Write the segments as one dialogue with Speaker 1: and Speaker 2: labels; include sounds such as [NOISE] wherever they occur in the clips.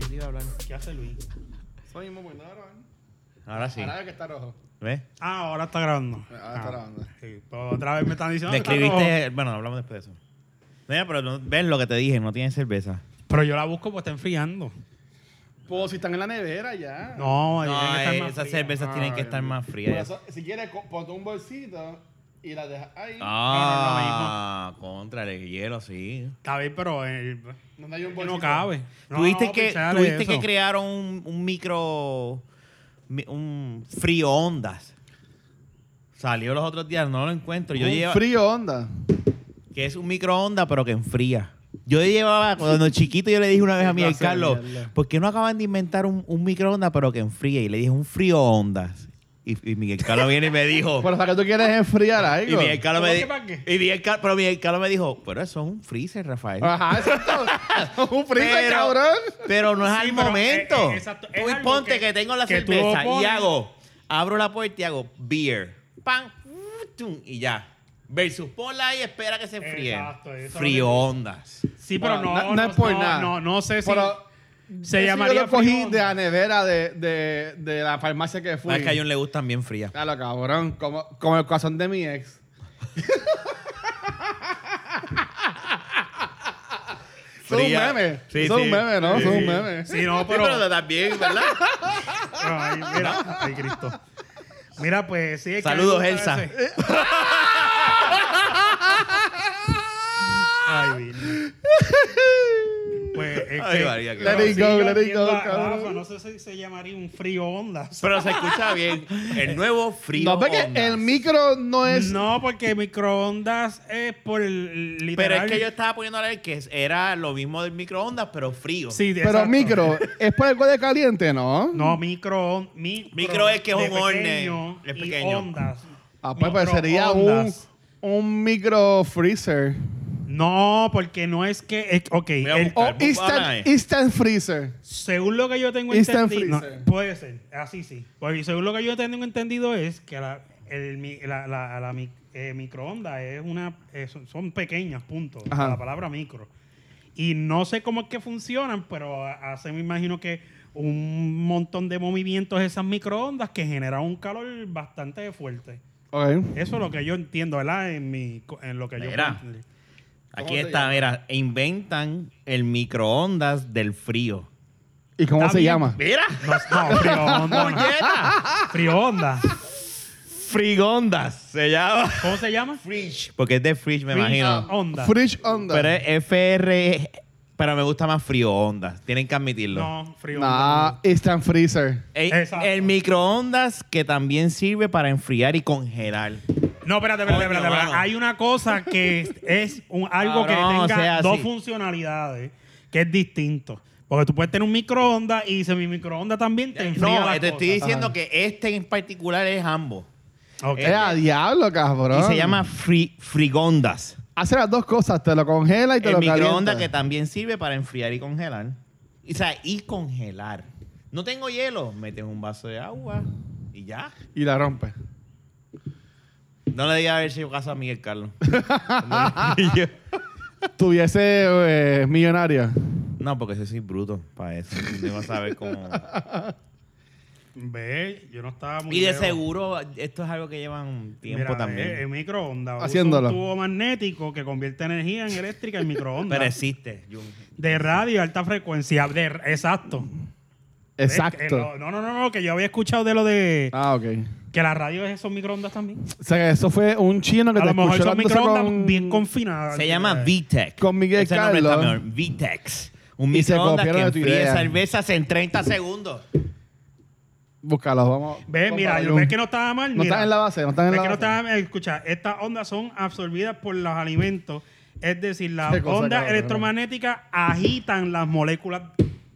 Speaker 1: seguir hablando.
Speaker 2: ¿Qué hace Luis?
Speaker 3: Eso mismo, pues, no la graban.
Speaker 1: Ahora sí.
Speaker 3: Ahora veo que está rojo.
Speaker 1: ¿Ves?
Speaker 2: Ah, ahora está grabando.
Speaker 3: Ahora está
Speaker 2: Ah,
Speaker 3: grabando.
Speaker 2: sí, pero otra vez me están diciendo
Speaker 1: Le
Speaker 2: que está rojo.
Speaker 1: escribiste. Bueno, hablamos después de eso. Mira, pero no, ven lo que te dije, no tiene cerveza.
Speaker 2: Pero yo la busco porque está enfriando.
Speaker 3: Pues si están en la nevera ya.
Speaker 2: No, tiene
Speaker 1: No, eh,
Speaker 2: que estar
Speaker 1: esas
Speaker 2: más fría. Ah.
Speaker 1: cervezas tienen que
Speaker 3: Ay,
Speaker 1: estar más
Speaker 3: Por
Speaker 1: frías.
Speaker 3: eso, si quieres, co- ponte un bolsito y la dejas ahí.
Speaker 1: Ah, contra el hielo, sí.
Speaker 2: Está bien, pero el-
Speaker 3: Donde hay un bolsito.
Speaker 2: no cabe. No,
Speaker 1: tuviste que,
Speaker 2: pichale
Speaker 1: tuviste
Speaker 2: eso.
Speaker 1: que crearon un, un micro. mi- un frío ondas. Salió los otros días, no lo encuentro. Yo
Speaker 3: un
Speaker 1: lleva-
Speaker 3: frío onda.
Speaker 1: Que es un microondas, pero que enfría. Yo llevaba, cuando chiquito, yo le dije una vez a Miguel
Speaker 3: clase de
Speaker 1: Carlos,
Speaker 3: mierda.
Speaker 1: ¿por qué no acaban de inventar un, un microondas, pero que enfríe? Y le dije, un frío ondas. Y, y Miguel Carlos viene y me
Speaker 2: [LAUGHS]
Speaker 1: dijo.
Speaker 3: Pero hasta que tú quieres enfriar
Speaker 1: y
Speaker 3: algo.
Speaker 1: Miguel Carlos me
Speaker 2: ¿Cómo
Speaker 1: di-
Speaker 2: que para qué?
Speaker 1: y Miguel Car- Pero Miguel Carlos me dijo, pero eso es un freezer, Rafael.
Speaker 2: Ah, [LAUGHS]
Speaker 3: Ajá, exacto. un freezer,
Speaker 1: Pero-
Speaker 3: cabrón.
Speaker 1: Pero no es
Speaker 2: Sí,
Speaker 1: al
Speaker 2: pero,
Speaker 1: momento.
Speaker 2: eh, eh, exacto. Es
Speaker 1: Tú
Speaker 2: algo
Speaker 1: ponte que,
Speaker 2: que-
Speaker 1: tengo la
Speaker 2: que tú
Speaker 1: cerveza y
Speaker 2: pones.
Speaker 1: hago, abro la puerta y hago beer, pan, tum, y ya. Versus ponla ahí y espera que se enfríe.
Speaker 2: Exacto, eso es lo
Speaker 1: Frío
Speaker 2: que-
Speaker 1: ondas.
Speaker 2: Sí, pero
Speaker 3: Bueno,
Speaker 2: no,
Speaker 3: no- no es por nada.
Speaker 2: No, no sé si
Speaker 3: Pero
Speaker 2: se
Speaker 3: Eso
Speaker 2: llamaría
Speaker 3: Yo lo cogí
Speaker 2: frío.
Speaker 3: de la nevera de, de, de la farmacia que fui.
Speaker 1: Es Pues que a John le gustan bien frías.
Speaker 3: Claro, cabrón. Como, como el corazón de mi ex. Son un
Speaker 1: Fría.
Speaker 3: meme.
Speaker 1: Sí,
Speaker 3: Son
Speaker 1: sí.
Speaker 3: un meme, ¿no?
Speaker 1: Sí,
Speaker 3: Son
Speaker 1: sí.
Speaker 3: un meme.
Speaker 2: Sí, no,
Speaker 1: Sí,
Speaker 2: pero...
Speaker 1: también, [LAUGHS] ¿verdad?
Speaker 2: pero ay, mira, ay, Cristo. Mira, pues sí. es que
Speaker 1: Saludos,
Speaker 2: me gusta
Speaker 1: Elsa.
Speaker 2: ese. Ay, Virgen. Pues es
Speaker 1: Ay,
Speaker 2: que-
Speaker 1: María, qué
Speaker 2: pero
Speaker 3: Let it
Speaker 2: sí,
Speaker 3: go,
Speaker 2: yo
Speaker 3: let it go,
Speaker 2: entiendo a
Speaker 3: cabrón.
Speaker 2: Rafa, no sé si se llamaría un frío ondas.
Speaker 1: Pero se escucha bien. El nuevo frío
Speaker 3: No, ve que
Speaker 1: ondas.
Speaker 3: el micro no es.
Speaker 2: No, porque microondas es por el
Speaker 1: Pero
Speaker 2: literal.
Speaker 1: es que yo estaba poniendo a leer que era lo mismo del microondas, pero frío.
Speaker 2: Sí,
Speaker 3: pero
Speaker 2: exacto.
Speaker 3: micro, ¿es por algo de caliente, no?
Speaker 2: No, micro, micro.
Speaker 1: Micro es que es
Speaker 2: de
Speaker 1: un horne,
Speaker 2: pequeño
Speaker 1: es
Speaker 2: y
Speaker 1: pequeño.
Speaker 2: ondas.
Speaker 3: Ah, pues, pues, sería un,
Speaker 2: Microondas.
Speaker 3: un micro freezer.
Speaker 2: No, porque no es que. es- ok,
Speaker 1: Voy a
Speaker 2: el-
Speaker 1: buscar.
Speaker 3: O
Speaker 1: Vamos, habla ahí.
Speaker 3: instant, instant freezer.
Speaker 2: según lo que yo tengo
Speaker 3: Instant
Speaker 2: entendido.
Speaker 3: freezer.
Speaker 2: no, puede ser, así sí. Porque según lo que yo tengo entendido es que la, el, mi- la, la- la mi- eh, microondas es una, eh, son, son pequeñas, punto.
Speaker 3: Ajá.
Speaker 2: La palabra micro. Y no sé cómo es que funcionan, pero a- hace, me imagino que un montón de movimientos de esas microondas que generan un calor bastante fuerte.
Speaker 3: Ok.
Speaker 2: Eso es lo que yo entiendo, ¿verdad? En, mi, co- en lo que yo
Speaker 1: Mira.
Speaker 2: puedo entender.
Speaker 1: Aquí
Speaker 3: ¿Cómo se
Speaker 1: está,
Speaker 3: llama?
Speaker 1: mira, e inventan el microondas del frío.
Speaker 3: ¿Y cómo
Speaker 2: Está
Speaker 3: se
Speaker 2: bien.
Speaker 3: llama?
Speaker 1: Mira,
Speaker 2: No, no,
Speaker 1: [LAUGHS]
Speaker 2: frioonda. no.
Speaker 1: puñeta.
Speaker 2: Frioonda.
Speaker 1: Frigondas se llama.
Speaker 2: ¿Cómo se llama?
Speaker 1: Fridge. Porque es de fridge, me imagino.
Speaker 2: Onda.
Speaker 3: Fridge onda.
Speaker 1: Pero es FR. Pero me gusta más frío ondas. Tienen que admitirlo.
Speaker 2: No, frío.
Speaker 3: Nah, instant freezer.
Speaker 1: El,
Speaker 2: Exacto.
Speaker 1: el microondas que también sirve para enfriar y congelar.
Speaker 2: No, espérate, espérate,
Speaker 1: Coño,
Speaker 2: espérate. espérate.
Speaker 1: mano.
Speaker 2: Hay una cosa que es un,
Speaker 1: Cabrón,
Speaker 2: algo que tenga
Speaker 1: o sea,
Speaker 2: dos
Speaker 1: sí.
Speaker 2: funcionalidades, que es distinto. Porque tú puedes tener un microondas y si mi microondas también te enfría
Speaker 1: No, eh,
Speaker 2: las
Speaker 1: te estoy
Speaker 2: cosas.
Speaker 1: diciendo que este en particular es ambos.
Speaker 2: Ok.
Speaker 1: Eh,
Speaker 3: Eh, a diablo, cabrón.
Speaker 1: Y se llama fri- frigondas.
Speaker 3: Hace las dos cosas, te lo congela y te
Speaker 1: El
Speaker 3: lo
Speaker 1: microondas
Speaker 3: calienta.
Speaker 1: que también sirve para enfriar y congelar. O sea, y congelar. No tengo hielo, metes un vaso de agua y ya.
Speaker 3: Y la
Speaker 1: [LAUGHS]
Speaker 3: rompe.
Speaker 1: No le digas a ver si yo caso a Miguel Carlos.
Speaker 3: [LAUGHS] Tuviese eh, millonario.
Speaker 1: No, porque yo soy bruto para eso. No vas a ver cómo.
Speaker 2: Ve, yo no estaba [LAUGHS] muy
Speaker 1: Y de
Speaker 2: lejos.
Speaker 1: seguro, esto es algo que llevan tiempo
Speaker 2: Mira, eh,
Speaker 1: también.
Speaker 2: ve, El microondas. usa
Speaker 3: Haciéndolo.
Speaker 2: Un tubo magnético que convierte energía en eléctrica en microondas.
Speaker 1: Pero existe. Jun.
Speaker 2: de radio, alta frecuencia. De, exacto. Ves, que
Speaker 3: Exacto.
Speaker 2: lo- No, no, no, no, que yo había escuchado de lo de
Speaker 3: Ah, ok.
Speaker 2: que la radio es esos microondas también.
Speaker 3: O sea, que eso fue un chino que
Speaker 2: A
Speaker 3: te
Speaker 2: lo mejor
Speaker 3: escuchó
Speaker 2: son
Speaker 3: hablando eso
Speaker 2: microondas
Speaker 3: con...
Speaker 2: bien confinadas.
Speaker 1: Se llama
Speaker 2: Eh,
Speaker 1: VTech.
Speaker 3: con Miguel
Speaker 1: Ese nombre está
Speaker 3: Carlos.
Speaker 1: mejor. VTex. Un
Speaker 3: Y se
Speaker 1: microondas que
Speaker 3: copiaron de tu
Speaker 1: enfríe
Speaker 3: idea.
Speaker 1: cervezas en 30 segundos.
Speaker 3: Búscalos, vamos.
Speaker 2: Ve,
Speaker 3: vamos
Speaker 2: mira,
Speaker 3: para
Speaker 2: yo
Speaker 3: un-
Speaker 2: ves que no estaba mal.
Speaker 3: No
Speaker 2: mira.
Speaker 3: estás en la base, no estás en
Speaker 2: Ves
Speaker 3: la
Speaker 2: que no
Speaker 3: base.
Speaker 2: estaba mal. Escucha, estas ondas son absorbidas por los alimentos. Es decir, las
Speaker 3: Qué cosa,
Speaker 2: ondas
Speaker 3: cabrón.
Speaker 2: electromagnéticas agitan las moléculas.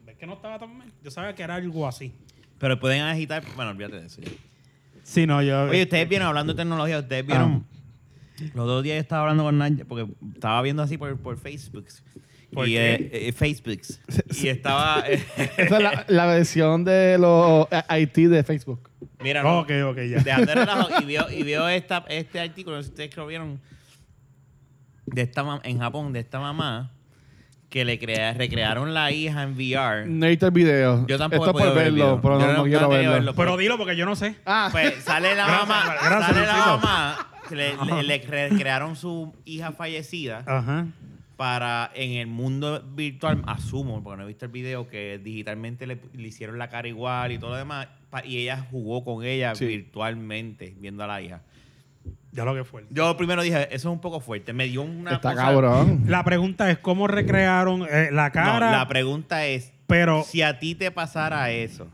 Speaker 2: Ves que no estaba tan mal. Yo sabía que era algo así.
Speaker 1: Pero pueden agitar. Bueno, olvídate de eso ya.
Speaker 2: Sí, no, yo.
Speaker 1: Oye, ustedes vieron, hablando de tecnología, ustedes vieron.
Speaker 3: Ah.
Speaker 1: Los dos días estaba hablando con Nanja, porque estaba viendo así por, por Facebook.
Speaker 2: ¿Por
Speaker 1: y,
Speaker 2: qué?
Speaker 1: eh, eh,
Speaker 3: [LAUGHS]
Speaker 1: Facebook. Y estaba. eh,
Speaker 3: [LAUGHS]
Speaker 1: [LAUGHS]
Speaker 3: Esa es la, la versión de los eh, IT de Facebook.
Speaker 1: mira, no,
Speaker 2: ok, ok, ya.
Speaker 1: dejando de relajo, y vio, y vio esta, este artículo, no sé si ustedes que lo vieron, de esta, mam- en Japón, de esta mamá, que le crea- recrearon la hija en VR.
Speaker 3: necesito el video.
Speaker 1: Yo tampoco he
Speaker 3: Esto es por
Speaker 1: podido ver el
Speaker 3: verlo,
Speaker 1: video.
Speaker 3: pero
Speaker 1: Yo
Speaker 3: no,
Speaker 1: no-
Speaker 3: no
Speaker 1: no
Speaker 3: quiero
Speaker 1: he podido
Speaker 3: verlo.
Speaker 1: verlo.
Speaker 2: Pero dilo porque yo no sé.
Speaker 3: Ah,
Speaker 1: Pues sale la
Speaker 2: Gracias,
Speaker 1: mamá,
Speaker 2: gracias,
Speaker 1: sale la
Speaker 2: Luisito.
Speaker 1: mamá, que le, le- le recrearon su hija fallecida
Speaker 2: Ajá.
Speaker 1: para en el mundo virtual, asumo, porque no he visto el video, que digitalmente le, le hicieron la cara igual y todo lo demás, pa- y ella jugó con ella
Speaker 3: Sí.
Speaker 1: virtualmente, viendo a la hija.
Speaker 2: Ya lo que fue.
Speaker 1: Yo primero dije, eso es un poco fuerte, me dio una...
Speaker 3: está
Speaker 1: cosa-
Speaker 3: cabrón.
Speaker 2: La pregunta es cómo recrearon eh, la
Speaker 1: No,
Speaker 2: cara,
Speaker 1: la pregunta es,
Speaker 2: pero
Speaker 1: si a ti te pasara eso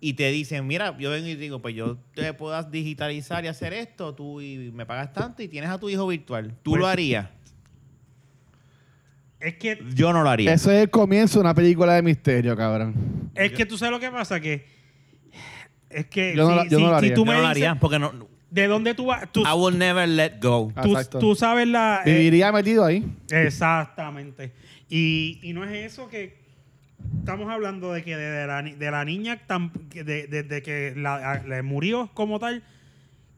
Speaker 1: y te dicen, mira, yo vengo y digo, pues yo te puedas digitalizar y hacer esto, tú y me pagas tanto y tienes a tu hijo virtual, ¿tú
Speaker 2: Pues-
Speaker 1: lo harías?
Speaker 2: es que
Speaker 1: Yo no lo haría.
Speaker 3: Eso es el comienzo de una película de misterio, cabrón.
Speaker 2: es que tú sabes lo que pasa que es que
Speaker 3: Yo no
Speaker 2: si,
Speaker 3: la- yo
Speaker 2: si-
Speaker 3: no la
Speaker 2: si
Speaker 3: haría.
Speaker 2: tú
Speaker 1: yo
Speaker 2: me
Speaker 1: no lo
Speaker 2: dices
Speaker 1: haría porque no, no-
Speaker 2: de dónde tú vas, tú,
Speaker 1: I will never let go.
Speaker 3: Ah,
Speaker 2: tú-
Speaker 3: Exacto.
Speaker 2: tú sabes la eh,
Speaker 3: Viviría metido ahí.
Speaker 2: Exactamente. Y, y no es eso que estamos hablando de que de, de la, ni- de la niña tan, que de, de- de que la, a- le murió como tal,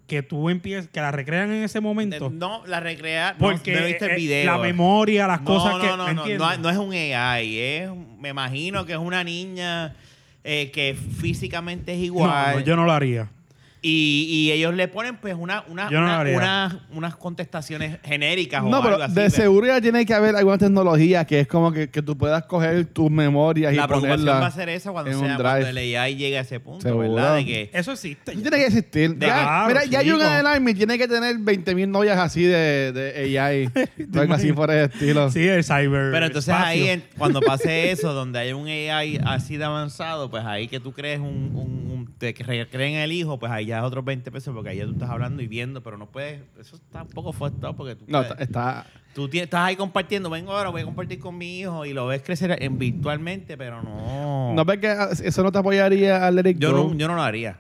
Speaker 2: que tú empiezas, que la recrean en ese momento.
Speaker 1: Eh, No, la recrea.
Speaker 2: porque
Speaker 1: Porque no, viste el
Speaker 2: eh,
Speaker 1: video.
Speaker 2: la memoria, las
Speaker 1: No,
Speaker 2: cosas
Speaker 1: no,
Speaker 2: que.
Speaker 1: no,
Speaker 2: ¿me
Speaker 1: no, no,
Speaker 2: entiendes?
Speaker 1: no es un AI. Es, un- me imagino que es una niña eh, que físicamente es igual.
Speaker 2: No, no, yo no lo haría.
Speaker 1: Y, y ellos le ponen pues una, una,
Speaker 2: Yo no
Speaker 1: una-
Speaker 2: lo haría.
Speaker 1: una- unas contestaciones genéricas o
Speaker 3: No, pero
Speaker 1: algo así. pues.
Speaker 3: de
Speaker 1: pero
Speaker 3: seguro ya tiene que haber alguna tecnología que es como que, que tú puedas coger tus memorias
Speaker 1: la
Speaker 3: y
Speaker 1: preocupación
Speaker 3: ponerlas.
Speaker 1: va a ser esa cuando,
Speaker 3: en
Speaker 1: sea,
Speaker 3: un
Speaker 1: cuando
Speaker 3: drive.
Speaker 1: el AI llegue a ese punto,
Speaker 3: Seguro.
Speaker 1: ¿verdad? De que,
Speaker 2: Eso existe.
Speaker 3: Tiene que existir.
Speaker 1: este, De-
Speaker 3: Ya,
Speaker 2: Claro,
Speaker 3: mira, ya
Speaker 2: chico.
Speaker 3: Jungen el Army tiene que tener 20.000 novias así de,
Speaker 1: [LAUGHS]
Speaker 3: de AI. o algo así por el estilo.
Speaker 2: Sí, el cyber.
Speaker 1: pero entonces
Speaker 2: espacio.
Speaker 1: ahí, en- cuando pase eso, donde hay un AI así de avanzado, pues ahí que tú crees un... un- un- te creen el hijo, pues ahí ya es otros 20 pesos porque ahí ya tú estás hablando y viendo, pero no puedes... Eso está un poco fuerte porque tú,
Speaker 3: No,
Speaker 1: puedes-
Speaker 3: está, está-
Speaker 1: tú tienes- estás ahí compartiendo. Vengo ahora, voy a compartir con mi hijo y lo ves crecer en, virtualmente, pero no...
Speaker 3: No ves que eso no te apoyaría al Eric
Speaker 1: Yo no, yo no lo haría.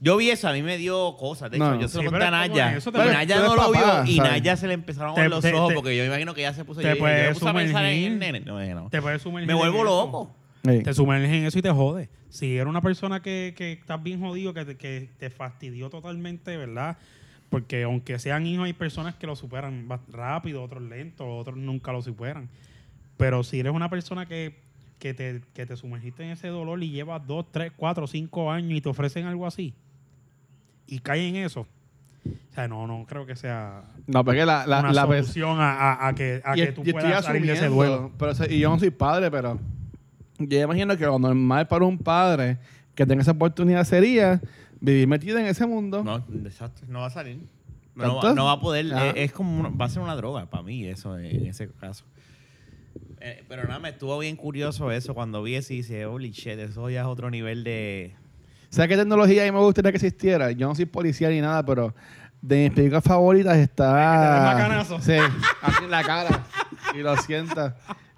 Speaker 1: Yo vi eso, a mí me dio cosas. De hecho,
Speaker 3: No.
Speaker 1: yo se
Speaker 2: Sí,
Speaker 1: lo conté
Speaker 2: pero
Speaker 1: a
Speaker 2: es como
Speaker 1: Naya.
Speaker 2: eso te-
Speaker 1: Y
Speaker 2: Pero
Speaker 1: Naya
Speaker 3: tú
Speaker 1: no
Speaker 3: eres
Speaker 1: lo
Speaker 3: papá,
Speaker 1: vio y
Speaker 3: ¿sabes?
Speaker 1: Naya se le empezaron a
Speaker 2: Te-
Speaker 1: ver los
Speaker 2: te-
Speaker 1: ojos
Speaker 2: te-
Speaker 1: porque yo me imagino que ya se puso.
Speaker 2: te
Speaker 1: yo- yo me
Speaker 2: puedes
Speaker 1: puse a pensar en
Speaker 2: sumergir.
Speaker 1: el nene. No, no.
Speaker 2: Te puedes sumergir
Speaker 1: Me
Speaker 2: en
Speaker 1: vuelvo
Speaker 2: eso.
Speaker 1: loco.
Speaker 3: Sí.
Speaker 2: Te sumerges en eso y te jode. Si eres una persona que, que estás bien jodido, que te, que te fastidió totalmente, ¿verdad? Porque aunque sean hijos, hay personas que lo superan más rápido, otros lentos, otros nunca lo superan. Pero si eres una persona que, que, te, que te sumergiste en ese dolor y llevas dos, tres, cuatro, cinco años y te ofrecen algo así y caes en eso, o sea, no, no creo que sea
Speaker 3: No, porque la, la,
Speaker 2: una
Speaker 3: la pers-
Speaker 2: solución a, a- a que, a
Speaker 3: y-
Speaker 2: que tú
Speaker 3: y estoy
Speaker 2: puedas salir de ese
Speaker 3: asumiendo,
Speaker 2: duelo.
Speaker 3: Pero, o sea, y yo no soy padre, pero yo imagino que lo normal para un padre que tenga esa oportunidad sería vivir metido en ese mundo.
Speaker 1: No, exacto. No va a salir. No, va-
Speaker 3: ¿Tanto?
Speaker 1: no va a poder.
Speaker 3: Ajá.
Speaker 1: eh, Es, como una- va a ser una droga para mí, eso, eh, en ese caso. Eh, pero nada, me estuvo bien curioso eso. Cuando vi eso y dije, holy shit, eso ya es otro nivel de.
Speaker 3: ¿Sabes qué tecnología a mí me gustaría que existiera? Yo no soy policía ni nada, pero de mis películas favoritas está.
Speaker 2: Que te den macanazo.
Speaker 3: Sí,
Speaker 2: [LAUGHS]
Speaker 3: aquí en la cara. Y lo sienta.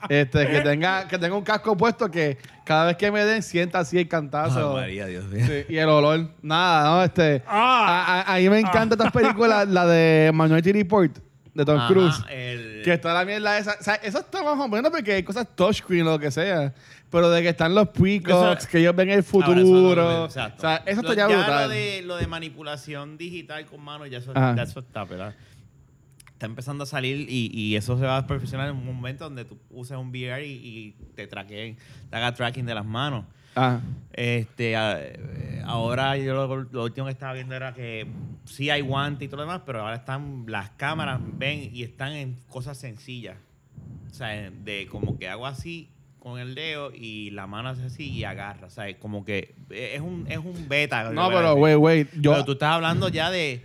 Speaker 3: Este, que tenga, que tenga un casco puesto que cada vez que me den, sienta así el
Speaker 1: Ay,
Speaker 3: cantazo.
Speaker 1: María, Dios mío.
Speaker 3: Sí, y el olor. Nada, ¿no? Este.
Speaker 2: ¡Ah!
Speaker 3: A, a- a mí me encanta estas películas, la de Minority Report, de Tom
Speaker 1: Ajá,
Speaker 3: Cruise.
Speaker 1: el-
Speaker 3: Que está la mierda esa. O sea, eso está más o menos porque hay cosas touchscreen o lo que sea. Pero de que están los peacocks,
Speaker 1: Eso-
Speaker 3: que ellos ven el
Speaker 1: Ahora, eso no lo
Speaker 3: futuro.
Speaker 1: veo,
Speaker 3: o sea,
Speaker 1: exacto.
Speaker 3: eso
Speaker 1: Lo-
Speaker 3: está ya
Speaker 1: Lo
Speaker 3: brutal.
Speaker 1: de, lo de manipulación digital con manos, ya eso,
Speaker 3: Ajá.
Speaker 1: ya eso está, ¿verdad? Está empezando a salir y, y eso se va a perfeccionar en un momento donde tú uses un VR y, y te traqueen, te haga tracking de las manos.
Speaker 3: Ah,
Speaker 1: Este, a- eh, ahora yo lo, lo último que estaba viendo era que sí hay guantes y todo lo demás, pero ahora están las cámaras, ven, y están en cosas sencillas. O sea, en- de como que hago así con el dedo y la mano hace así y agarra. O sea, como que eh, es un, es un beta.
Speaker 3: no, pero, güey, güey. Yo,
Speaker 1: Pero tú estás hablando ya de...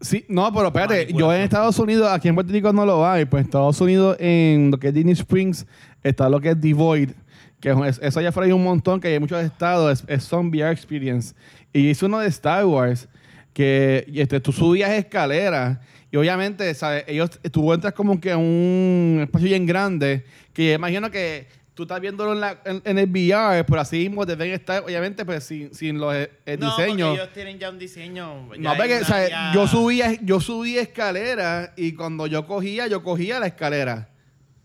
Speaker 3: sí, no, pero espérate. Yo en
Speaker 1: Manipulación.
Speaker 3: Estados Unidos, aquí en Puerto Rico no lo hay. Pues en Estados Unidos, en lo que es Disney Springs, está lo que es Devoid. Que es- eso allá afuera hay un montón, que hay en muchos estados. Es, es Son VR Experience. Y hice uno de Star Wars, que y, este, tú subías escaleras. Y obviamente, ¿sabes? Ellos, tú entras como que en un espacio bien grande, que imagino que tú estás viéndolo en, la- en- en el VR, pero así mismo deben estar, obviamente, pues sin, sin los eh, eh,
Speaker 1: No, porque
Speaker 3: diseños.
Speaker 1: ellos tienen ya un diseño. Pues ya
Speaker 3: No,
Speaker 1: hay
Speaker 3: porque,
Speaker 1: una-
Speaker 3: o sea,
Speaker 1: ya-
Speaker 3: yo subía, yo subía escalera y cuando yo cogía, yo cogía la escalera.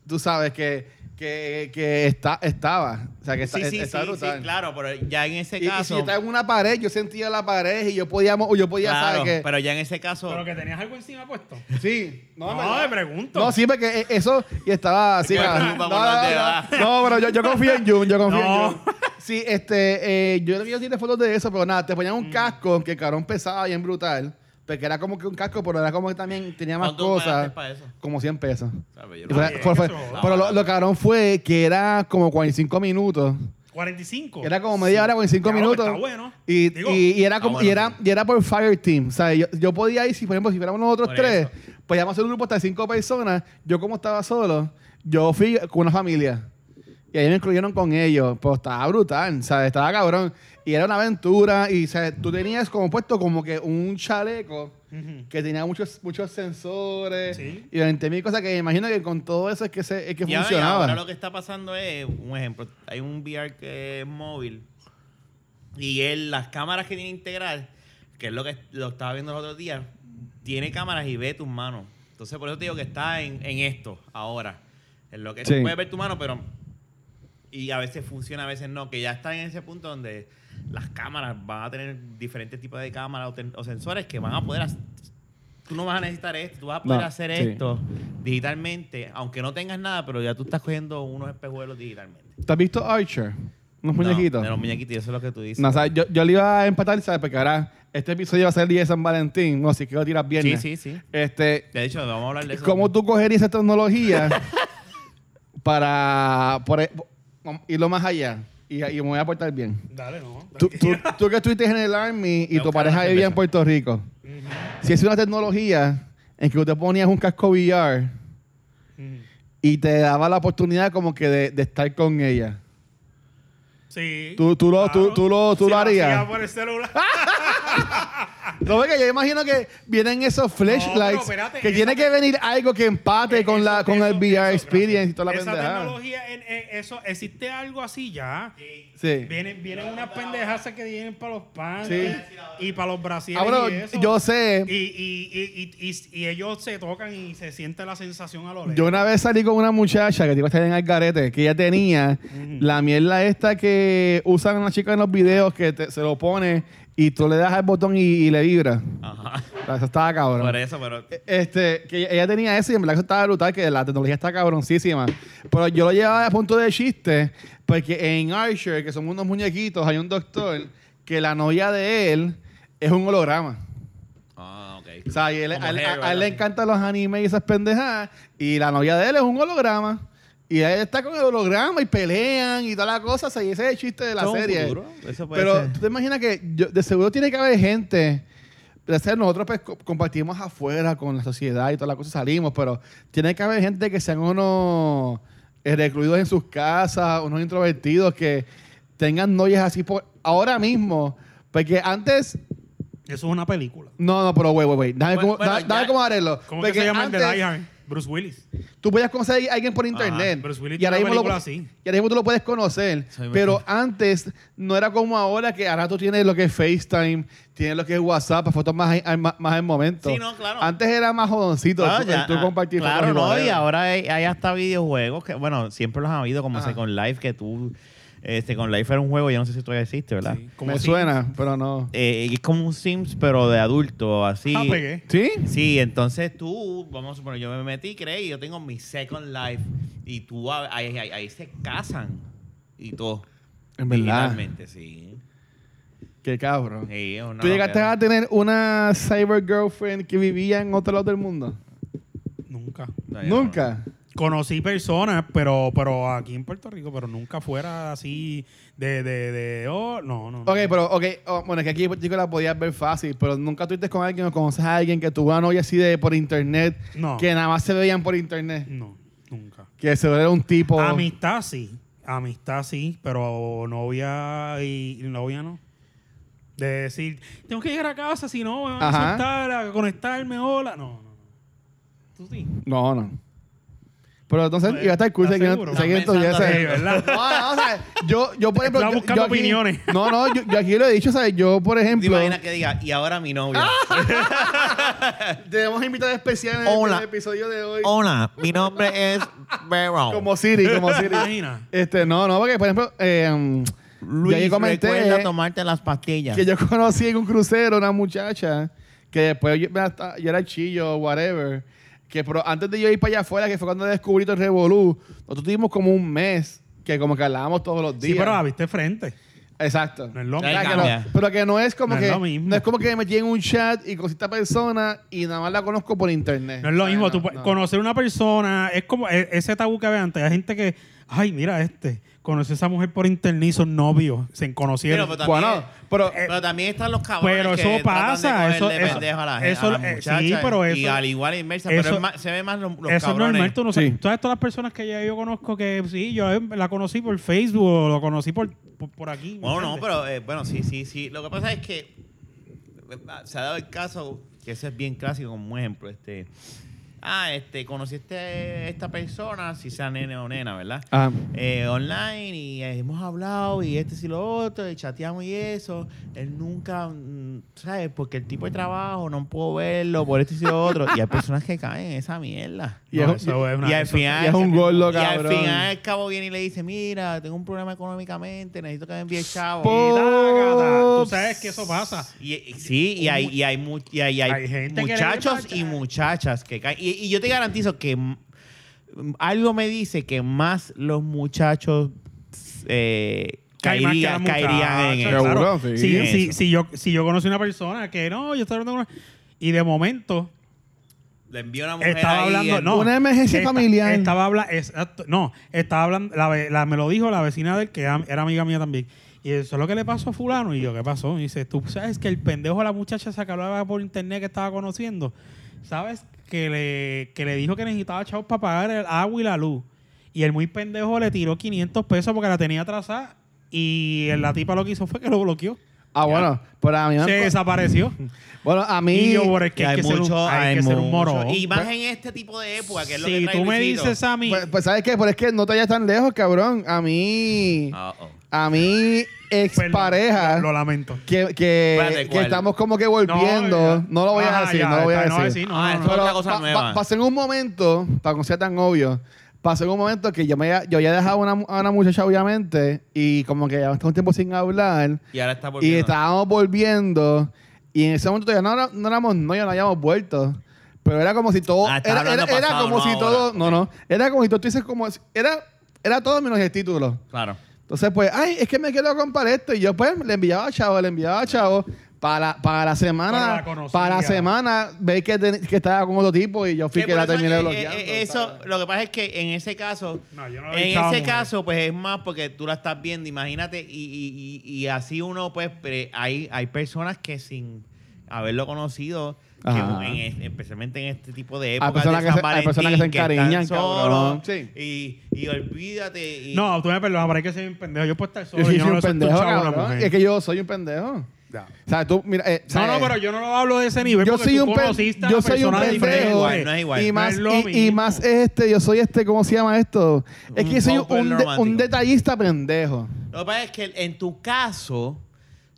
Speaker 3: Tú sabes que, que, que está, estaba. O sea, que está,
Speaker 1: Sí, sí,
Speaker 3: está
Speaker 1: sí,
Speaker 3: brutal.
Speaker 1: sí, claro, pero ya en ese
Speaker 3: Y- y, si
Speaker 1: caso.
Speaker 3: estaba en una pared, yo sentía la pared y yo podía, mo- yo podía
Speaker 1: claro,
Speaker 3: saber que...
Speaker 1: pero ya en ese caso.
Speaker 2: Pero que tenías algo encima puesto.
Speaker 3: Sí.
Speaker 2: No,
Speaker 3: No, en verdad.
Speaker 2: me pregunto.
Speaker 3: No, sí, porque e- eso y estaba así.
Speaker 1: Me
Speaker 3: ah,
Speaker 1: preocupa
Speaker 3: no,
Speaker 1: por dónde
Speaker 3: no, no, no, pero yo, yo confío en Jun, yo confío
Speaker 2: No.
Speaker 3: en Jun. Sí, este, eh, yo creo que yo tiene fotos de eso, pero nada, te ponían
Speaker 2: Mm.
Speaker 3: un casco que el cabrón pesaba bien brutal, porque era como que un casco, pero era como que también tenía más
Speaker 1: ¿Cuánto pagaste
Speaker 3: cosas,
Speaker 1: para eso?
Speaker 3: como 100 pesos.
Speaker 1: ¿Sabes? Yo
Speaker 3: Y
Speaker 1: no-
Speaker 3: fue-
Speaker 2: bien,
Speaker 3: fue- fue-
Speaker 2: eso. ah.
Speaker 3: pero lo, lo cabrón fue que era como 45 minutos.
Speaker 2: 45.
Speaker 3: Era como media hora, 45
Speaker 2: Diablo,
Speaker 3: minutos.
Speaker 2: Está bueno.
Speaker 3: Y,
Speaker 2: Digo,
Speaker 3: y- y era como,
Speaker 1: ah, bueno,
Speaker 3: y era, y era por fire team. O sea, yo, yo podía ir, si por ejemplo, si fuéramos nosotros
Speaker 1: Por
Speaker 3: tres, pues
Speaker 1: eso.
Speaker 3: podíamos hacer un grupo hasta de cinco personas. Yo, como estaba solo, yo fui con una familia. Y ahí me incluyeron con ellos. Pues estaba brutal, ¿sabes? Estaba cabrón. Y era una aventura. Y, ¿sabes? Tú tenías como puesto como que un chaleco
Speaker 2: ujú.
Speaker 3: que tenía muchos, muchos sensores.
Speaker 2: Sí.
Speaker 3: Y 20 mil cosas que me imagino que con todo eso es que, se, es que
Speaker 1: Y ahora- y
Speaker 3: funcionaba.
Speaker 1: Ahora lo que está pasando es, un ejemplo, hay un VR que es móvil y él, las cámaras que tiene integral, que es lo que lo estaba viendo los otros días, tiene cámaras y ve tus manos. Entonces, por eso te digo que está en, en esto ahora. En lo que
Speaker 3: Sí.
Speaker 1: tú puedes ver tu mano, pero. Y a veces funciona, a veces no. Que ya está en ese punto donde las cámaras van a tener diferentes tipos de cámaras o, ten- o sensores que van a poder. hac- Tú no vas a necesitar esto, tú vas a poder
Speaker 3: No,
Speaker 1: hacer
Speaker 3: sí.
Speaker 1: esto digitalmente, aunque no tengas nada, pero ya tú estás cogiendo unos espejuelos digitalmente.
Speaker 3: ¿Te has visto Archer? Unos muñequitos.
Speaker 1: No, de los muñequitos, y eso es lo que tú dices.
Speaker 3: No, o sea, yo, yo le iba a empatar, ¿sabes? Porque ahora este episodio va a ser el día de San Valentín. No, si quiero tirar
Speaker 1: sí,
Speaker 3: viernes.
Speaker 1: sí, sí.
Speaker 3: Este,
Speaker 1: De hecho, vamos a hablar de eso.
Speaker 3: ¿cómo tú cogerías esa tecnología [LAUGHS] para por, por- irlo más allá? Y, y me voy a portar bien.
Speaker 2: Dale, no.
Speaker 3: Tú,
Speaker 1: [LAUGHS]
Speaker 3: tú, tú que estuviste en el Army y
Speaker 1: Voy a
Speaker 3: tu
Speaker 1: buscar una
Speaker 3: pareja vivía en
Speaker 1: cerveza.
Speaker 3: Puerto Rico.
Speaker 2: Ujú,
Speaker 3: Si es una tecnología en que tú te ponías un casco VR
Speaker 2: ujú.
Speaker 3: y te daba la oportunidad como que de, de estar con ella.
Speaker 2: Sí. Ah,
Speaker 3: Tú- tú lo- tú- tú lo- tú
Speaker 2: Si
Speaker 3: lo
Speaker 2: hacía
Speaker 3: harías. Ah,
Speaker 2: por el celular.
Speaker 3: No, porque yo imagino que vienen esos flashlights.
Speaker 2: pero espérate,
Speaker 3: que
Speaker 2: esa
Speaker 3: tiene
Speaker 2: te- Eh,
Speaker 3: que venir algo que empate con,
Speaker 2: Eso-
Speaker 3: la, con
Speaker 2: eso-
Speaker 3: el VR
Speaker 2: eso,
Speaker 3: Experience y toda la
Speaker 2: gracias. Esa
Speaker 3: pendejada.
Speaker 2: tecnología, en- en- eso, existe algo así ya.
Speaker 3: Sí.
Speaker 2: Vienen, vienen unas pendejas que vienen para los pants
Speaker 3: Sí.
Speaker 2: y para los brasileños.
Speaker 3: Ahora,
Speaker 2: y eso.
Speaker 3: Ah, yo sé.
Speaker 2: Y, y, y, y, y- y ellos se tocan y se siente la sensación a lo lejos.
Speaker 3: Yo una vez salí con una muchacha que iba a estar en Algarete, que ella tenía
Speaker 2: Mm.
Speaker 3: la mierda esta que usan las chicas en los videos, que te- se lo pone y tú le das al botón y, y le vibra. [LAUGHS]
Speaker 1: Ajá.
Speaker 3: O sea, Eso estaba cabrón.
Speaker 1: Por eso, pero.
Speaker 3: Este, que ella tenía eso y en verdad que estaba brutal, que la tecnología está cabroncísima. Pero yo lo llevaba a punto de chiste, porque en Archer, que son unos muñequitos, hay un doctor que la novia de él es un holograma.
Speaker 1: Ah, ok.
Speaker 3: O sea, y él-
Speaker 1: Como
Speaker 3: a, él-
Speaker 1: Harry,
Speaker 3: a él le
Speaker 1: ¿verdad?
Speaker 3: encantan los animes y esas pendejadas, y la novia de él es un holograma. Y él está con el holograma y pelean y toda la cosa, o sea, y ese es el chiste de la
Speaker 1: Eso es un
Speaker 3: serie.
Speaker 1: futuro, Eso puede
Speaker 3: Pero
Speaker 1: ser.
Speaker 3: tú te imaginas que yo- de seguro tiene que haber gente. de ser nosotros pues, co- compartimos afuera con la sociedad y todas las cosas, salimos, pero tiene que haber gente que sean unos eh, recluidos en sus casas, unos introvertidos que tengan novias así por ahora mismo. Porque antes.
Speaker 2: Eso es una película.
Speaker 3: No, no, pero güey, güey, güey. Dame
Speaker 1: Bueno,
Speaker 3: cómo,
Speaker 1: bueno,
Speaker 3: da-
Speaker 1: ya-
Speaker 3: dame cómo arreglo.
Speaker 2: ¿Cómo
Speaker 3: Porque
Speaker 2: que se llama el de
Speaker 3: antes
Speaker 2: Die Hard? Bruce Willis.
Speaker 3: Tú podías conocer a alguien por internet.
Speaker 2: Bruce Willis
Speaker 3: y, ahora
Speaker 2: tiene una
Speaker 3: mismo lo,
Speaker 2: película así.
Speaker 3: y ahora mismo tú lo puedes conocer.
Speaker 1: Soy
Speaker 3: pero antes no era como ahora que ahora tú tienes lo que es FaceTime, tienes lo que es WhatsApp, para fotos más, en- más, más en momento.
Speaker 1: Sí, no, claro.
Speaker 3: Antes era más jodoncito
Speaker 1: Claro,
Speaker 3: tú,
Speaker 1: ya,
Speaker 3: tú
Speaker 1: ah,
Speaker 3: compartir
Speaker 1: claro,
Speaker 3: fotos
Speaker 1: no,
Speaker 3: whatever.
Speaker 1: y ahora hay, hay hasta videojuegos que, bueno, siempre los han habido, como
Speaker 3: Ajá.
Speaker 1: Second Life, que tú, este, Second Life era un juego, yo no sé si todavía existe, ¿verdad?
Speaker 2: Sí, como
Speaker 3: Me
Speaker 2: si-
Speaker 3: suena, pero no.
Speaker 1: Eh, es como un Sims, pero de adulto, así.
Speaker 3: pues
Speaker 2: Ah, pegué.
Speaker 3: ¿Sí?
Speaker 1: Sí, entonces tú, vamos a suponer, yo me metí, creí, yo tengo mi Second Life y tú a- ahí, ahí- ahí se casan y todo.
Speaker 3: En verdad.
Speaker 1: Digitalmente, sí.
Speaker 3: Qué cabrón.
Speaker 1: Sí, es una
Speaker 3: ¿Tú llegaste
Speaker 1: loquera.
Speaker 3: a tener una cyber girlfriend que vivía en otro lado del mundo?
Speaker 2: Nunca.
Speaker 1: No, yo no.
Speaker 3: Nunca.
Speaker 2: Conocí personas, pero, pero aquí en Puerto Rico, pero nunca fuera así de, de, de oh, no, no. no.
Speaker 3: Ok, pero, ok, oh, bueno, es que aquí en Puerto Rico la podías ver fácil, pero nunca tuviste con alguien o conoces a alguien que tuvo una novia así de por internet,
Speaker 2: No.
Speaker 3: que nada más se veían por internet,
Speaker 2: No, nunca.
Speaker 3: que se era un tipo.
Speaker 2: Amistad sí, amistad sí, pero novia y y novia no. De decir, tengo que llegar a casa, si no, me van a
Speaker 3: Ajá.
Speaker 2: soltar, a conectarme, hola. No, no, no. Tú sí.
Speaker 3: No, no. Pero entonces
Speaker 2: Pues,
Speaker 3: iba a estar cool si
Speaker 2: ¿estás
Speaker 3: alguien
Speaker 2: seguro?
Speaker 3: si alguien
Speaker 1: Estás pensando
Speaker 3: estuviese-
Speaker 1: de
Speaker 2: verdad.
Speaker 3: [LAUGHS] No, no, o sea, yo, yo por ejemplo.
Speaker 2: Estaba
Speaker 3: yo-
Speaker 2: buscando
Speaker 3: yo aquí-
Speaker 2: opiniones.
Speaker 3: No, no, yo, yo aquí lo he dicho, ¿sabes? Yo, por
Speaker 1: ¿Te
Speaker 3: ejemplo.
Speaker 1: imaginas que diga, y ahora mi novia?
Speaker 2: Ah,
Speaker 3: Tenemos invitados especiales en
Speaker 1: Hola.
Speaker 3: el episodio de hoy.
Speaker 1: Hola, mi nombre es
Speaker 2: [LAUGHS]
Speaker 1: Vero.
Speaker 3: Como Siri, como Siri.
Speaker 2: Imagina.
Speaker 3: Este, no, no, porque por ejemplo, eh, ya yo
Speaker 2: eh,
Speaker 3: comenté
Speaker 1: tomarte las pastillas.
Speaker 3: que yo conocí en un crucero una muchacha que después yo, me hasta- yo era chillo, whatever. Que pero antes de yo ir para allá afuera, que fue cuando descubrí todo el Revolú, nosotros tuvimos como un mes que como que hablábamos todos los días.
Speaker 2: Sí, pero la viste frente.
Speaker 3: Exacto.
Speaker 2: No es lo
Speaker 3: O sea,
Speaker 1: mismo.
Speaker 3: que no-
Speaker 1: Cambia.
Speaker 3: pero que no es como
Speaker 2: No es
Speaker 3: que
Speaker 2: lo mismo.
Speaker 3: no es como que me metí en un chat y con esta persona y nada más la conozco por internet.
Speaker 2: No es lo
Speaker 3: Ay,
Speaker 2: mismo.
Speaker 3: no,
Speaker 2: tú puedes-
Speaker 3: no.
Speaker 2: Conocer una persona es como e- ese tabú que había antes. Hay gente que, ay, mira este, conoció a esa mujer por internet y son novios, se conocieron.
Speaker 1: Pero, pero también- eh,
Speaker 3: Bueno, pero
Speaker 1: pero también están los cabrones
Speaker 2: eh, pero
Speaker 1: que
Speaker 2: eso
Speaker 1: tratan de
Speaker 2: pasa,
Speaker 1: cogerle
Speaker 2: eso- eso-
Speaker 1: pendejo a la gente,
Speaker 2: eso-
Speaker 1: a las
Speaker 2: eh, sí,
Speaker 1: muchachas,
Speaker 2: pero
Speaker 1: y
Speaker 2: eso-
Speaker 1: al igual inmersa
Speaker 2: eso-
Speaker 1: pero es más- se ve más los, los
Speaker 2: eso es
Speaker 1: cabrones
Speaker 2: normal, tú no sabes.
Speaker 3: Sí.
Speaker 2: Todas, todas las personas que ya yo conozco que sí, yo la conocí por Facebook o la conocí por, por, por aquí. ¿me
Speaker 1: bueno no
Speaker 2: entiendes?
Speaker 1: pero eh, bueno sí sí sí lo que pasa es que eh, se ha dado el caso que ese es bien clásico como ejemplo este ah este conociste a esta persona si sea nene o nena verdad
Speaker 3: Ah.
Speaker 1: eh, online y eh, hemos hablado y este y lo otro y chateamos y eso. Él nunca, mm, ¿sabes? Porque el tipo de trabajo no puedo verlo por esto y lo otro. Y hay personas que caen en esa mierda.
Speaker 3: y es-
Speaker 2: No, eso es una-
Speaker 1: y al
Speaker 2: eso-
Speaker 1: final
Speaker 3: y es un gordo, cabrón.
Speaker 1: Y al final el cabo viene y le dice, mira, tengo un problema económicamente, necesito que me envíe chavo.
Speaker 3: Po-
Speaker 2: Y tácata, Tú sabes que eso pasa.
Speaker 1: Y, y- sí, y hay, y hay, mu- y hay- y hay
Speaker 2: Hay gente que le
Speaker 1: muchachos
Speaker 2: vale
Speaker 1: y
Speaker 2: madre.
Speaker 1: muchachas que caen. Y, y yo te garantizo que m- algo me dice que más los muchachos eh,
Speaker 2: Cae más que la
Speaker 1: caerían, caerían en
Speaker 2: muchacha,
Speaker 1: eso.
Speaker 3: Seguro,
Speaker 2: claro.
Speaker 3: sí.
Speaker 2: Si,
Speaker 1: Eso.
Speaker 2: si- si yo, si yo conocí una persona que no, yo estaba hablando con una... Y de momento
Speaker 1: Le envió una mujer
Speaker 2: estaba
Speaker 1: ahí
Speaker 2: hablando...
Speaker 1: en-
Speaker 2: No,
Speaker 3: Una emergencia
Speaker 2: esta-
Speaker 3: familiar.
Speaker 2: Estaba hablando... no, estaba hablando... La, ve- la- me lo dijo la vecina de él, que am- era amiga mía también. Y eso es lo que le pasó a fulano. Y yo, ¿qué pasó? Y dice, tú sabes que el pendejo de la muchacha esa que hablaba por internet que estaba conociendo, ¿sabes? Que le, que le dijo que necesitaba chavos para pagar el agua y la luz. Y el muy pendejo le tiró 500 pesos porque la tenía atrasada. Y la tipa lo que hizo fue que lo bloqueó.
Speaker 3: Ah, bueno, pero a mí me han
Speaker 2: Se
Speaker 3: co-
Speaker 2: desapareció.
Speaker 3: Bueno, a mí
Speaker 2: Y yo, por es que
Speaker 1: que
Speaker 2: hay que ser un- hay que ser
Speaker 1: mucho.
Speaker 2: un morón.
Speaker 1: Y más en este tipo de época, que es lo que
Speaker 2: Si
Speaker 1: trae
Speaker 2: tú me
Speaker 1: Luisito.
Speaker 2: dices a mí,
Speaker 3: pues, pues, sabes qué, pero es que no te vayas tan lejos, cabrón. A mí
Speaker 1: Ah, oh.
Speaker 3: a mí
Speaker 2: Perdón,
Speaker 3: expareja
Speaker 2: lo, lo lamento.
Speaker 3: que, que,
Speaker 1: Espérate,
Speaker 3: que
Speaker 1: ¿cuál?
Speaker 3: estamos como que volviendo,
Speaker 2: ya.
Speaker 3: no, lo voy a
Speaker 2: Ajá,
Speaker 3: decir,
Speaker 2: ya,
Speaker 3: no lo voy a
Speaker 2: está,
Speaker 3: decir.
Speaker 2: no voy a decir, no,
Speaker 1: Ah,
Speaker 2: no,
Speaker 1: eso-
Speaker 2: no.
Speaker 1: Otra cosa nueva.
Speaker 3: pasé en un momento, para que no sea tan obvio, pasé en un momento que yo, me, había- yo había dejado a una, mu- a una muchacha, obviamente, y como que ya estaba un tiempo sin hablar,
Speaker 1: Y ahora está
Speaker 3: y
Speaker 1: volviendo.
Speaker 3: estábamos volviendo, y en ese momento todavía no, era- no éramos no, ya no habíamos vuelto. Pero era como si todo.
Speaker 1: Ah, estás
Speaker 3: era era-
Speaker 1: hablando
Speaker 3: era
Speaker 1: pasado,
Speaker 3: como
Speaker 1: no
Speaker 3: si
Speaker 1: ahora.
Speaker 3: todo. No, no. Era como si todo dices como. si- Era, era todo menos el título.
Speaker 1: Claro.
Speaker 3: Entonces, pues, ay, es que me quiero comprar esto. Y yo, pues, le enviaba a Chavo, le enviaba a Chavo para, para la
Speaker 2: Pero
Speaker 3: semana.
Speaker 2: la conocía.
Speaker 3: para la semana, veis que, ten- que estaba con otro tipo y yo fui
Speaker 1: Sí,
Speaker 3: que
Speaker 1: por
Speaker 3: la
Speaker 1: eso
Speaker 3: terminé
Speaker 1: es que,
Speaker 3: bloqueando.
Speaker 1: eh, eh, eso,
Speaker 3: ¿sabes?
Speaker 1: lo que pasa es que en ese caso,
Speaker 2: No, yo no la
Speaker 1: en
Speaker 2: avisaba,
Speaker 1: ese
Speaker 2: mujer.
Speaker 1: caso, pues es más porque tú la estás viendo, imagínate, y, y- y- y así uno, pues, pre- hay, hay personas que sin haberlo conocido, que
Speaker 3: Ajá.
Speaker 1: en es- especialmente en este tipo de
Speaker 3: Hay
Speaker 1: épocas,
Speaker 3: personas
Speaker 1: de
Speaker 3: que
Speaker 1: San
Speaker 3: se- hay personas que se
Speaker 1: Valentín, están
Speaker 3: encariñan,
Speaker 1: solos,
Speaker 3: cabrón. Sí.
Speaker 1: y, y olvídate. y-
Speaker 2: No, tú me perdonas, pero hay que ser un pendejo. Yo puedo estar
Speaker 3: Yo
Speaker 2: solo. Yo,
Speaker 3: soy
Speaker 2: no
Speaker 3: un
Speaker 2: le suelto
Speaker 3: pendejo,
Speaker 2: un chavo a una
Speaker 3: cabrón.
Speaker 2: mujer.
Speaker 3: Es que yo soy un pendejo. O sea, tú, mira. eh, o sea,
Speaker 2: No, no, pero yo no lo hablo de ese nivel.
Speaker 3: yo
Speaker 2: porque
Speaker 3: soy
Speaker 2: tú
Speaker 3: un pen-
Speaker 2: conociste a
Speaker 3: yo
Speaker 2: la
Speaker 3: soy un
Speaker 2: persona
Speaker 1: no es
Speaker 3: pendejo.
Speaker 1: igual,
Speaker 2: diferente.
Speaker 1: no es igual.
Speaker 3: Y
Speaker 2: No
Speaker 3: más,
Speaker 2: es lo
Speaker 3: y, y
Speaker 2: mismo.
Speaker 3: más este, yo soy este, ¿cómo se llama esto? Es que
Speaker 1: Un
Speaker 3: soy
Speaker 1: couple
Speaker 3: un, de- un
Speaker 1: romántico.
Speaker 3: detallista pendejo.
Speaker 1: Lo que pasa es que en tu caso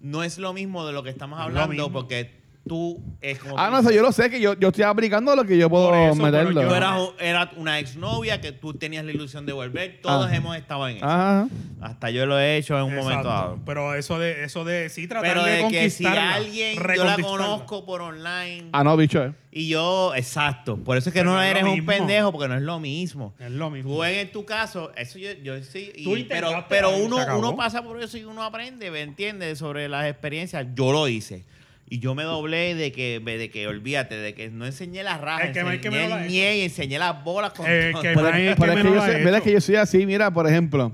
Speaker 1: no es lo mismo de lo que estamos
Speaker 2: No es lo
Speaker 1: hablando
Speaker 2: mismo.
Speaker 1: porque tú es como
Speaker 3: Ah,
Speaker 1: tú
Speaker 3: no, eso
Speaker 1: dices,
Speaker 3: yo lo sé, que yo, yo estoy aplicando lo que yo puedo
Speaker 2: Por eso, pero
Speaker 3: meterlo.
Speaker 1: Tú eras, era una exnovia que tú tenías la ilusión de volver. Todos
Speaker 3: Ah.
Speaker 1: hemos estado en eso.
Speaker 3: Ajá.
Speaker 1: Hasta yo lo he hecho en un
Speaker 2: Exacto.
Speaker 1: momento dado.
Speaker 2: Pero eso de, eso de sí tratar
Speaker 1: Pero
Speaker 2: de,
Speaker 1: de que si
Speaker 2: conquistarla,
Speaker 1: alguien yo la
Speaker 2: reconquistarla.
Speaker 1: conozco por online
Speaker 3: Ah, no, bicho, eh.
Speaker 1: y yo, exacto. Por eso es que
Speaker 2: Pero
Speaker 1: no,
Speaker 2: no es lo
Speaker 1: eres un
Speaker 2: mismo.
Speaker 1: pendejo porque no es lo mismo.
Speaker 2: Es lo mismo.
Speaker 1: Tú en, en tu caso, eso yo, yo sí. y-
Speaker 2: Tú
Speaker 1: pero
Speaker 2: intentaste
Speaker 1: pero
Speaker 2: algo y
Speaker 1: uno,
Speaker 2: se acabó.
Speaker 1: uno pasa por eso y uno aprende, ¿me entiendes? Sobre las experiencias. Yo lo hice. Y yo me doblé de que, de que olvídate, de que no enseñé las rajas,
Speaker 2: El que- el que me
Speaker 1: enseñé
Speaker 2: lo ha
Speaker 1: el
Speaker 2: hecho.
Speaker 1: ñe y enseñé las bolas con
Speaker 2: El
Speaker 1: todo.
Speaker 2: que-
Speaker 3: Pero,
Speaker 2: Pero ahí es
Speaker 3: pero es que
Speaker 2: menos
Speaker 3: yo
Speaker 2: lo
Speaker 3: soy,
Speaker 2: ha
Speaker 3: mira,
Speaker 2: hecho.
Speaker 3: es que yo soy así, mira, por ejemplo,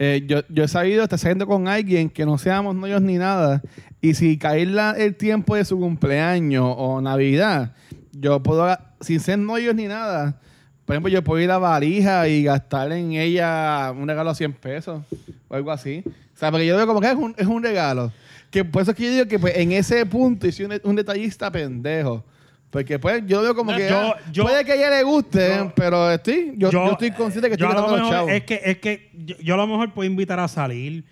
Speaker 3: eh, yo, yo he sabido estar saliendo con alguien que no seamos novios ni nada, y si cae la- el tiempo de su cumpleaños o Navidad, yo puedo, sin ser novios ni nada, por ejemplo, yo puedo ir a valija y gastar en ella un regalo a 100 pesos o algo así. O sea, porque yo veo como que es un, es un regalo. Que por eso es que yo digo que pues, en ese punto yo soy un, un detallista pendejo. Porque pues yo lo veo como
Speaker 2: No,
Speaker 3: que
Speaker 2: yo-
Speaker 3: ah,
Speaker 2: yo-
Speaker 3: puede que a ella le guste,
Speaker 2: yo-
Speaker 3: pero estoy, yo, yo estoy consciente que
Speaker 2: yo
Speaker 3: estoy
Speaker 2: a lo
Speaker 3: tratando a los
Speaker 2: mejor-
Speaker 3: chavos.
Speaker 2: Es que, es que yo, yo a lo mejor puedo invitar a salir,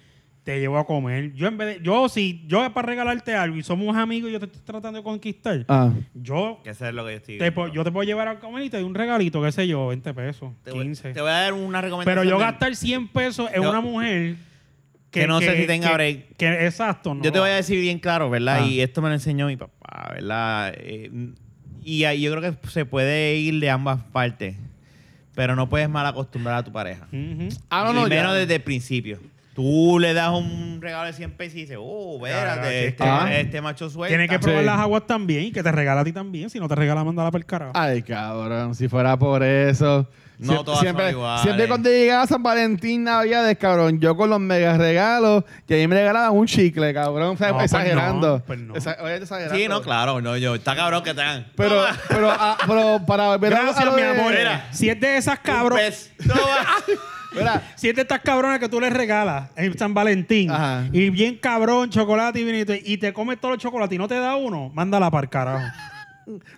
Speaker 2: te llevo a comer. Yo en vez de, yo si yo es para regalarte algo y somos amigos y yo te estoy tratando de conquistar,
Speaker 3: Ah.
Speaker 2: yo
Speaker 1: Que eso es lo que yo estoy
Speaker 2: te, po-
Speaker 1: viendo.
Speaker 2: yo te puedo llevar a comer y te doy un regalito, qué sé yo, 20 pesos,
Speaker 1: Te voy-
Speaker 2: 15.
Speaker 1: Te voy a dar una recomendación.
Speaker 2: Pero yo
Speaker 1: de-
Speaker 2: gastar 100 pesos en
Speaker 1: Te-
Speaker 2: una mujer
Speaker 1: que no sé si tenga
Speaker 2: que-
Speaker 1: break.
Speaker 2: que- exacto, no.
Speaker 1: Yo te voy a decir bien claro, ¿verdad?
Speaker 2: Ah.
Speaker 1: Y esto me lo enseñó mi papá, ¿verdad? Eh, y ahí yo creo que se puede ir de ambas partes, pero no puedes mal acostumbrar a tu pareja.
Speaker 2: Ujú.
Speaker 3: Ah, no, no,
Speaker 1: Primero
Speaker 3: ya.
Speaker 1: desde el principio. Tú le das un regalo de 100 pesos y dices, oh,
Speaker 2: Claro,
Speaker 1: espérate,
Speaker 2: que-
Speaker 1: este,
Speaker 3: Ah.
Speaker 1: este macho suelta.
Speaker 2: Tiene que probar
Speaker 3: Sí.
Speaker 2: las aguas también y que te regala a ti también. Si no te regala, mandala para el carajo.
Speaker 3: Ay, cabrón, si fuera por eso.
Speaker 1: No
Speaker 3: Siem-
Speaker 1: todas son
Speaker 3: siempre,
Speaker 1: iguales.
Speaker 3: Siempre cuando llegaba San Valentín, Navidades, cabrón, yo con los mega regalos, y a mí me regalaban un chicle, cabrón, o sea,
Speaker 2: No, pues
Speaker 3: exagerando.
Speaker 2: no, pues no.
Speaker 3: Exa- oye, exagerando.
Speaker 1: Sí, no, claro, no, yo, está cabrón que te hagan.
Speaker 3: Pero, pero, ah, pero para volver a- a
Speaker 2: Gracias,
Speaker 3: lo
Speaker 2: mi
Speaker 3: de-
Speaker 2: amor.
Speaker 1: Mira.
Speaker 2: Si es de esas
Speaker 1: Un
Speaker 2: cabronas,
Speaker 1: pez. Toma.
Speaker 2: [LAUGHS]
Speaker 3: Mira,
Speaker 2: si es de estas cabronas que tú les regalas en San Valentín
Speaker 3: Ajá.
Speaker 2: y bien cabrón, chocolate y vinito y te comes todo el chocolate y no te da uno, mándala para el carajo.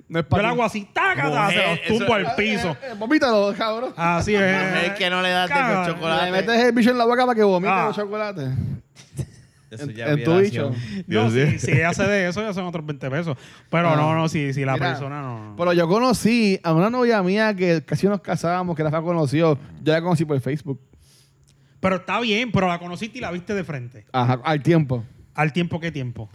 Speaker 3: no es
Speaker 2: Yo
Speaker 3: para
Speaker 2: la
Speaker 3: ti.
Speaker 2: hago así, tácata,
Speaker 1: Mujer,
Speaker 2: se los tumbo
Speaker 1: eso-
Speaker 2: al piso.
Speaker 3: Eh, eh, vomítalo, cabrón.
Speaker 2: Así es.
Speaker 1: Mujer que no le das de
Speaker 2: Caga.
Speaker 1: esos chocolates.
Speaker 3: Le metes el bicho en la boca para que vomite
Speaker 2: Ah.
Speaker 3: los chocolates.
Speaker 1: Eso
Speaker 3: En-
Speaker 1: ya
Speaker 3: en
Speaker 1: es
Speaker 3: tu
Speaker 1: violación.
Speaker 2: [LAUGHS]
Speaker 3: bicho.
Speaker 2: No,
Speaker 1: Dios
Speaker 2: si,
Speaker 1: mío.
Speaker 2: si ella hace de eso, ya son otros 20 pesos. Pero
Speaker 3: Ah.
Speaker 2: no, no, si, si la
Speaker 3: Mira,
Speaker 2: persona no. no.
Speaker 3: Pero yo conocí a una novia mía que casi nos casábamos, que la Rafa conoció. Yo la conocí por Facebook.
Speaker 2: Pero está bien, pero la conociste y la viste de frente.
Speaker 3: Ajá, al tiempo.
Speaker 2: Al tiempo que tiempo.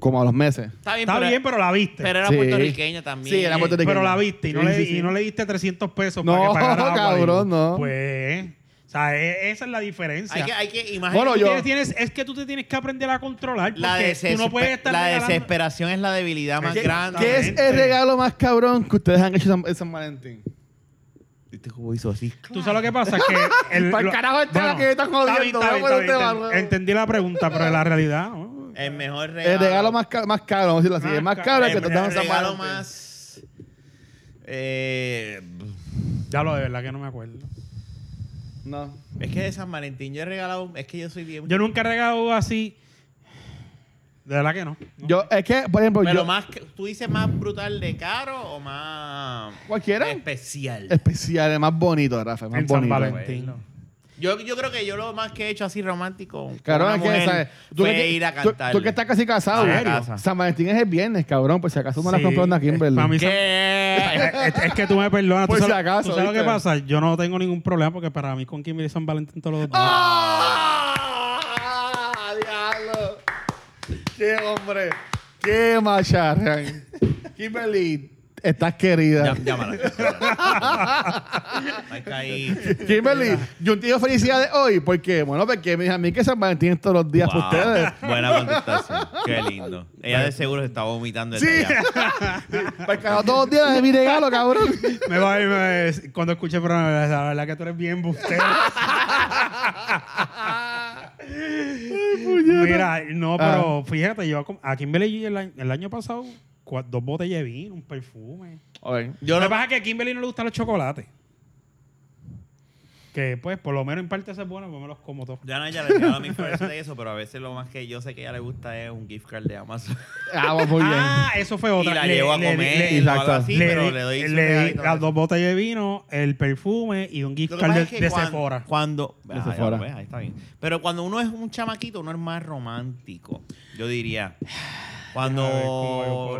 Speaker 3: Como a los meses.
Speaker 1: Está bien,
Speaker 2: Está
Speaker 1: Eh, pero,
Speaker 2: bien, pero la viste.
Speaker 1: pero era
Speaker 3: Sí.
Speaker 1: puertorriqueña también.
Speaker 3: Sí, era puertorriqueña.
Speaker 2: Pero la viste y no,
Speaker 3: Sí,
Speaker 2: le,
Speaker 3: sí, sí.
Speaker 2: y no le diste 300 pesos
Speaker 3: No,
Speaker 2: para que pagara agua,
Speaker 3: cabrón,
Speaker 2: digo.
Speaker 3: no.
Speaker 2: Pues, o sea, e- esa es la diferencia.
Speaker 1: Hay que, hay que imaginar.
Speaker 3: Bueno,
Speaker 2: Tú
Speaker 3: yo-
Speaker 2: tienes- tienes- es que tú te tienes que aprender a controlar porque
Speaker 1: La,
Speaker 2: tú no
Speaker 1: desesper-
Speaker 2: puedes estar
Speaker 1: la
Speaker 2: regalando-
Speaker 1: desesperación es la debilidad más
Speaker 2: ¿Qué-
Speaker 1: grande.
Speaker 3: ¿Qué es el regalo más cabrón que ustedes han hecho San- en San Valentín?
Speaker 1: ¿Viste cómo Este hizo así?
Speaker 2: Tú sabes lo que pasa
Speaker 3: [LAUGHS]
Speaker 2: que el
Speaker 3: Pa'l
Speaker 2: lo-
Speaker 3: carajo el tema que me estás
Speaker 2: está bien,
Speaker 3: jodiendo, voy a
Speaker 2: está bien,
Speaker 3: poner
Speaker 2: está
Speaker 3: un
Speaker 2: bien,
Speaker 3: tema
Speaker 2: ent-
Speaker 3: nuevo.
Speaker 2: entendí la pregunta, pero la realidad ¿no?
Speaker 1: El mejor regalo.
Speaker 3: El Eh, regalo más, ca- más caro, vamos a decirlo así. El más
Speaker 2: Más eh, caro.
Speaker 3: caro es que
Speaker 1: El
Speaker 3: te dan en San
Speaker 1: regalo
Speaker 3: Valentín.
Speaker 1: más. eh,
Speaker 2: ya lo de verdad que no me acuerdo.
Speaker 3: No.
Speaker 1: es que de San Valentín yo he regalado. Es que yo soy bien.
Speaker 2: Yo nunca he regalado así. De verdad que no. no.
Speaker 3: Yo, es que, por ejemplo,
Speaker 1: pero
Speaker 3: yo...
Speaker 1: más. que- ¿Tú dices más brutal de caro o más.
Speaker 3: Cualquiera.
Speaker 1: Especial.
Speaker 3: Especial, el más bonito, Rafa. el más
Speaker 2: En San
Speaker 3: bonito.
Speaker 2: Valentín.
Speaker 1: Yo, yo creo que yo lo más que he hecho así romántico. con
Speaker 3: Cabrón,
Speaker 1: una
Speaker 3: es que,
Speaker 1: mujer
Speaker 3: ¿sabes?
Speaker 1: Fue
Speaker 3: que-
Speaker 1: ir a
Speaker 3: tú-
Speaker 1: cantar.
Speaker 3: Tú, que estás casi casado,
Speaker 1: A la
Speaker 3: ¿en serio?
Speaker 1: casa.
Speaker 3: San Valentín es el viernes, cabrón. Pues si acaso no la
Speaker 2: Sí,
Speaker 3: compró una Kimberly.
Speaker 2: para mí San-
Speaker 3: [LAUGHS]
Speaker 1: ¿Qué?
Speaker 2: es, es que tú me perdonas.
Speaker 3: Por
Speaker 2: tú
Speaker 3: si
Speaker 2: sabes,
Speaker 3: acaso,
Speaker 2: tú sabes lo que
Speaker 3: ¿viste?
Speaker 2: pasa. Yo no tengo ningún problema porque para mí con Kimberly San Valentín todos los días.
Speaker 3: ¡Ah! ¡Diablo! ¡Qué hombre! ¡Qué macharrán! Kimberly, estás querida.
Speaker 1: Llam- Llámala. llámala. Hay que ahí.
Speaker 3: Kimberly, yo te digo felicidades hoy. ¿Por qué? Bueno, porque me dije a mí que San Valentín es todos los días
Speaker 1: Wow.
Speaker 3: para ustedes.
Speaker 1: Buena contestación. Qué lindo. Ella de seguro se está vomitando.
Speaker 3: Sí.
Speaker 1: desde allá.
Speaker 3: Porque a Pues, los dos días es mi
Speaker 1: [LAUGHS]
Speaker 3: regalo, cabrón.
Speaker 2: Me va a ir, me va a ir. cuando escuche el programa, me va a decir, la verdad que tú eres bien bustero. Mira,
Speaker 3: Ah.
Speaker 2: no, pero fíjate, yo com- a Kimberly el, año- el año pasado cua- dos botellas de vino, un perfume.
Speaker 1: Yo
Speaker 2: lo
Speaker 1: no,
Speaker 2: que pasa es que a Kimberly no le gustan los chocolates. Que pues, por lo menos en parte eso es bueno, porque me los como todos.
Speaker 1: ya no ella le regalo mi influencia de eso, pero a veces lo más que yo sé que a ella le gusta es un gift card de Amazon.
Speaker 3: Ah, pues muy bien.
Speaker 2: Ah, eso fue
Speaker 1: Y
Speaker 2: otra.
Speaker 1: la
Speaker 2: Le-
Speaker 1: llevo a
Speaker 2: le-
Speaker 1: comer
Speaker 2: le-
Speaker 1: y lo hago
Speaker 3: exacto.
Speaker 1: así,
Speaker 2: le
Speaker 1: pero
Speaker 2: di-
Speaker 1: le doy su
Speaker 2: le di
Speaker 1: regalito.
Speaker 2: las dos botellas de vino, el perfume y un gift
Speaker 1: Lo que
Speaker 2: card
Speaker 1: pasa
Speaker 2: de,
Speaker 1: es que
Speaker 2: de
Speaker 1: cuan-
Speaker 2: Sephora.
Speaker 1: Cuando,
Speaker 3: De
Speaker 1: Ah, ya
Speaker 3: Sephora.
Speaker 1: lo ves, ahí está bien. Pero cuando uno es un chamaquito, uno es más romántico. Yo
Speaker 2: [SIGHS]
Speaker 1: diría.
Speaker 2: A ver, ¿cómo yo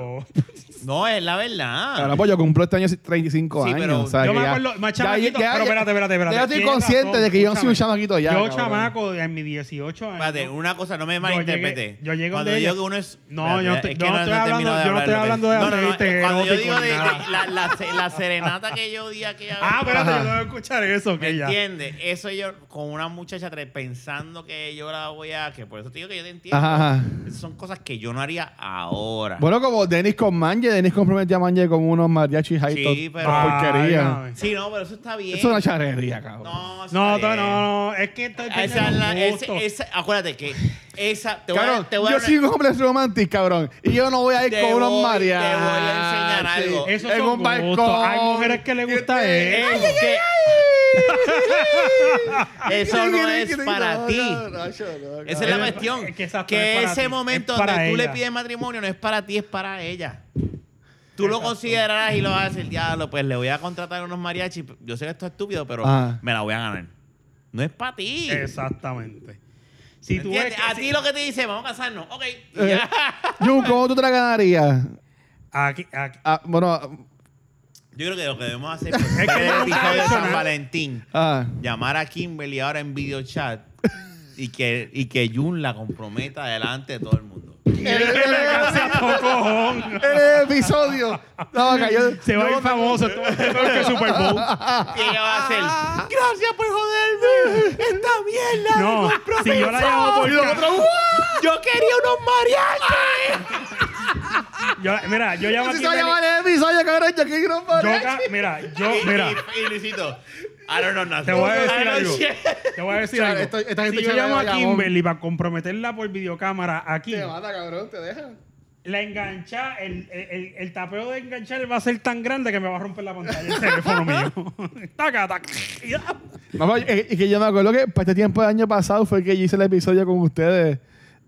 Speaker 1: Cuando.
Speaker 2: puedo?
Speaker 1: No, es la verdad.
Speaker 3: Ahora, pues yo cumplo este año 35
Speaker 1: Sí,
Speaker 3: años.
Speaker 1: pero
Speaker 3: o sea,
Speaker 2: yo
Speaker 3: que
Speaker 2: me
Speaker 3: ya-
Speaker 2: acuerdo, más
Speaker 3: ya-
Speaker 2: chamaquito, pero
Speaker 3: ya- ya-
Speaker 2: espérate, espérate, espérate.
Speaker 3: ya yo estoy
Speaker 2: Tienes
Speaker 3: consciente
Speaker 2: razón,
Speaker 3: de que yo no soy un
Speaker 2: escúchame.
Speaker 3: chamaquito ya.
Speaker 2: Yo,
Speaker 3: cabrón.
Speaker 2: chamaco, en mis 18 años.
Speaker 1: Espérate, una cosa, no me
Speaker 2: llegué-
Speaker 1: malinterprete.
Speaker 2: yo llego
Speaker 1: Cuando
Speaker 2: de
Speaker 1: yo
Speaker 2: ella-
Speaker 1: digo que uno es.
Speaker 2: No, yo no estoy- yo no estoy
Speaker 1: he terminado
Speaker 2: hablando- yo no estoy
Speaker 1: hablar lo que-
Speaker 2: hablando de aceite
Speaker 1: Cuando yo
Speaker 2: erótico
Speaker 1: digo
Speaker 2: ni
Speaker 1: de, de-
Speaker 2: nada.
Speaker 1: la, la se- la serenata que yo di aquí.
Speaker 2: Ah, espérate,
Speaker 3: Ajá.
Speaker 2: yo debo escuchar eso,
Speaker 1: ¿Me
Speaker 2: que ya.
Speaker 1: entiendes? Eso yo con una muchacha tre- pensando que yo la voy a. Que por eso te digo que yo te entiendo.
Speaker 3: Ajá, ajá.
Speaker 1: Son cosas que yo no haría ahora.
Speaker 3: Bueno, como Denis con Manje, Denis comprometió a Manje con unos mariachi high
Speaker 1: Sí,
Speaker 3: top.
Speaker 1: pero-
Speaker 3: Una porquería.
Speaker 2: Ay, mami.
Speaker 1: sí, no, pero eso está bien.
Speaker 3: Eso es una charrería, cabrón.
Speaker 1: No, eso
Speaker 2: No,
Speaker 1: está
Speaker 2: no,
Speaker 1: bien.
Speaker 2: no, es que estoy
Speaker 1: Ah, Esa es la- ese- esa- acuérdate que esa. Te voy a-
Speaker 3: Cabrón,
Speaker 1: te voy a
Speaker 3: yo
Speaker 1: dar-
Speaker 3: soy un hombre romántico, cabrón. Y yo no voy a ir
Speaker 1: Te
Speaker 3: con unos
Speaker 1: voy- te voy a
Speaker 3: mariachis.
Speaker 1: enseñar algo.
Speaker 2: Eso
Speaker 3: en
Speaker 2: son
Speaker 3: un
Speaker 2: gustos.
Speaker 3: balcón.
Speaker 2: Hay mujeres que les gusta
Speaker 1: Es
Speaker 2: eso.
Speaker 1: que- [LAUGHS] Eso
Speaker 3: Ay,
Speaker 1: no
Speaker 3: ay,
Speaker 1: es
Speaker 3: ay,
Speaker 1: para
Speaker 3: no,
Speaker 1: ti.
Speaker 3: no, no, no,
Speaker 1: Esa es la
Speaker 2: Pero es-
Speaker 1: cuestión.
Speaker 2: es que
Speaker 1: que
Speaker 2: exacto, es para
Speaker 1: ese
Speaker 2: ti,
Speaker 1: momento
Speaker 2: es para
Speaker 1: donde tú le
Speaker 2: ella.
Speaker 1: pides matrimonio no es para ti, es para ella. tú lo considerarás y lo vas a decir, diablo, pues le voy a contratar unos mariachis. Yo sé que esto es estúpido, pero
Speaker 3: Ah.
Speaker 1: me la voy a ganar. No es para ti.
Speaker 2: Exactamente. Si tú ves
Speaker 1: ¿Entiendes?
Speaker 2: que-
Speaker 1: a
Speaker 2: si-
Speaker 1: ti lo que te dice, vamos a casarnos. Ok. y
Speaker 3: Eh,
Speaker 1: ya. [LAUGHS]
Speaker 3: Jun, ¿cómo tú te la ganarías?
Speaker 2: aquí- aquí- [LAUGHS]
Speaker 3: Ah, bueno,
Speaker 1: Yo creo que lo que debemos hacer es
Speaker 2: que
Speaker 1: ver
Speaker 2: yo
Speaker 1: el
Speaker 2: nunca
Speaker 1: episodio
Speaker 2: he
Speaker 1: de
Speaker 2: hecho
Speaker 1: San
Speaker 2: nada.
Speaker 1: Valentín,
Speaker 3: ah,
Speaker 1: llamar a Kimberly ahora en video chat y que, y que Jun la comprometa delante de todo el mundo.
Speaker 3: [LAUGHS] el episodio. No, acá yo-
Speaker 2: se va a
Speaker 3: yo-
Speaker 2: ir famoso. Esto va a ser peor que Super Bowl.
Speaker 1: Y ella va a
Speaker 2: Ah.
Speaker 1: hacer, gracias por joderme. Esta mierda. de
Speaker 2: No,
Speaker 1: compromiso.
Speaker 2: si yo la llamo por
Speaker 1: Y los
Speaker 2: ca-
Speaker 1: otros, "¡Wow! Yo quería unos mariachis.
Speaker 2: Yo, mira, yo llamo a
Speaker 3: Si se va a
Speaker 2: Kimberly-
Speaker 3: llamar el episodio, cabrón, yo aquí no
Speaker 2: yo
Speaker 3: paré.
Speaker 2: ca- Mira, yo, mira,
Speaker 1: Y, y Luisito, I don't know nothing.
Speaker 2: te voy a
Speaker 1: I
Speaker 2: decir
Speaker 1: don't
Speaker 2: algo.
Speaker 1: shit.
Speaker 2: Te voy a decir
Speaker 3: O sea,
Speaker 2: algo.
Speaker 3: esto- esta gente
Speaker 2: si yo
Speaker 3: se va
Speaker 2: llamo
Speaker 3: a
Speaker 2: a
Speaker 3: Bayamón.
Speaker 2: Kimberly para comprometerla por videocámara aquí,
Speaker 3: Te mata, cabrón, te deja.
Speaker 2: la engancha, el, el- el- el tapeo de enganchar va a ser tan grande que me va a romper la pantalla del teléfono mío.
Speaker 3: [LAUGHS]
Speaker 2: taca, taca. y ya.
Speaker 3: No, pero, eh, y que yo me acuerdo que para este tiempo del año pasado fue que yo hice el episodio con ustedes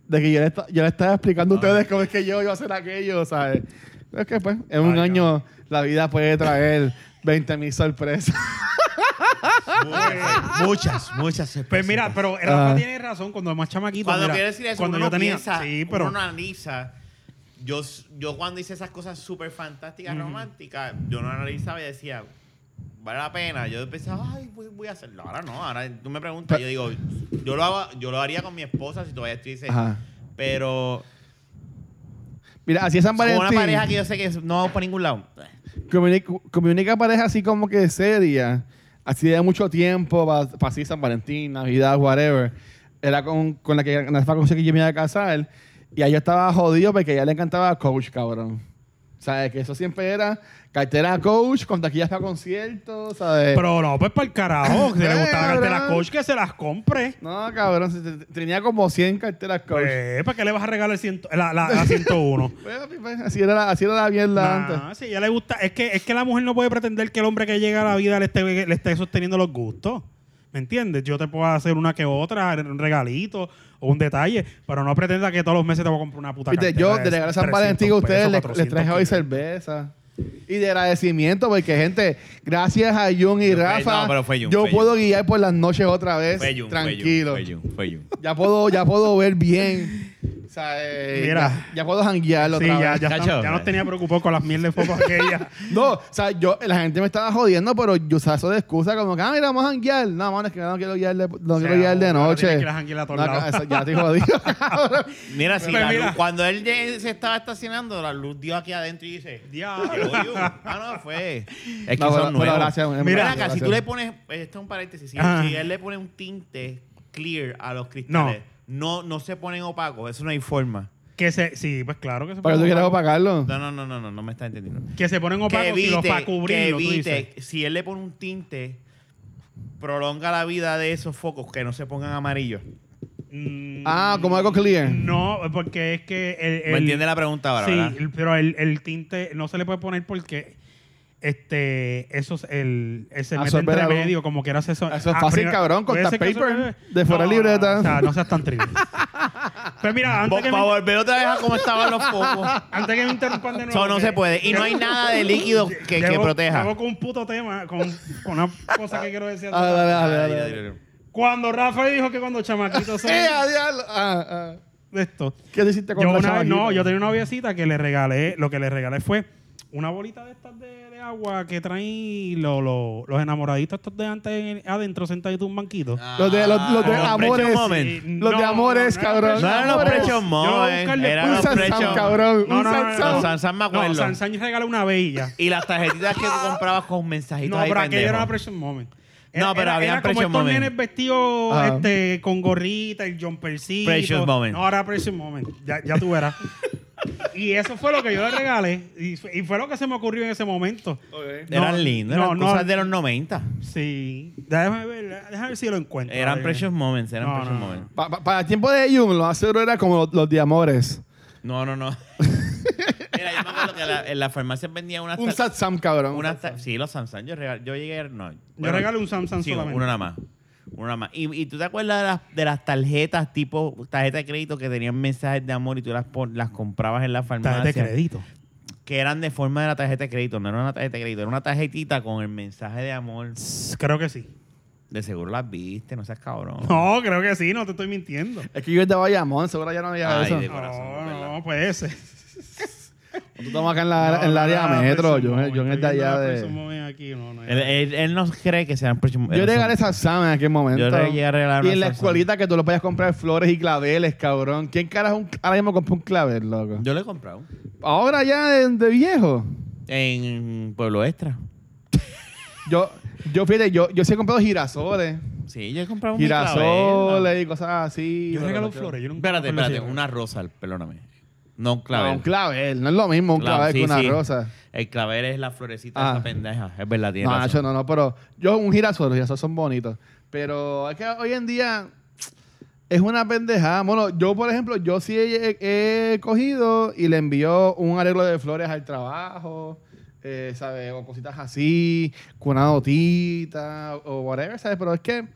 Speaker 3: de que yo le, esta- yo le estaba explicando a ustedes cómo es que yo iba a hacer aquello, ¿sabes? Pero Es que pues, en un
Speaker 2: Ay,
Speaker 3: año la vida puede traer 20 mil sorpresas.
Speaker 1: Muchas, muchas sorpresas.
Speaker 2: Pues mira, pero Rafa
Speaker 3: Ah.
Speaker 2: tiene razón cuando es más chamaquito.
Speaker 1: Cuando
Speaker 2: pues mira,
Speaker 1: quiere decir eso,
Speaker 2: cuando
Speaker 1: uno
Speaker 2: yo tenía,
Speaker 1: piensa,
Speaker 2: sí, pero
Speaker 1: uno analiza. Yo, s- yo cuando hice esas cosas súper fantásticas, románticas, yo no analizaba y decía, vale la pena. Yo pensaba, ay, voy, voy a hacerlo. Ahora no, ahora tú me preguntas, yo digo, yo lo, hago, yo lo haría con mi esposa si todavía estuviese.
Speaker 3: Ajá.
Speaker 1: Pero
Speaker 3: Mira, así es San
Speaker 1: con una
Speaker 3: Valentín.
Speaker 1: pareja que yo sé que no vamos por ningún lado.
Speaker 3: Comunica, comunica pareja así como que seria, así de mucho tiempo, para así San Valentín, Navidad, whatever. Era con, con la que Rafa conoció que yo me iba a casar. Y ahí yo estaba jodido porque a ella le encantaba Coach, cabrón. ¿Sabes? Que eso siempre era cartera Coach, con taquillas para conciertos, ¿sabes?
Speaker 2: Pero no, pues para el carajo. Si le
Speaker 3: Eh,
Speaker 2: gustaba la cartera
Speaker 3: cabrón.
Speaker 2: coach, que se las compre.
Speaker 3: No, cabrón, se- se- tenía como 100 carteras Coach.
Speaker 2: Pues, ¿para qué le vas a regalar el ciento- la, la, la 101?
Speaker 3: Pues, pues, así, era la, así era [LAUGHS] la mierda antes.
Speaker 2: Nah, si a ella le gusta. Es que, es que la mujer no puede pretender que el hombre que llega a la vida le esté, le esté sosteniendo los gustos. ¿Me entiendes? Yo te puedo hacer una que otra, un regalito o un detalle, pero no pretenda que todos los meses te voy a comprar una puta
Speaker 3: Viste,
Speaker 2: cartera
Speaker 3: yo
Speaker 2: de
Speaker 3: de regalo a San Valentín
Speaker 2: 300
Speaker 3: a ustedes
Speaker 2: pesos,
Speaker 3: les, les
Speaker 2: 400
Speaker 3: traje hoy
Speaker 2: pesos.
Speaker 3: cerveza. Y de agradecimiento, porque gente, gracias a Jun y
Speaker 1: Fue-
Speaker 3: Rafa,
Speaker 1: no, pero fue Jun,
Speaker 3: yo
Speaker 1: fue
Speaker 3: puedo
Speaker 1: Jun.
Speaker 3: guiar por las noches otra vez.
Speaker 1: Fue Jun, fue Jun,
Speaker 3: tranquilo.
Speaker 1: Fue Jun, fue Jun.
Speaker 3: Ya puedo, ya puedo ver bien. O sea, eh,
Speaker 2: Mira.
Speaker 3: Ya, ya puedo janguearlo
Speaker 2: Sí,
Speaker 3: otra
Speaker 2: ya,
Speaker 3: vez.
Speaker 2: ya,
Speaker 1: Chacho.
Speaker 2: estamos- ya nos tenía preocupados con las miel de focos
Speaker 3: [LAUGHS]
Speaker 2: aquellas.
Speaker 3: No, o sea, yo, la gente me estaba jodiendo, pero yo usaba eso de excusa como que, ah, mira, vamos a janguear. No, mano, es que no quiero guiar de, no
Speaker 2: O sea,
Speaker 3: quiero guiar de
Speaker 2: ahora
Speaker 3: noche.
Speaker 2: tienes que ir a janguear a todos
Speaker 3: No,
Speaker 2: lados.
Speaker 3: eso- ya estoy jodido.
Speaker 2: [LAUGHS]
Speaker 1: Mira, si
Speaker 2: Pues
Speaker 1: la
Speaker 2: mira.
Speaker 1: luz- cuando él de- se estaba estacionando, la luz dio aquí adentro y dice,
Speaker 2: Diablo.
Speaker 1: Llegó Jun. Ah, no,
Speaker 3: [LAUGHS]
Speaker 1: fue. Es que
Speaker 3: No, pero-
Speaker 1: son
Speaker 3: pero
Speaker 1: nuevos.
Speaker 3: gracias, en
Speaker 1: Mira,
Speaker 3: verdad,
Speaker 1: acá, si
Speaker 3: gracias.
Speaker 1: tú le pones, pues, esto es un paréntesis, si,
Speaker 2: Ajá.
Speaker 1: si él le pone un tinte clear a los cristales, no, no, se ponen opacos, eso no hay forma.
Speaker 2: Que se, sí, pues claro que se
Speaker 3: Pero tú quieres pagarlo.
Speaker 1: No, no, no, no, no, no me está entendiendo.
Speaker 2: Que se ponen opacos
Speaker 1: que
Speaker 2: y los
Speaker 1: evite,
Speaker 2: para
Speaker 1: que
Speaker 2: cubrirlo, tú dices.
Speaker 1: evite, si él le pone un tinte, prolonga la vida de esos focos que no se pongan amarillos.
Speaker 2: Mm,
Speaker 3: Ah, como algo clear.
Speaker 2: No, porque es que el, el-
Speaker 1: ¿Me entiende la pregunta ahora,
Speaker 2: sí,
Speaker 1: verdad?
Speaker 2: el- pero el, el tinte no se le puede poner porque este eso es el se mete
Speaker 3: Absorbe
Speaker 2: entre
Speaker 3: la luz.
Speaker 2: medio como quieras eso Ah,
Speaker 3: Eso es fácil, cabrón, corta paper de fuera libreta.
Speaker 2: o sea no seas tan
Speaker 3: [LAUGHS]
Speaker 2: triste pues mira antes
Speaker 1: Para
Speaker 2: que, me,
Speaker 1: volver otra vez a cómo estaban los
Speaker 3: [LAUGHS]
Speaker 1: focos.
Speaker 2: antes que me interrumpan de nuevo
Speaker 1: Eso no
Speaker 2: que-
Speaker 1: se puede. Y no hay nada de líquido que, que
Speaker 2: llevo-
Speaker 1: proteja.
Speaker 2: llevo con un puto tema con, con una cosa que quiero decir
Speaker 3: Ah, dale,
Speaker 1: [LAUGHS]
Speaker 3: dale,
Speaker 1: Ah,
Speaker 3: dale,
Speaker 1: dile,
Speaker 3: dale.
Speaker 1: dile, dile.
Speaker 2: cuando Rafa dijo que cuando
Speaker 1: [LAUGHS]
Speaker 2: chamaquitos son
Speaker 3: Eh, a diablo. Ah, ah.
Speaker 2: de esto
Speaker 3: ¿Qué te hiciste con
Speaker 2: yo
Speaker 3: la
Speaker 2: una vez, no,
Speaker 3: chamajita?
Speaker 2: yo tenía una noviecita que le regalé, lo que le regalé fue una bolita de estas de, de agua que traen lo- lo- los enamoraditos estos de antes en- adentro sentaditos en un banquito.
Speaker 3: Los de- los- los de
Speaker 1: Ah,
Speaker 3: amores.
Speaker 1: Precious
Speaker 2: Y
Speaker 1: Moment.
Speaker 3: los de amores,
Speaker 2: era
Speaker 3: cabrón.
Speaker 1: No eran los
Speaker 3: amores.
Speaker 1: Precious
Speaker 2: Yo
Speaker 1: Moment.
Speaker 2: voy a buscarle
Speaker 1: Eran
Speaker 3: un
Speaker 1: los
Speaker 3: Sansán,
Speaker 1: Precious
Speaker 3: cabrón.
Speaker 2: No, no,
Speaker 3: un
Speaker 2: no, no,
Speaker 3: Sansán.
Speaker 2: no.
Speaker 1: Sansán me acuerdo.
Speaker 2: No, Sansán regaló una vella.
Speaker 1: Y las tarjetitas que tú comprabas con mensajitos
Speaker 2: No,
Speaker 1: ahí
Speaker 2: pero aquello era una
Speaker 1: pendejos.
Speaker 2: precious moment.
Speaker 1: No, pero
Speaker 2: era,
Speaker 1: habían
Speaker 2: era como
Speaker 1: precious
Speaker 2: estos
Speaker 1: moment.
Speaker 2: nenes vestidos
Speaker 3: Ajá.
Speaker 2: este, con gorrita, el jumpercito.
Speaker 1: Precious moment.
Speaker 2: No, era precious moment. Ya, ya
Speaker 1: [LAUGHS]
Speaker 2: tú verás. y eso fue lo que yo le regalé. Y, fue- y fue lo que se me ocurrió en ese momento. No,
Speaker 1: Eran lindos. Eran
Speaker 2: no,
Speaker 1: cosas
Speaker 2: no.
Speaker 1: de los 90.
Speaker 2: Sí. Déjame ver, déjame ver si lo encuentro.
Speaker 1: Eran
Speaker 2: Ahora,
Speaker 1: Precious Moments. Eran
Speaker 2: No,
Speaker 1: Precious
Speaker 2: no, no.
Speaker 1: Moments.
Speaker 3: Pa- pa- para el tiempo de Jung, lo más seguro era como los, los de amores.
Speaker 1: No, no,
Speaker 2: [LAUGHS]
Speaker 1: no. Mira, yo me acuerdo que la- en las farmacias vendían unas...
Speaker 3: Un
Speaker 1: tar-
Speaker 3: Satsam, cabrón.
Speaker 1: unas tar- sí, los Samsung. Yo, regal- yo llegué... No,
Speaker 2: Yo
Speaker 1: bueno,
Speaker 2: regalé un Samsung
Speaker 1: Sí,
Speaker 2: solamente.
Speaker 1: uno nada más. Uno nada más. Y, y tú te acuerdas de las, de las tarjetas tipo tarjeta de crédito que tenían mensajes de amor y tú las, pon- las comprabas en la farmacia.
Speaker 2: Tarjeta de crédito.
Speaker 1: que eran de forma de la tarjeta de crédito. No era una tarjeta de crédito, era una tarjetita con el mensaje de amor.
Speaker 2: Creo que sí.
Speaker 1: De seguro las viste, no seas cabrón.
Speaker 2: No, creo que sí, no te estoy mintiendo.
Speaker 3: Es que yo es de Bayamón, seguro ya no había
Speaker 1: Ay,
Speaker 3: eso.
Speaker 1: de- corazón, ¿verdad?
Speaker 2: No, no, pues ese.
Speaker 3: Nosotros estamos acá en la, Ah, en la área metro. Yo, yo en el de allá de.
Speaker 1: Él, él- él no cree que sean próximos.
Speaker 3: Yo regalé esa examen en aquel momento.
Speaker 1: Yo llegué a regalar
Speaker 3: Y
Speaker 1: una
Speaker 3: en la
Speaker 1: salsa.
Speaker 3: escuelita que tú le podías comprar flores y claveles, cabrón. ¿Quién carajo un- ahora mismo compra un clavel, loco?
Speaker 1: Yo lo he comprado.
Speaker 3: Ahora ya de, de viejo.
Speaker 1: En Pueblo Extra.
Speaker 3: Yo, yo fíjate, yo, yo sí he comprado girasoles.
Speaker 1: Sí, yo he comprado un clavel.
Speaker 3: Girasoles y cosas así.
Speaker 2: Yo
Speaker 3: pero
Speaker 2: regalo
Speaker 3: no-
Speaker 2: flores. Yo nunca
Speaker 1: Espérate,
Speaker 2: recuerdo
Speaker 1: espérate.
Speaker 2: si-
Speaker 1: Una rosa, perdóname. No un
Speaker 3: No,
Speaker 1: clavel.
Speaker 3: un clavel. No es lo mismo un
Speaker 1: Claro,
Speaker 3: clavel
Speaker 1: sí,
Speaker 3: que una
Speaker 1: sí.
Speaker 3: rosa.
Speaker 1: El clavel es la florecita
Speaker 3: Ah.
Speaker 1: de esa pendeja. Es verdad, tiene
Speaker 3: No,
Speaker 1: razón.
Speaker 3: Nacho, no, no, pero yo un girasol, los girasoles son bonitos. Pero es que hoy en día es una pendejada. Bueno, yo, por ejemplo, yo sí he, he- he cogido y le envío un arreglo de flores al trabajo, eh, ¿sabes? O cositas así, con una notita o whatever, ¿sabes? Pero es que,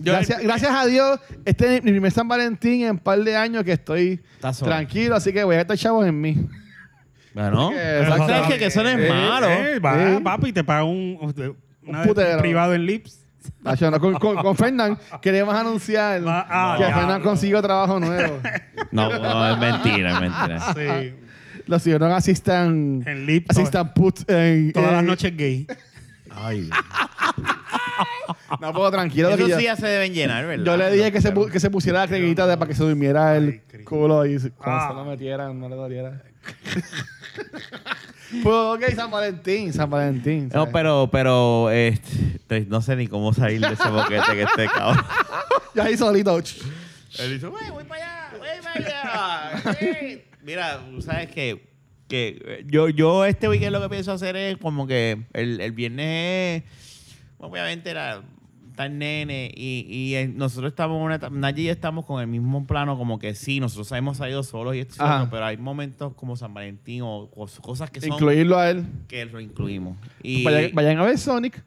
Speaker 1: Yo-
Speaker 3: gracias, gracias a Dios, este es mi primer San Valentín en un par de años que estoy
Speaker 1: Está solo.
Speaker 3: tranquilo, así que voy a estar chavos en mí.
Speaker 1: Bueno,
Speaker 3: Eh,
Speaker 1: Ah, ¿tú
Speaker 3: exacto.
Speaker 1: sabes que, que eso no es
Speaker 3: Eh,
Speaker 1: malo.
Speaker 2: Eh, va,
Speaker 3: Sí.
Speaker 2: papi, te paga un, una
Speaker 3: Un
Speaker 2: vez
Speaker 3: putero.
Speaker 2: privado en Lips.
Speaker 3: Nacho, Ah, no, con,
Speaker 2: [LAUGHS]
Speaker 3: con, con Fernán queremos anunciar
Speaker 2: Va- ah,
Speaker 3: que
Speaker 2: ya.
Speaker 3: Fernán consiguió trabajo nuevo.
Speaker 1: No, no, es mentira, es mentira.
Speaker 2: Sí.
Speaker 3: Los ciudadanos asistan.
Speaker 2: [LAUGHS] En Lips.
Speaker 1: eh,
Speaker 3: Asistan put en.
Speaker 2: Todas
Speaker 3: en-
Speaker 2: las noches gay.
Speaker 1: Ay,
Speaker 3: No puedo tranquilo. que
Speaker 1: Esos
Speaker 3: yo,
Speaker 1: días se deben llenar, ¿verdad?
Speaker 3: yo le dije que se,
Speaker 1: Pero-
Speaker 3: pu- que se pusiera la creguita de- para que se durmiera el
Speaker 2: Ay, Cristo.
Speaker 3: culo y se- cuando
Speaker 2: Ah.
Speaker 3: se lo metieran, no le doliera. [LAUGHS] pues ok, San Valentín, San Valentín.
Speaker 1: No,
Speaker 3: ¿sabes?
Speaker 1: pero, pero, eh, te- no sé ni cómo salir de ese boquete que esté cabrón.
Speaker 3: Yo ahí solito.
Speaker 1: Él dice, "Güey, voy para allá, voy para allá. güey". [LAUGHS] Mira, tú sabes que, que eh, yo, yo este weekend lo que pienso hacer es como que el, el viernes es, obviamente era tan nene y, y eh, nosotros estamos en una etapa- Nayi y yo estamos con el mismo plano como que sí, nosotros hemos salido solos y esto y lo
Speaker 3: Ajá.
Speaker 1: otro, pero hay momentos como San Valentín o cos- cosas que son
Speaker 3: Incluirlo a él.
Speaker 1: que lo incluimos. Y
Speaker 3: Vayan, vayan a ver Sonic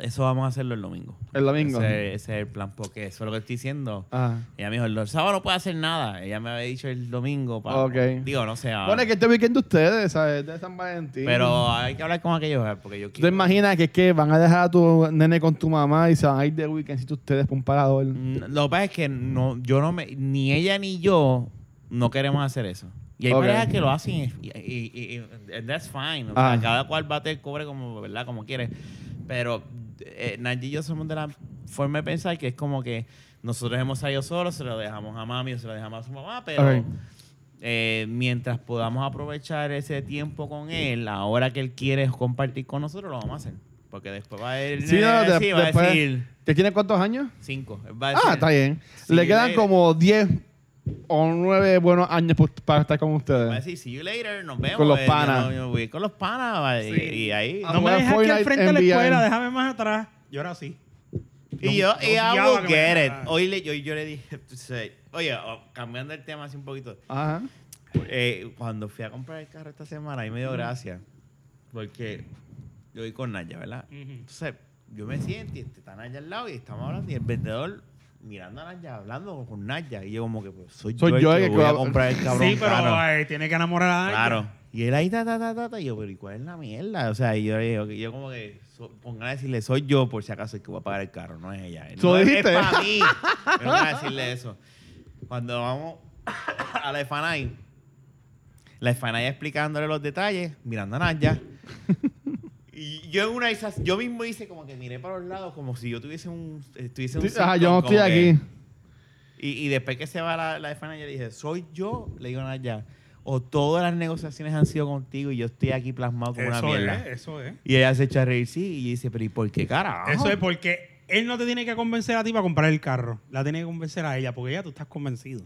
Speaker 1: eso vamos a hacerlo el domingo.
Speaker 3: el domingo.
Speaker 1: Ese, ese es el plan, porque eso es lo que estoy diciendo.
Speaker 3: Ah.
Speaker 1: Ella me dijo, el sábado no puede hacer nada. Ella me había dicho el domingo. Para,
Speaker 3: Ok.
Speaker 1: Digo, no sé. ahora.
Speaker 3: Bueno, es que este weekend de ustedes, ¿sabes? De San Valentín.
Speaker 1: Pero hay que hablar con aquellos, ¿eh? porque yo
Speaker 3: ¿Tú te
Speaker 1: quiero...
Speaker 3: imaginas que es que van a dejar a tu nene con tu mamá y se van a ir de weekendcito ustedes para un parador?
Speaker 1: Mm, Lo que pasa es que no, yo no me, ni ella ni yo no queremos hacer eso. Y hay
Speaker 3: Ok.
Speaker 1: parejas que lo hacen y, y- y- y- and that's fine. O
Speaker 3: Ah.
Speaker 1: sea, cada cual bate el cobre como, ¿verdad? como quiere. Pero eh, Nagy y yo somos de la forma de pensar que es como que nosotros hemos salido solos, se lo dejamos a mami o se lo dejamos a su mamá, pero...
Speaker 3: Ok.
Speaker 1: eh, mientras podamos aprovechar ese tiempo con él, la hora que él quiere compartir con nosotros, lo vamos a hacer. Porque después va a ir.
Speaker 3: Sí, no, de-
Speaker 1: sí, va a
Speaker 3: después-
Speaker 1: decir
Speaker 3: ¿Que tiene cuántos años?
Speaker 1: cinco. Él va a
Speaker 3: Ah,
Speaker 1: decir-
Speaker 3: está bien.
Speaker 1: Sí,
Speaker 3: Le quedan
Speaker 1: le-
Speaker 3: como 10 o 9 buenos años pu- para estar con
Speaker 1: Va a
Speaker 3: ustedes.
Speaker 1: decir, see you later, nos vemos.
Speaker 3: Eh. Con los
Speaker 1: Eh,
Speaker 3: panas.
Speaker 1: yo- yo voy con los panas. va, y-
Speaker 2: Sí.
Speaker 1: Y ahí.
Speaker 3: Ah,
Speaker 2: No me
Speaker 3: jugar
Speaker 2: dejes aquí
Speaker 3: Fortnite
Speaker 2: al frente de la
Speaker 3: NBA.
Speaker 2: escuela, déjame más atrás. Yo era así.
Speaker 1: y yo, y I
Speaker 2: odiaba
Speaker 1: will
Speaker 2: que me
Speaker 1: get it.
Speaker 2: dejaran.
Speaker 1: Hoy le, yo, yo le dije, tú sabes, oye, oh, cambiando el tema así un poquito.
Speaker 3: Ajá.
Speaker 1: Eh, cuando fui a comprar el carro esta semana, ahí me
Speaker 2: Mm.
Speaker 1: dio gracia. Porque yo voy con Naya, ¿verdad?
Speaker 2: Mm.
Speaker 1: Entonces, yo me siento y está Naya al lado y estamos hablando y el vendedor mirando a Naya, hablando con Naya. Y yo como que, pues, soy,
Speaker 3: Soy
Speaker 1: yo,
Speaker 3: yo
Speaker 1: el que,
Speaker 3: el que
Speaker 1: voy a
Speaker 3: va-
Speaker 1: comprar el cabrón
Speaker 2: sí, pero
Speaker 1: carro.
Speaker 2: ay, tiene que enamorar a alguien.
Speaker 1: Claro. Y él ahí, ta, ta, ta, ta, ta. Y yo, pero ¿y cuál es la mierda? O sea, y yo, le digo- yo como que, so- con ganas de decirle, soy yo por si acaso el que voy a pagar el carro, no es ella. Él,
Speaker 3: ¿Tú
Speaker 1: no, es-
Speaker 3: dijiste?
Speaker 1: Es para mí. Pero a decirle eso. Cuando vamos a la Efanay, la Efanay explicándole los detalles, mirando a Naya. Y yo en una de esas, yo mismo hice como que miré para los lados como si yo tuviese un... Estuviese en un
Speaker 3: Sí, Ajá, yo no
Speaker 1: sitcom,
Speaker 3: estoy
Speaker 1: como que-
Speaker 3: aquí.
Speaker 1: y, y después que se va la, la Fernanda, yo le dije, soy yo, le digo a Naya, o todas las negociaciones han sido contigo y yo estoy aquí plasmado como una
Speaker 2: Eso
Speaker 1: mierda.
Speaker 2: es, eso es.
Speaker 1: Y ella se echa a reír, sí, y dice, pero ¿y por qué carajo?
Speaker 2: Eso es porque él no te tiene que convencer a ti para comprar el carro. La tiene que convencer a ella, porque ella tú estás convencido.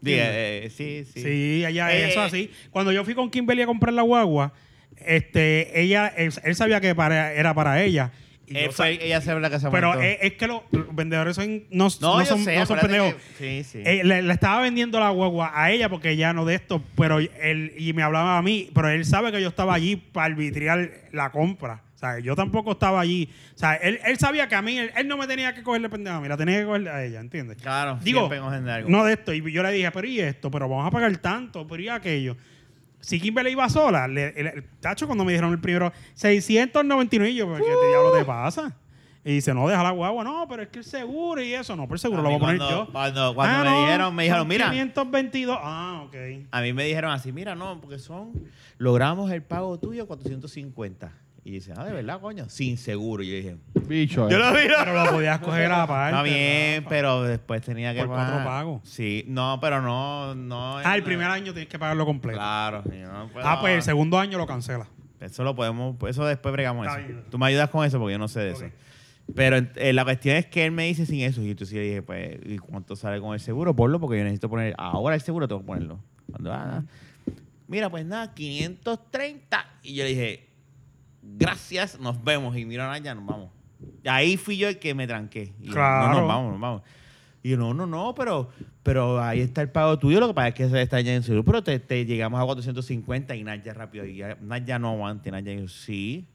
Speaker 1: Dije, eh, sí, sí.
Speaker 2: Sí, ella,
Speaker 1: Eh,
Speaker 2: eso así. Cuando yo fui con Kimberly a comprar la guagua, este, ella, él, él sabía que para, era para ella. Y
Speaker 1: Eh,
Speaker 2: yo
Speaker 1: fue-
Speaker 2: sa-
Speaker 1: ella se habla que se
Speaker 2: pero
Speaker 1: aguantó.
Speaker 2: es, es que los los vendedores son, no,
Speaker 1: No,
Speaker 2: no
Speaker 1: yo
Speaker 2: son,
Speaker 1: sé,
Speaker 2: no son
Speaker 1: acuérdate
Speaker 2: pendejos.
Speaker 1: que- sí, sí.
Speaker 2: Eh, le, le estaba vendiendo la guagua a ella porque ella no de esto, pero él y me hablaba a mí, pero él sabe que yo estaba allí para arbitriar la compra. O sea, yo tampoco estaba allí. O sea, él, él sabía que a mí, él, él no me tenía que cogerle pendejo a mí, la tenía que cogerle a ella, ¿entiendes?
Speaker 1: claro,
Speaker 2: Digo,
Speaker 1: siempre cogen de algo.
Speaker 2: no de esto. Y yo le dije, pero ¿y esto? Pero vamos a pagar tanto, pero ¿y aquello? Si Kimberly iba sola, le- el, el- tacho cuando me dijeron el primero 699, y yo, ¿pero ¿qué te diablo
Speaker 1: Uh.
Speaker 2: te pasa? Y dice, no, deja la guagua. No, pero es que el seguro y eso. No, pero el seguro
Speaker 1: A
Speaker 2: lo
Speaker 1: mí
Speaker 2: voy a poner
Speaker 1: cuando-
Speaker 2: yo. Ah,
Speaker 1: cuando- cuando me
Speaker 2: no,
Speaker 1: dijeron, me dijeron,
Speaker 2: son
Speaker 1: mira.
Speaker 2: 522. Ah,
Speaker 1: [LAUGHS]
Speaker 2: ok.
Speaker 1: A mí me dijeron así, mira, no, porque son, logramos el pago tuyo 450. Y dice, ah, de verdad, coño, sin seguro. Y yo dije,
Speaker 3: Bicho.
Speaker 1: yo
Speaker 3: eh.
Speaker 1: lo miro.
Speaker 2: Pero lo podías coger aparte.
Speaker 1: Está bien,
Speaker 2: Rafa.
Speaker 1: pero después tenía que
Speaker 2: Por cuatro
Speaker 1: pagar.
Speaker 2: pagos.
Speaker 1: Sí, no, pero no, no.
Speaker 2: Ah, el
Speaker 1: no.
Speaker 2: primer año tienes que pagarlo completo.
Speaker 1: Claro. sí, no, pero-
Speaker 2: ah, pues el segundo año lo cancela.
Speaker 1: Eso lo podemos, pues, eso después bregamos
Speaker 2: Está
Speaker 1: eso.
Speaker 2: bien.
Speaker 1: Tú me ayudas con eso porque yo no sé de
Speaker 2: Ok.
Speaker 1: eso. Pero eh, la cuestión es que él me dice sin eso. Y entonces yo dije, pues, ¿y cuánto sale con el seguro? Ponlo porque yo necesito poner, ahora el seguro tengo que ponerlo. Cuando, ah, mira, pues nada, 530. Y yo le dije, gracias, nos vemos. Y mira, ya nos vamos. Y ahí fui yo el que me tranqué. Y yo, No,
Speaker 2: Claro.
Speaker 1: nos vamos, nos vamos. Y yo, no, no, no, pero, pero ahí está el pago tuyo. Lo que pasa es que se está ya en seguro. Pero te, te llegamos a 450 y Naya rápido. Y ya- Naya no aguante. Naya dijo, sí,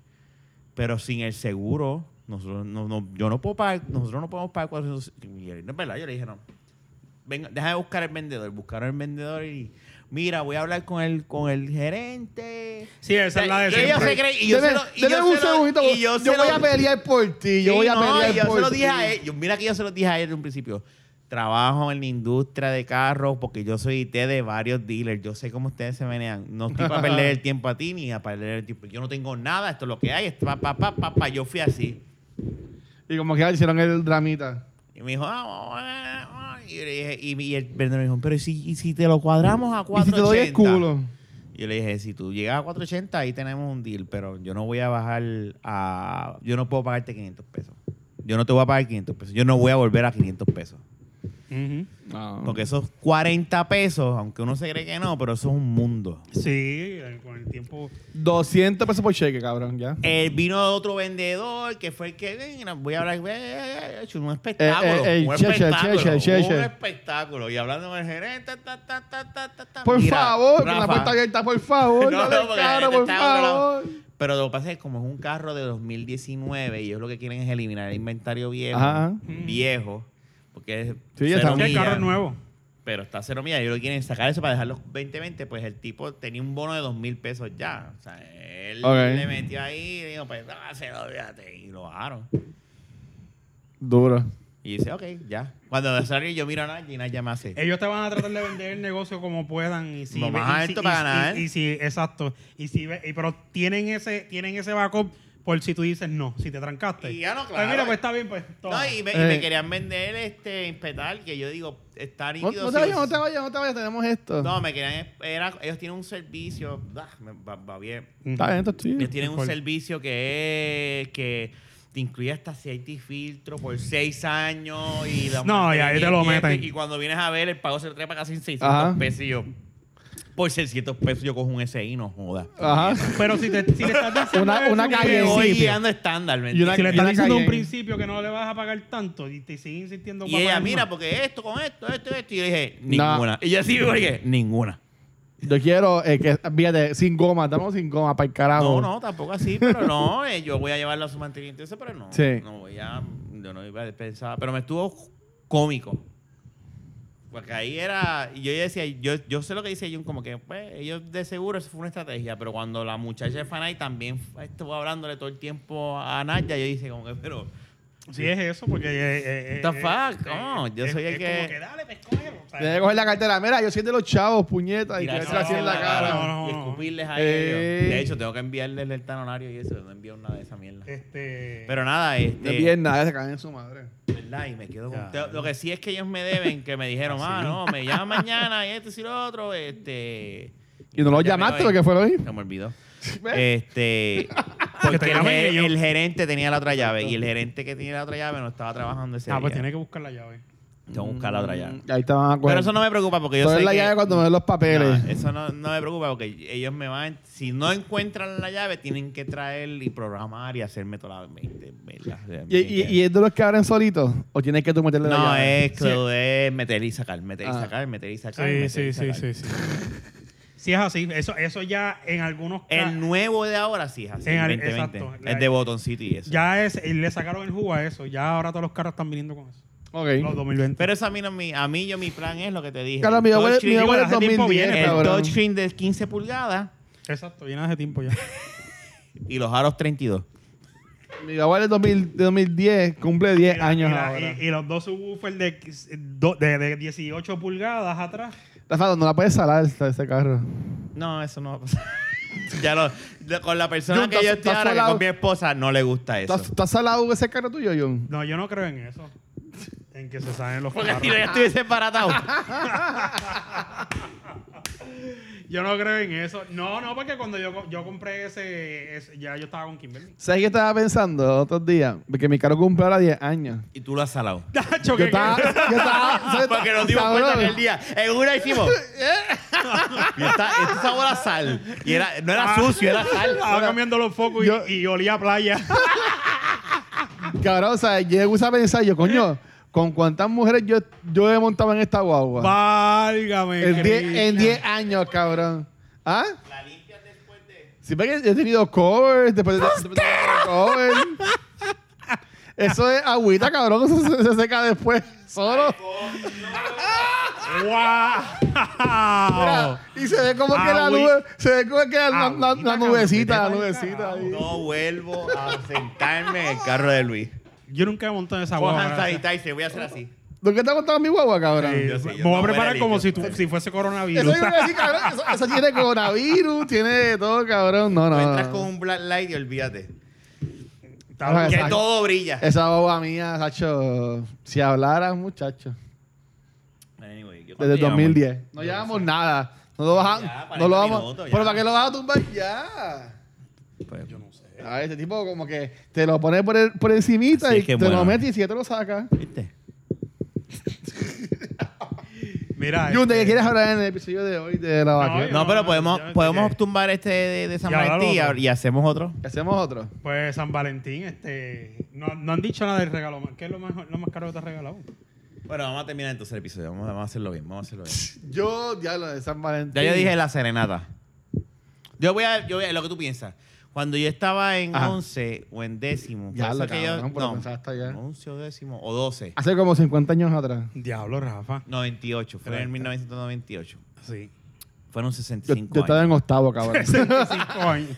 Speaker 1: pero sin el seguro, nosotros no, no- yo no puedo pagar, nosotros no podemos pagar 450. Y él, no es verdad. Yo le dije, no. Venga, deja de buscar el vendedor. Buscaron el vendedor y mira, voy a hablar con el, con el gerente.
Speaker 2: Sí, esa es la de
Speaker 1: Y ella
Speaker 2: siempre.
Speaker 1: se cree- y yo
Speaker 3: Deme-
Speaker 1: se lo- y
Speaker 3: deme
Speaker 1: yo
Speaker 3: un
Speaker 1: se lo-
Speaker 3: segundito.
Speaker 1: y
Speaker 3: Yo,
Speaker 1: yo se
Speaker 3: voy
Speaker 1: lo-
Speaker 3: a pelear por ti. Yo
Speaker 1: Sí,
Speaker 3: voy a
Speaker 1: no,
Speaker 3: pelear
Speaker 1: y yo
Speaker 3: por
Speaker 1: se lo
Speaker 3: ti.
Speaker 1: dije a él. Yo- mira que yo se lo dije a él en un principio. Trabajo en la industria de carros porque yo soy IT de varios dealers. Yo sé cómo ustedes se menean. No estoy para
Speaker 3: [LAUGHS]
Speaker 1: perder el tiempo a ti ni a perder el tiempo. Yo no tengo nada. Esto es lo que hay. Esto, pa, pa, pa, pa, pa. Yo fui así.
Speaker 3: Y como que ya hicieron el dramita.
Speaker 1: Y me dijo, ah, ah, ah, ah. y, yo le dije- y- y el vendedor me dijo, pero ¿y si, y si te lo cuadramos a
Speaker 3: Y si
Speaker 1: 480?
Speaker 3: te doy el culo.
Speaker 1: Yo le dije, si tú llegas a 480, ahí tenemos un deal, pero yo no voy a bajar a... Yo no puedo pagarte 500 pesos. Yo no te voy a pagar 500 pesos. Yo no voy a volver a 500 pesos.
Speaker 2: Ujú.
Speaker 1: Porque esos 40 pesos, aunque uno se cree que no, pero eso es un mundo.
Speaker 2: Sí, el- con el tiempo.
Speaker 3: 200 pesos por cheque, cabrón, ya.
Speaker 1: Él Eh, vino de otro vendedor que fue el que "Mira, voy a hablar eh, eh, eh", un
Speaker 3: Eh,
Speaker 1: espectáculo,
Speaker 3: eh, eh,
Speaker 1: un
Speaker 3: cheche,
Speaker 1: espectáculo,
Speaker 3: cheche, cheche.
Speaker 1: un espectáculo y hablando con el gerente ta, ta, ta, ta, ta, ta.
Speaker 3: Por
Speaker 1: Mira,
Speaker 3: favor, con la
Speaker 1: Rafa,
Speaker 3: puerta abierta, por
Speaker 1: [LAUGHS]
Speaker 3: favor.
Speaker 1: No,
Speaker 3: No,
Speaker 1: no, porque
Speaker 3: cara,
Speaker 1: este
Speaker 3: por
Speaker 1: está bravo.
Speaker 3: favor.
Speaker 1: Pero lo que pasa es que como es un carro de 2019 y ellos lo que quieren es eliminar el inventario viejo.
Speaker 3: Ajá.
Speaker 1: Viejo. Porque es
Speaker 3: Sí,
Speaker 1: cero
Speaker 3: ya está.
Speaker 2: Sí, Mm. el carro
Speaker 1: millas,
Speaker 2: es nuevo.
Speaker 1: Pero está cero millas. Ellos lo que quieren es sacar eso para dejarlo 2020. Pues el tipo tenía un bono de 2 mil pesos ya. O sea, él
Speaker 3: Ok.
Speaker 1: le metió ahí y dijo, pues no, se lo olvídate. Y lo bajaron.
Speaker 3: Duro.
Speaker 1: Y dice, ok, ya. Cuando salí yo miro a Naya y Naya me hace.
Speaker 2: Ellos te van a tratar de vender el negocio como puedan y si
Speaker 1: Lo más
Speaker 2: y si-
Speaker 1: alto
Speaker 2: y
Speaker 1: para
Speaker 2: si-
Speaker 1: ganar.
Speaker 2: Y, si exacto, y si ve- y- pero tienen ese tienen ese backup por si tú dices no, si te trancaste.
Speaker 1: Y ya no,
Speaker 2: Pues
Speaker 1: claro.
Speaker 2: mira, pues está bien, pues toma.
Speaker 1: No, y me, y
Speaker 3: Eh.
Speaker 1: me querían vender este impetal que yo digo, está
Speaker 3: No,
Speaker 1: líquido.
Speaker 3: no
Speaker 1: si
Speaker 3: te vayas,
Speaker 1: us-
Speaker 3: no te vayas, no te vayas, tenemos esto.
Speaker 1: No, me querían. Era, ellos tienen un servicio. ah, me- va, va bien.
Speaker 2: Ujú.
Speaker 3: Está bien, esto es chido.
Speaker 1: Ellos tienen un
Speaker 2: ¿Cuál?
Speaker 1: servicio que es. que te incluye hasta aceite y filtro por seis años. Y la
Speaker 2: No, y ahí te lo
Speaker 1: mantenimiento,
Speaker 2: meten.
Speaker 1: Y cuando vienes a ver, el pago se trepa casi en 600
Speaker 3: Ajá.
Speaker 1: pesos. Y yo, por 600 pesos yo cojo un SI, no joda.
Speaker 3: Ajá.
Speaker 2: Pero si te, si le estás diciendo
Speaker 3: Una-
Speaker 2: eso,
Speaker 3: una
Speaker 2: que-
Speaker 3: calle,
Speaker 1: Me voy
Speaker 3: principio.
Speaker 1: guiando estándar, ¿me
Speaker 3: Y una-
Speaker 2: Si
Speaker 1: entiendes?
Speaker 2: le
Speaker 3: y
Speaker 2: estás
Speaker 3: una
Speaker 2: diciendo
Speaker 3: calle.
Speaker 2: un principio que no le vas a pagar tanto y te siguen insistiendo
Speaker 1: Y
Speaker 2: para
Speaker 1: ella,
Speaker 2: pagar
Speaker 1: mira,
Speaker 2: más.
Speaker 1: porque esto, con esto, esto, esto. Y yo le dije,
Speaker 3: No.
Speaker 1: ninguna. Y ella sí, porque ninguna.
Speaker 3: Yo quiero eh, que, fíjate, sin goma, estamos sin goma, para el carajo.
Speaker 1: No, no, tampoco así, pero no, eh, yo voy a llevarlo a su mantenimiento ese, pero no.
Speaker 3: Sí.
Speaker 1: No voy a, yo no iba a pensar, pero me estuvo cómico. Porque ahí era, y yo ya decía, yo, yo sé lo que dice Jun, como que pues, ellos de seguro eso fue una estrategia, pero cuando la muchacha de Fanay también estuvo hablándole todo el tiempo a Naya, yo dije como que, pero,
Speaker 2: Sí es eso, porque eh, eh, eh,
Speaker 1: What the
Speaker 2: eh,
Speaker 1: fuck?
Speaker 2: eh,
Speaker 1: No, yo
Speaker 2: es-
Speaker 1: soy el
Speaker 2: es
Speaker 1: que-
Speaker 2: como que dale, pues cógelo. o sea,
Speaker 3: Debe coger la cartera. Mira, yo siento los chavos, puñetas, y
Speaker 1: tirárselo
Speaker 3: tirarse así en la cara.
Speaker 2: No, no,
Speaker 1: y
Speaker 2: no.
Speaker 1: escupirles a
Speaker 3: Eh.
Speaker 1: ellos. De hecho, tengo que enviarles el tanonario y eso, no envío una de esa mierda.
Speaker 2: Este
Speaker 1: Pero nada,
Speaker 3: De
Speaker 1: este...
Speaker 3: pierna, eh, se caen en su madre.
Speaker 1: ¿Verdad? Y me quedo
Speaker 2: Ya.
Speaker 1: con... te- Lo que sí es que ellos me deben, que me dijeron, ah, no, me llama mañana y esto y lo otro, este...
Speaker 3: Y no lo
Speaker 1: Ya me
Speaker 3: llamaste
Speaker 1: doy.
Speaker 3: porque fue lo mismo.
Speaker 1: Se me olvidó.
Speaker 3: ¿Ves? [LAUGHS]
Speaker 1: Este...
Speaker 2: te
Speaker 1: Porque el,
Speaker 2: llamen
Speaker 1: ge-
Speaker 2: ellos.
Speaker 1: el gerente tenía la otra llave y el gerente que tenía la otra llave no estaba trabajando ese
Speaker 2: Ah, pues
Speaker 1: día.
Speaker 2: tiene que buscar la llave.
Speaker 1: Tengo que buscar la otra llave.
Speaker 3: Mm, Ahí te van a coger.
Speaker 1: Pero eso no me preocupa porque yo
Speaker 3: Todo
Speaker 1: sé
Speaker 3: es la
Speaker 1: que-
Speaker 3: llave cuando me den los papeles.
Speaker 1: No, eso no, no me preocupa porque ellos me van... Si no encuentran la llave, tienen que traer y programar y hacerme toda la... ¿verdad?
Speaker 3: ¿Y, y, y es de los que abren solitos? ¿O tienes que tú meterle la
Speaker 1: No,
Speaker 3: llave?
Speaker 1: es que lo es meter y sacar, meter y
Speaker 3: Ah.
Speaker 1: sacar, meter y sacar.
Speaker 2: Sí,
Speaker 1: meter
Speaker 2: sí,
Speaker 1: y
Speaker 2: sí,
Speaker 1: sacar.
Speaker 2: sí, sí. [LAUGHS] Sí es así, eso, eso ya en algunos
Speaker 1: El
Speaker 2: casos
Speaker 1: nuevo de ahora sí es así,
Speaker 2: Ah. En el-
Speaker 1: 2020.
Speaker 2: exacto.
Speaker 1: Es de Botón City y eso.
Speaker 2: eh, ya es, y le sacaron el jugo a eso, ya ahora todos los carros están viniendo con eso. No,
Speaker 3: Ok.
Speaker 2: 2020.
Speaker 1: Pero eso a mí, no, mi, a mí yo mi plan es lo que te dije.
Speaker 3: Claro, mi
Speaker 1: El
Speaker 3: abuelo,
Speaker 1: touchscreen-
Speaker 3: mi abuelo es
Speaker 2: hace tiempo
Speaker 3: 2010,
Speaker 2: viene,
Speaker 1: el
Speaker 3: cabrón.
Speaker 1: touchscreen de 15 pulgadas
Speaker 2: Exacto, viene hace tiempo ya.
Speaker 1: y los aros 32.
Speaker 3: Mi abuelo es 2000 de 2010, cumple 10
Speaker 2: Mira,
Speaker 3: [LAUGHS] años
Speaker 2: mira,
Speaker 3: ahora.
Speaker 2: Y, y los dos subwoofers de, do- de, de 18 pulgadas atrás.
Speaker 3: Rafa, no la puedes salar esta- ese carro.
Speaker 1: No, eso no va a pasar. [LAUGHS] ya lo, de- con la persona
Speaker 3: Jun,
Speaker 1: que
Speaker 3: ¿tú has-
Speaker 1: yo estoy
Speaker 3: tú has
Speaker 1: ahora, que
Speaker 3: solado-
Speaker 1: con mi esposa, no le gusta
Speaker 3: ¿Tú
Speaker 1: eso.
Speaker 3: has, tú has salado ese carro tuyo, John?
Speaker 2: No, yo no creo en eso. En que se salen los
Speaker 1: Porque
Speaker 2: carros.
Speaker 1: si no, ya estuviese
Speaker 3: [LAUGHS]
Speaker 1: baratado.
Speaker 2: Yo no creo en eso. No, no, porque cuando yo, co- yo compré ese, ese- ya yo estaba con Kimberly. [LAUGHS]
Speaker 3: ¿Sabes qué estaba pensando otros días? Porque mi carro cumple ahora 10 años.
Speaker 1: y tú lo has salado.
Speaker 2: Tacho,
Speaker 3: Yo
Speaker 2: ¿qué-
Speaker 3: estaba...
Speaker 2: qué-
Speaker 3: Yo estaba
Speaker 1: [LAUGHS]
Speaker 3: ¿sabes?
Speaker 1: Porque nos dimos cuenta
Speaker 3: Cabrón.
Speaker 1: que el día. En una
Speaker 2: [LAUGHS]
Speaker 1: hicimos. y esta, este sabor a sal. Y era, no era
Speaker 2: Ah.
Speaker 1: sucio, era sal.
Speaker 2: [LAUGHS] Estaba cambiando los focos y,
Speaker 3: Yo-
Speaker 2: y olía a
Speaker 3: [LAUGHS]
Speaker 2: playa.
Speaker 3: Cabrón, o sea, yo me gusta pensar, yo, coño, ¿con cuántas mujeres yo, yo he montado en esta guagua?
Speaker 2: Válgame.
Speaker 3: En diez-
Speaker 2: Cristo.
Speaker 3: en 10 años, cabrón. ¿Ah? La limpias después de. Sí, porque he tenido covers, después de. después de- covers. Eso es agüita, cabrón, eso se, se seca después solo.
Speaker 2: ¡Wow!
Speaker 3: Mira, Oh. y se ve como que la
Speaker 2: Agüi-
Speaker 3: nube, se ve como que la, la- la-
Speaker 2: Agüita,
Speaker 3: la nubecita, la
Speaker 2: cabrón, vete
Speaker 3: nubecita.
Speaker 2: pa'l
Speaker 3: ahí.
Speaker 1: No vuelvo a sentarme en el carro de Luis.
Speaker 2: Yo nunca he montado en esa
Speaker 1: Con
Speaker 2: guagua.
Speaker 1: hand
Speaker 2: Ah, gracias. Ah.
Speaker 1: sanitizer, voy a hacer así.
Speaker 3: ¿Tú qué te has montado en mi guagua, cabrón?
Speaker 2: Sí,
Speaker 1: Yo sí, yo
Speaker 2: me voy a
Speaker 1: no,
Speaker 2: preparar
Speaker 1: huele
Speaker 2: como
Speaker 1: limpio,
Speaker 2: si, tu-
Speaker 1: huele
Speaker 2: si fuese
Speaker 3: Eso,
Speaker 2: coronavirus.
Speaker 3: yo iba a decir, cabrón, eso, eso tiene coronavirus, tiene de todo, cabrón. No,
Speaker 1: Tú
Speaker 3: no.
Speaker 1: entras
Speaker 3: no.
Speaker 1: con un black light y olvídate.
Speaker 2: [LAUGHS] Está
Speaker 3: Ajá,
Speaker 2: bien.
Speaker 1: Que
Speaker 3: Exacto.
Speaker 1: todo
Speaker 2: Eh,
Speaker 1: brilla.
Speaker 3: Esa boba mía, Sacho, si hablaras, muchacho,
Speaker 1: Anyway, ¿qué-
Speaker 3: desde
Speaker 1: ¿cuánto llevamos?
Speaker 3: 2010. No llevamos nada. No lo vas
Speaker 1: Ya,
Speaker 3: a-
Speaker 1: 40
Speaker 3: no lo vamos.
Speaker 1: minutos, ya.
Speaker 3: pero ¿para qué lo vas a tumbar ya?
Speaker 1: Pues,
Speaker 3: A este tipo como que te lo pone por, el- por encimita
Speaker 1: Así
Speaker 3: y
Speaker 1: es que
Speaker 3: te lo
Speaker 1: bueno.
Speaker 3: mete y si ya te lo saca.
Speaker 1: ¿Viste?
Speaker 2: Mira.
Speaker 3: Yunde,
Speaker 1: eh.
Speaker 2: este,
Speaker 3: ¿qué quieres hablar en el episodio de hoy de la vaquera?
Speaker 2: yo-
Speaker 1: No, pero
Speaker 2: no,
Speaker 1: podemos,
Speaker 2: yo no
Speaker 1: podemos
Speaker 2: dije.
Speaker 1: tumbar este de, de San
Speaker 2: Y ahora lo
Speaker 1: Valentín
Speaker 2: otro.
Speaker 1: y, y hacemos otro.
Speaker 3: ¿Hacemos otro?
Speaker 2: Pues San Valentín, este. No, no han dicho nada del regalo. ¿Qué es lo más, lo más caro que te has regalado?
Speaker 1: Bueno, vamos a terminar entonces el episodio. Vamos, vamos a hacerlo bien, vamos a hacerlo bien.
Speaker 3: Yo, diablo, de San Valentín.
Speaker 1: Ya yo dije la serenata. Yo voy a, yo voy a- lo que tú piensas. Cuando yo estaba en
Speaker 3: Ajá.
Speaker 1: 11 o en décimo,
Speaker 3: Ya
Speaker 1: por eso
Speaker 3: lo
Speaker 1: que yo-
Speaker 3: cabrón, pero pensaste ya.
Speaker 1: 11 o décimo o 12,
Speaker 3: Hace como 50 años atrás.
Speaker 2: Diablo, Rafa.
Speaker 1: 98, fue
Speaker 2: Correcto.
Speaker 1: en 1998.
Speaker 3: [LAUGHS]
Speaker 2: Sí.
Speaker 1: Fueron
Speaker 3: Yo,
Speaker 1: 65
Speaker 3: yo estaba
Speaker 1: años.
Speaker 3: en octavo, [LAUGHS] cabrón. yo
Speaker 2: 65 años.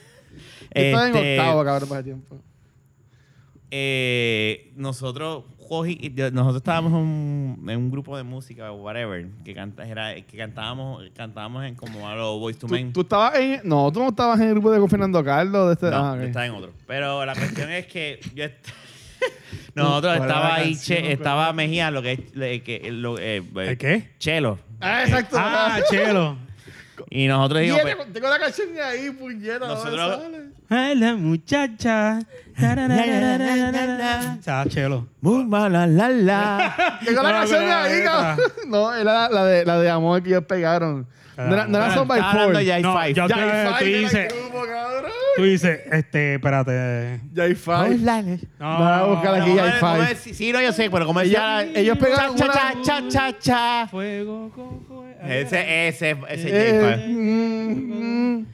Speaker 3: estaba
Speaker 1: Este,
Speaker 3: en octavo, cabrón, por ese tiempo.
Speaker 1: eh, nosotros cogí- yo- nosotros estábamos en un, en un grupo de música o whatever que canta, era, que cantábamos cantábamos en como a los Boys to
Speaker 3: ¿Tú,
Speaker 1: Men.
Speaker 3: tú estabas en... No, tú no estabas en el grupo de con Fernando Carlos. De este...
Speaker 1: No,
Speaker 3: ah, ok.
Speaker 1: yo estaba en otro. Pero la cuestión es que yo est- [LAUGHS] nosotros
Speaker 3: ¿Cuál era
Speaker 1: estaba
Speaker 3: la
Speaker 1: ahí,
Speaker 3: canción?
Speaker 1: che- estaba Mejía, lo que es le- que- lo- eh, eh,
Speaker 2: ¿El qué?
Speaker 1: Chelo.
Speaker 3: Ah, exacto.
Speaker 2: Ah, chelo.
Speaker 1: Y nosotros dijimos,
Speaker 3: Mierda,
Speaker 1: pues,
Speaker 3: este, tengo la canción ahí, puñeta.
Speaker 1: Nosotros-
Speaker 2: Ay, la muchacha. Está chelo.
Speaker 1: muy mala la la.
Speaker 3: [LAUGHS] Tengo la
Speaker 2: No,
Speaker 3: canción
Speaker 2: pero
Speaker 3: ahí,
Speaker 2: era
Speaker 3: cabrón. [LAUGHS] No, era la, la de, la de amor que ellos pegaron. No era, no era
Speaker 2: Ah,
Speaker 3: Son by
Speaker 1: Estaba hablando de
Speaker 3: Four. Oh Ya
Speaker 1: Jai
Speaker 2: No,
Speaker 1: Five.
Speaker 2: yo-
Speaker 1: Ya-
Speaker 2: Eh, tú
Speaker 3: hay
Speaker 2: dices-
Speaker 3: grupo, cabrón.
Speaker 2: Tú dices, este, espérate.
Speaker 3: Ya hay Five.
Speaker 2: No,
Speaker 3: Vas a buscar
Speaker 1: No,
Speaker 3: aquí Jai
Speaker 1: ¿cómo
Speaker 3: Five.
Speaker 1: es? Sí, sí, no, yo sé, pero como
Speaker 3: Ellos-
Speaker 1: decía... la-
Speaker 3: ellos pegaron
Speaker 1: Cha,
Speaker 3: una-
Speaker 1: cha, cha, cha, cha.
Speaker 2: Fuego con fuego.
Speaker 1: Ese, ese, ese Jai
Speaker 3: Eh,
Speaker 1: Five.
Speaker 3: mm, mm.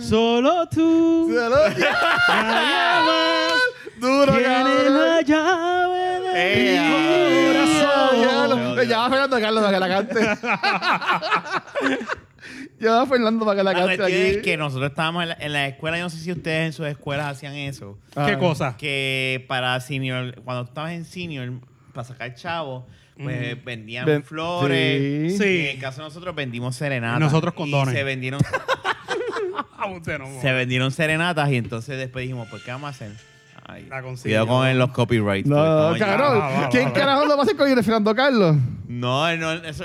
Speaker 2: Solo tú.
Speaker 3: Duro,
Speaker 2: Tienes
Speaker 3: cabrón.
Speaker 2: la llave de
Speaker 1: Eh,
Speaker 2: mi
Speaker 3: Corazón,
Speaker 2: corazón.
Speaker 3: ya lo- Ya va Fernando Carlos para que la
Speaker 2: [LAUGHS]
Speaker 3: cante. Ya va Fernando para que la
Speaker 1: La
Speaker 3: cante
Speaker 1: cuestión es
Speaker 3: aquí.
Speaker 1: que nosotros estábamos en la, en la escuela, yo no sé si ustedes en sus escuelas hacían eso.
Speaker 2: ¿Qué
Speaker 3: Ah.
Speaker 2: cosa?
Speaker 1: que para senior, cuando tú estabas en senior, para sacar chavo, pues vendían
Speaker 3: Ven-
Speaker 1: flores.
Speaker 3: Sí.
Speaker 2: Sí.
Speaker 1: Y en el caso de nosotros vendimos serenatas.
Speaker 2: Y nosotros
Speaker 1: Y
Speaker 2: condones.
Speaker 1: se
Speaker 2: [LAUGHS]
Speaker 1: vendieron,
Speaker 2: Ah, usted no, mo.
Speaker 1: se vendieron serenatas y entonces después dijimos, pues ¿qué vamos a hacer? Ay,
Speaker 2: La consiguió.
Speaker 1: cuidado con los copyrights.
Speaker 3: No,
Speaker 1: porque estamos-
Speaker 2: va, va,
Speaker 3: cabrón.
Speaker 2: va,
Speaker 3: ¿Quién
Speaker 2: va.
Speaker 3: carajo lo va a hacer con Fernando Carlos?
Speaker 1: [LAUGHS] No, no, eso-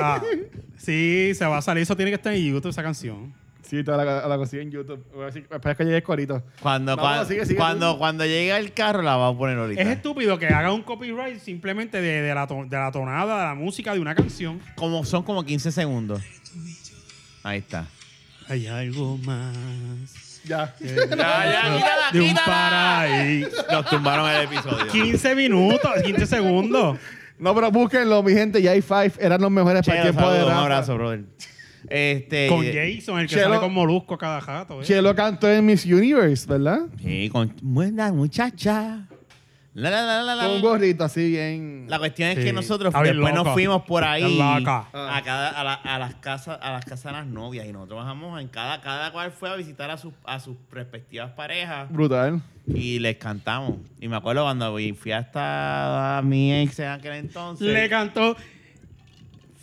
Speaker 2: Ah, sí, se va a salir. Eso tiene que estar en YouTube, esa canción.
Speaker 3: Sí, te la, la conseguí en YouTube. Voy a decir- Espera que llegue el corito.
Speaker 1: [LAUGHS] cuando,
Speaker 3: Vamos,
Speaker 1: cuando,
Speaker 3: sigue, sigue.
Speaker 1: cuando, cuando llegue el carro la vamos a poner ahorita.
Speaker 2: Es estúpido que haga un copyright simplemente de, de la, to- de la tonada, de la música, de una canción.
Speaker 1: como, son como 15 segundos. Ahí está.
Speaker 2: Hay algo más.
Speaker 3: Ya. [LAUGHS]
Speaker 2: de un paraíso.
Speaker 1: Nos tumbaron el episodio.
Speaker 2: 15 minutos, 15 segundos.
Speaker 3: No, pero búsquenlo, mi gente. Ya hay Five eran los mejores para
Speaker 1: Chelo,
Speaker 3: el tiempo de
Speaker 1: saludos, un
Speaker 3: Rafa.
Speaker 1: abrazo, brother. Este,
Speaker 2: Con Jason, el que
Speaker 3: Chelo-
Speaker 2: sale con Molusco cada jato. ¿eh?
Speaker 3: Chelo cantó en Miss Universe, ¿verdad?
Speaker 1: Sí, con buena muchacha. La, la, la, la, la.
Speaker 3: Con un gorrito así bien.
Speaker 1: La cuestión es
Speaker 2: Sí.
Speaker 1: que nosotros
Speaker 2: Está bien
Speaker 1: después
Speaker 2: loca.
Speaker 1: nos fuimos por ahí
Speaker 2: Está loca.
Speaker 1: a, cada- a la- a las casas a las casas de las novias y nosotros bajamos en cada cada cual fue a visitar a sus a sus respectivas parejas
Speaker 3: Brutal.
Speaker 1: y les cantamos y me acuerdo cuando fui fui hasta a mi ex en aquel entonces
Speaker 2: Le cantó.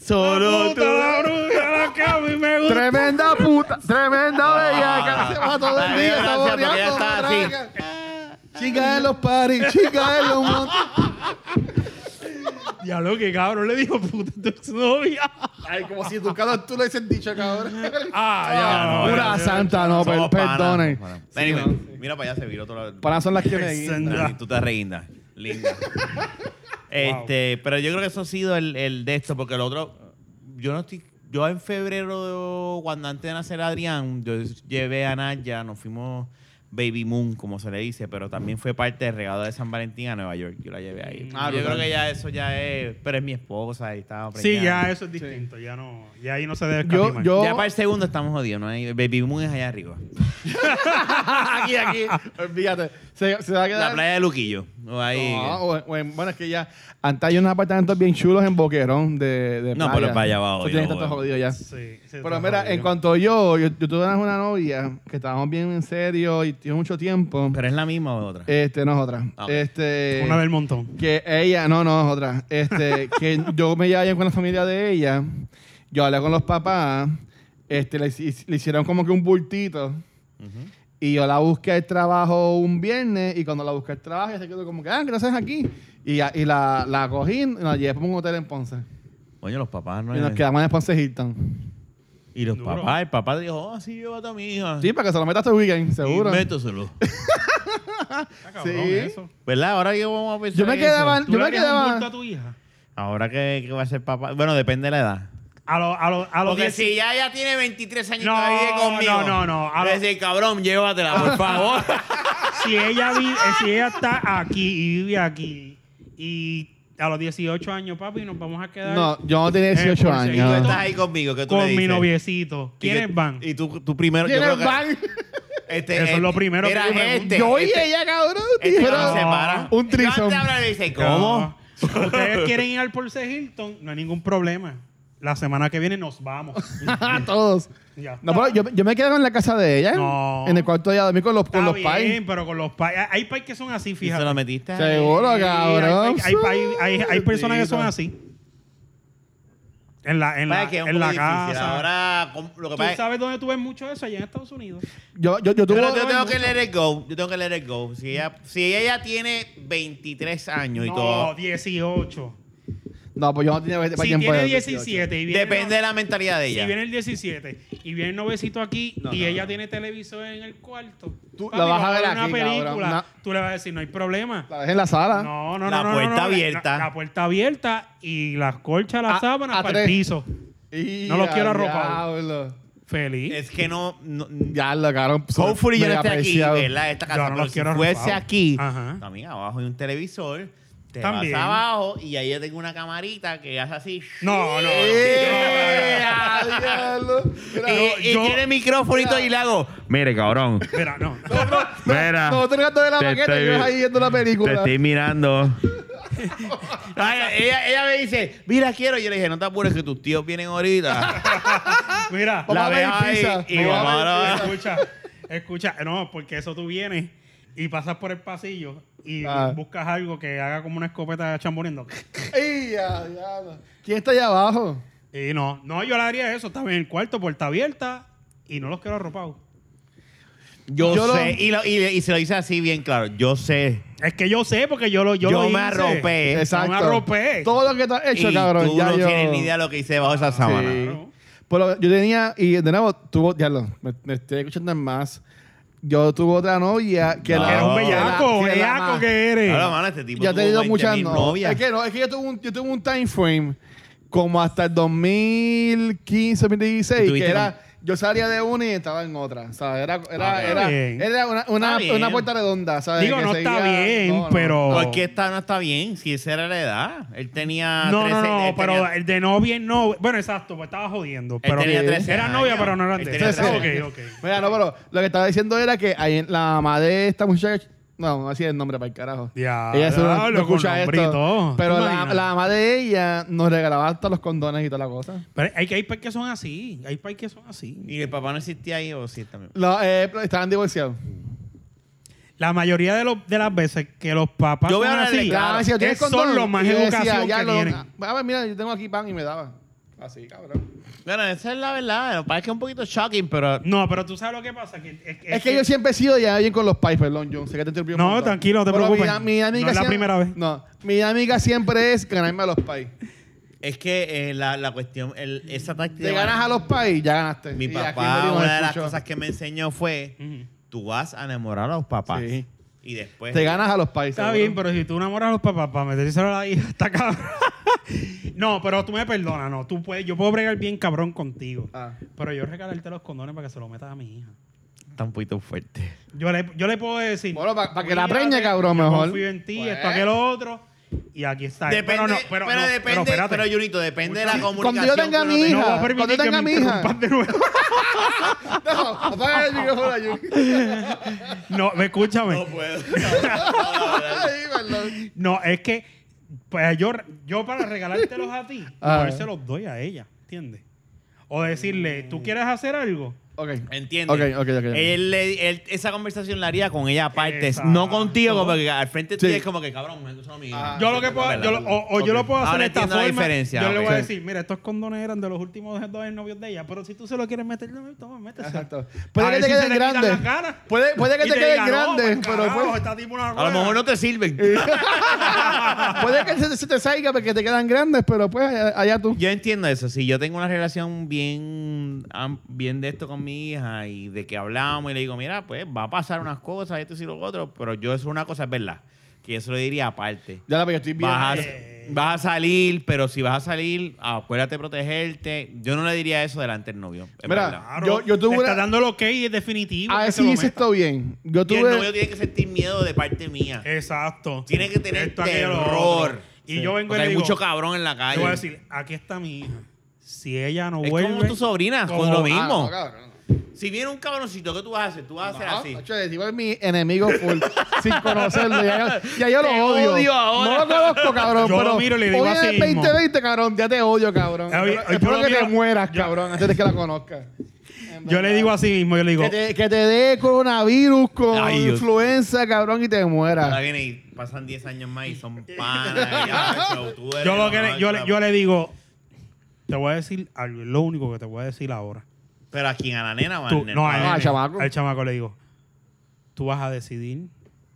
Speaker 1: solo tú
Speaker 2: Puta la bruta, la que a mí me gusta.
Speaker 3: Tremenda puta, tremenda
Speaker 1: Ah,
Speaker 3: bellaca. Se va todo el
Speaker 1: dale,
Speaker 3: día
Speaker 1: gracias, porque
Speaker 3: saboreando
Speaker 1: ella estaba así.
Speaker 3: braga. Chica en los paris, chica en los montes.
Speaker 2: Diablo, que cabrón le dijo puta tu exnovia.
Speaker 3: Ay, como si tu cara tú le dices dicho, cabrón.
Speaker 2: Ah, ya.
Speaker 3: Pura santa, no,
Speaker 1: Somos
Speaker 3: per-
Speaker 1: panas,
Speaker 3: perdone.
Speaker 1: somos panas. Anyway, mira para allá se viró todo lo-
Speaker 3: Para son las que me
Speaker 2: Santa.
Speaker 1: Dani, tú te reguindas. Linda. este, Pero yo creo que eso ha sido el, el de esto, porque el otro. Yo no estoy. Yo en febrero, cuando antes de nacer Adrián, yo llevé a Naya, nos fuimos Baby Moon, como se le dice, pero también fue parte del regalo de San Valentín a Nueva York. Yo la llevé ahí.
Speaker 2: Ah,
Speaker 1: yo
Speaker 3: brutal.
Speaker 1: creo que ya eso ya es. Pero es mi esposa y estaba
Speaker 2: Sí, ya
Speaker 1: preñada.
Speaker 2: eso es distinto. Ya no. Ya ahí no se debe
Speaker 3: Yo-
Speaker 2: escatimar.
Speaker 3: yo-
Speaker 1: Ya para el segundo estamos jodidos, ¿no? hay- Baby Moon es allá arriba.
Speaker 3: aquí, aquí. [LAUGHS] Olvídate. Se, se va a
Speaker 1: La
Speaker 3: quedar.
Speaker 1: playa de Luquillo. o ahí.
Speaker 2: Ah, oh.
Speaker 3: No, o- o en- bueno, es que ya. Antes hay unos apartamentos bien chulos en Boquerón de, de
Speaker 1: No,
Speaker 3: playa.
Speaker 1: pero para allá va
Speaker 3: Eso
Speaker 1: obvio,
Speaker 3: tiene que estar
Speaker 1: bueno.
Speaker 3: jodido ya.
Speaker 2: Sí, sí,
Speaker 3: Pero
Speaker 2: está
Speaker 3: mira,
Speaker 2: jodido.
Speaker 3: en cuanto yo, yo, yo tuve una novia que estábamos bien en serio y tiene mucho tiempo.
Speaker 1: Pero es la misma o
Speaker 2: Eh,
Speaker 1: otra.
Speaker 3: Este, no es otra.
Speaker 1: Ah, ok.
Speaker 3: Este.
Speaker 2: Una del montón.
Speaker 3: Que ella, no, no, es otra.
Speaker 1: [LAUGHS]
Speaker 3: Este, que yo me llevaba bien con la familia de ella. Yo hablé con los papás. Este, le, hici- le hicieron como que un bultito.
Speaker 1: Ujú.
Speaker 3: Y yo la busqué al trabajo un viernes. Y cuando la busqué al trabajo, ella se quedó como que, ah, gracias aquí. Y, ya- y la, la cogí y la llevé para un hotel en Ponce.
Speaker 1: Coño, los papás no
Speaker 3: Y nos
Speaker 1: es-
Speaker 3: quedamos en Ponce Hilton.
Speaker 1: Y los
Speaker 2: Duro.
Speaker 1: papás, el papá dijo, oh, sí, llévate a mi hija.
Speaker 3: Sí, para que se lo metas este weekend, seguro.
Speaker 1: Y métoselo.
Speaker 2: Está cabrón
Speaker 3: Sí.
Speaker 2: eso.
Speaker 1: ¿Verdad? Ahora yo vamos a pensar
Speaker 3: Yo me
Speaker 1: en
Speaker 3: quedaba-
Speaker 1: eso.
Speaker 2: ¿Tú
Speaker 3: Yo
Speaker 2: le
Speaker 3: me
Speaker 2: harías un
Speaker 3: quedaba-
Speaker 2: bulto a tu hija?
Speaker 1: Ahora que, que va a ser papá. Bueno, depende de la edad.
Speaker 2: A los a lo, a los
Speaker 1: Porque
Speaker 2: 10
Speaker 1: si ya, ya tiene 23 años
Speaker 2: No,
Speaker 1: todavía vive conmigo.
Speaker 2: no, no, no. A
Speaker 1: Es
Speaker 2: lo-
Speaker 1: decir, cabrón, llévatela,
Speaker 2: [LAUGHS]
Speaker 1: por favor.
Speaker 2: si ella vi- eh, si ella está aquí y vive aquí y a los 18 años, papi, nos vamos a quedar
Speaker 3: No, yo no tenía
Speaker 2: Eh, Ponce
Speaker 3: 18
Speaker 1: y tú
Speaker 3: años.
Speaker 2: Hilton.
Speaker 1: estás ahí conmigo, que tú le
Speaker 2: con
Speaker 1: dices.
Speaker 2: mi noviecito.
Speaker 1: Y que-
Speaker 2: ¿Quiénes van?
Speaker 1: Y tú, tú primero. yo
Speaker 3: ¿Quién
Speaker 1: creo
Speaker 3: es
Speaker 1: que-
Speaker 3: Van?
Speaker 1: Este,
Speaker 2: Eso es
Speaker 1: este,
Speaker 2: lo primero que
Speaker 1: Era
Speaker 2: yo me pregunto.
Speaker 1: este.
Speaker 3: Yo y
Speaker 1: este,
Speaker 3: ella, cabrón.
Speaker 1: este
Speaker 3: dijeron,
Speaker 1: no se
Speaker 3: [LAUGHS]
Speaker 1: para.
Speaker 3: Un
Speaker 1: Yo
Speaker 3: trisom.
Speaker 1: antes hablaba y le dice, ¿cómo?
Speaker 2: No. Ustedes quieren ir al Porsche Hilton, no hay ningún problema. La semana que viene nos
Speaker 3: [LAUGHS]
Speaker 2: vamos.
Speaker 3: Todos.
Speaker 2: Ya está.
Speaker 3: No, pero yo, yo me quedaba en la casa de ella.
Speaker 2: No.
Speaker 3: En el cuarto de ella dormí con los,
Speaker 2: Está
Speaker 3: con los
Speaker 2: bien,
Speaker 3: pais.
Speaker 2: pero con los pais. Hay pais que son así,
Speaker 1: ¿Y se lo
Speaker 2: fíjate.
Speaker 1: metiste? ahí?
Speaker 3: Seguro,
Speaker 2: Sí,
Speaker 3: cabrón.
Speaker 2: Hay, hay, pais- hay- hay personas que son
Speaker 3: Bendito.
Speaker 2: así. En la, en
Speaker 1: Vaya
Speaker 2: la,
Speaker 1: que Pues es un
Speaker 2: en la
Speaker 1: poco difícil.
Speaker 2: casa.
Speaker 1: Ahora, Pues- com- lo que
Speaker 2: ¿Tú
Speaker 1: pasa es-
Speaker 2: sabes dónde tú ves mucho eso? Allá en Estados Unidos.
Speaker 3: Yo, yo, yo tuve.
Speaker 1: Pero yo tengo que let it go. Yo tengo que let it go. Si ella, si ella ya tiene 23 años y
Speaker 2: No,
Speaker 1: todo.
Speaker 2: 18.
Speaker 3: No, pues yo no tenía
Speaker 2: Si
Speaker 3: tiempo
Speaker 2: tiene
Speaker 3: de-
Speaker 2: 17 y viene...
Speaker 1: Depende de la mentalidad de
Speaker 2: Si
Speaker 1: ella.
Speaker 2: viene el 17 y viene el novecito aquí
Speaker 3: No,
Speaker 2: y
Speaker 3: no,
Speaker 2: ella
Speaker 3: no.
Speaker 2: tiene televisor en el cuarto,
Speaker 3: Tú
Speaker 2: papi,
Speaker 3: la vas a
Speaker 2: vamos
Speaker 3: ver
Speaker 2: una
Speaker 3: aquí,
Speaker 2: película,
Speaker 3: cabrón. Ah. Na-
Speaker 2: tú le vas a decir, no hay problema.
Speaker 3: La dejé en la sala.
Speaker 2: No, no, no,
Speaker 1: La
Speaker 2: no, no,
Speaker 1: puerta
Speaker 2: no,
Speaker 1: abierta.
Speaker 2: La, la puerta abierta y las colchas, las
Speaker 3: A-
Speaker 2: sábanas
Speaker 3: Ah, a
Speaker 2: para el
Speaker 3: tres.
Speaker 2: piso.
Speaker 3: Y
Speaker 2: No lo
Speaker 3: ya,
Speaker 2: quiero arropado.
Speaker 3: Diablo.
Speaker 2: Feliz.
Speaker 1: Es que no. no-
Speaker 3: Ya pues, lo cagaron.
Speaker 1: hopefully yo no esté aquí,
Speaker 3: Megapreciado.
Speaker 1: ¿verdad? Esta casa.
Speaker 2: Yo no
Speaker 1: pero
Speaker 2: los
Speaker 1: si
Speaker 2: quiero
Speaker 1: fuese
Speaker 2: arropados.
Speaker 1: aquí,
Speaker 2: Ajá.
Speaker 1: también abajo hay un televisor. Te
Speaker 2: También.
Speaker 1: vas abajo y ahí yo tengo una camarita que hace así.
Speaker 2: No,
Speaker 1: [LAUGHS]
Speaker 2: no, no.
Speaker 3: ¡Eh! ¡Ah, diablo! Mira,
Speaker 1: y y
Speaker 2: yo-
Speaker 1: eh, tiene micrófono y todo y le hago. Mire, cabrón.
Speaker 2: Mira, [LAUGHS] no.
Speaker 1: Mira.
Speaker 3: Nosotros gatos de la
Speaker 1: Te
Speaker 3: maqueta y
Speaker 1: estoy-
Speaker 3: yo ahí viendo la película.
Speaker 2: [LAUGHS]
Speaker 1: mirando. ella, ella me dice, mira, quiero. Yo le dije, no te apures que tus tíos vienen ahorita.
Speaker 2: Mira.
Speaker 1: La
Speaker 3: Vamos a
Speaker 1: deja
Speaker 3: pedir
Speaker 1: ahí
Speaker 3: pizza.
Speaker 1: y
Speaker 3: Vamos a
Speaker 1: vamos a-
Speaker 3: pedir
Speaker 2: Escucha, escucha, no, porque eso tú vienes y pasas por el pasillo y
Speaker 3: Ah.
Speaker 2: buscas algo que haga como una escopeta chamboniendo.
Speaker 3: ¡Ey, ya, diablo! ¿Quién está allá abajo?
Speaker 2: Y no, no, yo le haría eso, estaba en el cuarto, puerta abierta y no los quiero arropados.
Speaker 1: Yo,
Speaker 3: Yo lo-
Speaker 1: sé. Y, lo- y- y se lo dice así bien claro. Yo sé.
Speaker 2: Es que yo sé, porque yo lo yo,
Speaker 1: Yo, me
Speaker 2: lo hice.
Speaker 1: Eh, arropé.
Speaker 3: Exacto.
Speaker 2: arropé.
Speaker 3: Todo lo que tú has hecho,
Speaker 1: y
Speaker 3: cabrón.
Speaker 1: tú
Speaker 3: ya
Speaker 1: no
Speaker 3: yo...
Speaker 1: tienes ni idea lo que hice bajo esa sábana.
Speaker 3: Sí.
Speaker 2: Claro.
Speaker 3: Pero yo tenía, y de nuevo, tuvo, ya lo, me, me estoy escuchando en más. Yo tuve otra novia que
Speaker 1: No.
Speaker 3: la-
Speaker 2: Era un
Speaker 1: Oh.
Speaker 2: bellaco,
Speaker 3: que la- que la
Speaker 2: bellaco
Speaker 3: ma-
Speaker 2: que eres.
Speaker 1: Ahora, mano, este tipo
Speaker 3: Yo he
Speaker 1: tuvo
Speaker 3: tenido
Speaker 1: 20.000
Speaker 3: muchas novias.
Speaker 1: novias.
Speaker 3: Es que no, es que yo tuve un, yo tuve un time frame como hasta el 2015, 2016,
Speaker 1: ¿Tuviste
Speaker 3: que era, yo salía de una y estaba en otra. ¿sabes? Era, era,
Speaker 1: Ah,
Speaker 3: era,
Speaker 2: está bien.
Speaker 3: era una, una,
Speaker 1: bien.
Speaker 3: una puerta redonda. ¿sabes?
Speaker 2: Digo,
Speaker 3: Que
Speaker 2: no está bien, pero-
Speaker 1: ¿Por qué está, no está bien? Si esa era la edad. Él tenía
Speaker 2: No,
Speaker 1: 13
Speaker 2: no, no,
Speaker 1: él
Speaker 2: pero
Speaker 1: tenía-
Speaker 2: el de novia no. Bueno, exacto, pues estaba jodiendo.
Speaker 1: él
Speaker 2: Pero
Speaker 1: tenía
Speaker 3: que-
Speaker 1: 13
Speaker 2: era
Speaker 1: años.
Speaker 2: novia, pero no eran
Speaker 1: Él
Speaker 2: de
Speaker 1: tenía
Speaker 3: Sí,
Speaker 2: eso.
Speaker 1: 13
Speaker 3: sí.
Speaker 1: años.
Speaker 2: Ok, ok.
Speaker 3: Mira, no, pero lo que estaba diciendo era que ahí en- la mamá de esta muchacha. No, no decía el nombre para el carajo.
Speaker 2: Ya,
Speaker 3: Ella solo no,
Speaker 2: hablo con
Speaker 3: escucha
Speaker 2: nombre y
Speaker 3: esto.
Speaker 2: todo.
Speaker 3: Pero
Speaker 2: ¿Te
Speaker 3: la,
Speaker 2: imaginas?
Speaker 3: la mamá de ella nos regalaba hasta los condones y toda la cosa.
Speaker 2: Pero hay, hay pais que son así. Hay pais que son así.
Speaker 1: ¿Y el papá no existía ahí o sí también?
Speaker 3: No, eh, estaban divorciados.
Speaker 2: La mayoría de, los, de las veces que los papás
Speaker 1: Yo voy
Speaker 2: son
Speaker 1: a hablarle
Speaker 2: así,
Speaker 1: claro.
Speaker 3: Ah, decía,
Speaker 2: es-
Speaker 3: ¿tienes
Speaker 2: son
Speaker 3: condón?
Speaker 2: los más
Speaker 3: Y yo decía,
Speaker 2: educación
Speaker 3: ya
Speaker 2: que
Speaker 3: lo-
Speaker 2: tienen.
Speaker 3: A ver, mira, yo tengo aquí pan y me daba. Así, cabrón.
Speaker 1: Bueno, esa es la verdad. Lo que pasa es que es un poquito shocking, pero
Speaker 2: No, pero tú sabes lo que pasa. Que, es,
Speaker 3: Es que yo siempre he sido ya bien con los pais, perdón, John. Sé que te interrumpí un
Speaker 2: No,
Speaker 3: montón.
Speaker 2: tranquilo, no te
Speaker 3: Pero
Speaker 2: preocupes.
Speaker 3: mi- mi dinámica
Speaker 2: No es la
Speaker 3: siempre-
Speaker 2: primera vez.
Speaker 3: No, mi dinámica siempre es ganarme a los pais.
Speaker 1: es que eh, la, la cuestión, el- esa táctica...
Speaker 3: Te ganas a los pais, ya ganaste.
Speaker 1: Mi
Speaker 3: Y aquí
Speaker 1: papá,
Speaker 3: Meri nos
Speaker 1: una de las
Speaker 3: escuchó.
Speaker 1: cosas que me enseñó fue,
Speaker 2: Ujú.
Speaker 1: tú vas a enamorar a los papás.
Speaker 3: Sí.
Speaker 1: Y después...
Speaker 3: Te ganas a los pais.
Speaker 2: Está
Speaker 3: seguro.
Speaker 2: bien, pero si tú enamoras a los papás para metérselo a la hija, [LAUGHS] está cabrón. no, pero tú me perdonas, no. Tú puedes, yo puedo bregar bien cabrón contigo.
Speaker 3: Ah. [LAUGHS]
Speaker 2: Pero yo regalarte los condones para que se lo metas a mi hija.
Speaker 1: Está un poquito fuerte.
Speaker 2: Yo le, yo le puedo decir.
Speaker 3: Bueno, pa- pa' que la
Speaker 2: "Cuídate,
Speaker 3: preñe, cabrón,
Speaker 2: yo
Speaker 3: mejor".
Speaker 2: Confío en ti,
Speaker 3: Pues.
Speaker 2: esto, aquel otro. Y aquí está.
Speaker 1: Depende,
Speaker 2: pero no,
Speaker 1: pero,
Speaker 2: pero, no, pero
Speaker 1: depende, pero,
Speaker 2: espérate.
Speaker 1: Junito, depende de la
Speaker 2: Sí,
Speaker 1: comunicación.
Speaker 3: cuando yo tenga
Speaker 1: que uno
Speaker 3: mi
Speaker 1: tenga.
Speaker 2: no voy
Speaker 3: hija,
Speaker 2: a permitir
Speaker 3: cuando
Speaker 2: que
Speaker 3: tenga
Speaker 2: me
Speaker 3: mi hija.
Speaker 2: interrumpas de nuevo.
Speaker 3: No, apaga el micrófono a
Speaker 1: [LAUGHS]
Speaker 3: Jun.
Speaker 2: no, escúchame.
Speaker 1: No puedo. No, no, no, no.
Speaker 3: Ay, perdón.
Speaker 2: No, es que pues, yo, yo para regalártelos a ti,
Speaker 3: Ah.
Speaker 2: a ver, se los doy a ella, ¿entiendes? O decirle, ¿tú quieres hacer algo?
Speaker 3: Ok.
Speaker 1: ¿Entiendes?
Speaker 3: Ok, ok, ok.
Speaker 1: Él, le- él- esa conversación la haría con ella aparte,
Speaker 2: Exacto.
Speaker 1: no contigo, porque al frente
Speaker 3: Sí.
Speaker 1: tuyo es como que cabrón, me son amigos.
Speaker 3: Ajá. Ah,
Speaker 2: Yo lo que puedo, yo lo- o, o yo
Speaker 3: Ok.
Speaker 2: lo puedo hacer
Speaker 1: Ahora
Speaker 2: de esta
Speaker 1: entiendo la
Speaker 2: forma.
Speaker 1: diferencia,
Speaker 2: yo le
Speaker 1: ok.
Speaker 2: voy a
Speaker 3: Sí.
Speaker 2: decir, mira, estos condones eran de los últimos dos- dos novios de ella, pero si tú se lo quieres meter, no, toma, métese.
Speaker 3: Exacto.
Speaker 2: A
Speaker 3: Puede
Speaker 2: ver
Speaker 3: que te
Speaker 2: si se
Speaker 3: queden
Speaker 2: le quitan
Speaker 3: grandes.
Speaker 2: las ganas.
Speaker 3: Puede, puede que
Speaker 2: Y
Speaker 3: te, queden
Speaker 2: diga, no,
Speaker 3: grandes,
Speaker 2: pues,
Speaker 3: pero
Speaker 2: carajo,
Speaker 3: puede,
Speaker 2: está tipo una
Speaker 1: A lo mejor no te sirven.
Speaker 3: puede que se, se te salga porque te quedan grandes, pero pues allá, allá tú.
Speaker 1: Yo entiendo eso. Si yo tengo una relación bien, am- bien de esto con mi hija y de que hablamos y le digo, mira, pues va a pasar unas cosas, esto y lo otro, pero yo eso es una cosa, es verdad, que yo se lo diría aparte.
Speaker 3: Ya la porque estoy bien.
Speaker 1: Vas a,
Speaker 2: Eh.
Speaker 1: vas a salir, pero si vas a salir, acuérdate de protegerte. Yo no le diría eso delante del novio. es
Speaker 3: Mira,
Speaker 1: verdad.
Speaker 2: Claro,
Speaker 3: Yo- yo tuve
Speaker 2: te está
Speaker 3: una-
Speaker 2: dando el ok y es definitivo.
Speaker 3: A
Speaker 2: que
Speaker 3: ver
Speaker 2: se lo
Speaker 3: si hice
Speaker 2: meta.
Speaker 3: esto bien. Yo
Speaker 1: Y el novio
Speaker 3: tuve.
Speaker 1: tiene que sentir miedo de parte mía.
Speaker 2: Exacto.
Speaker 1: Tiene que tener
Speaker 2: aquello, lo
Speaker 1: terror.
Speaker 2: otro. Y yo vengo y
Speaker 1: Porque
Speaker 2: le
Speaker 1: hay
Speaker 2: digo,
Speaker 1: mucho cabrón en la calle.
Speaker 2: Yo voy a decir, aquí está mi hija. Si ella no
Speaker 1: es
Speaker 2: vuelve...
Speaker 1: como tus sobrinas, con
Speaker 2: como-
Speaker 1: lo
Speaker 3: Ah,
Speaker 1: mismo.
Speaker 3: no, cabrón.
Speaker 1: si viene un cabroncito, ¿qué tú vas a hacer? Tú vas a hacer
Speaker 3: No,
Speaker 1: así.
Speaker 3: macho, el tipo es mi enemigo full, [LAUGHS] sin conocerlo. Ya, yo- ya yo lo
Speaker 1: Te
Speaker 3: odio.
Speaker 1: odio ahora.
Speaker 3: No lo conozco, cabrón.
Speaker 2: Yo lo
Speaker 3: pero
Speaker 2: miro y le digo
Speaker 3: hoy en
Speaker 2: así
Speaker 3: el
Speaker 2: mismo.
Speaker 3: 2020, cabrón, ya te odio, cabrón.
Speaker 2: Oye,
Speaker 3: Espero-
Speaker 2: yo
Speaker 3: Espero
Speaker 2: lo
Speaker 3: que te
Speaker 2: miro-
Speaker 3: mueras,
Speaker 2: yo-
Speaker 3: cabrón, antes de que la conozcas. En
Speaker 2: Yo le
Speaker 3: verdad.
Speaker 2: digo así mismo, yo le digo...
Speaker 3: Que te, que te dé coronavirus con
Speaker 1: Ay, Dios.
Speaker 3: influenza, cabrón, y te
Speaker 1: Ahora
Speaker 3: mueras.
Speaker 1: viene y pasan 10 años más y
Speaker 3: [LAUGHS]
Speaker 1: son panas. y, ah, so, tú eres
Speaker 2: Yo, lo
Speaker 1: la
Speaker 2: que
Speaker 1: mamá
Speaker 2: le, yo,
Speaker 1: de
Speaker 2: le,
Speaker 1: la-
Speaker 2: yo le digo... Te voy a decir algo, es lo único que te voy a decir ahora.
Speaker 1: Pero a quién, a la nena, o
Speaker 2: Tú-
Speaker 1: al nene?
Speaker 2: no,
Speaker 3: al
Speaker 2: a él,
Speaker 3: Ah, al chamaco.
Speaker 2: Al chamaco le digo, tú vas a decidir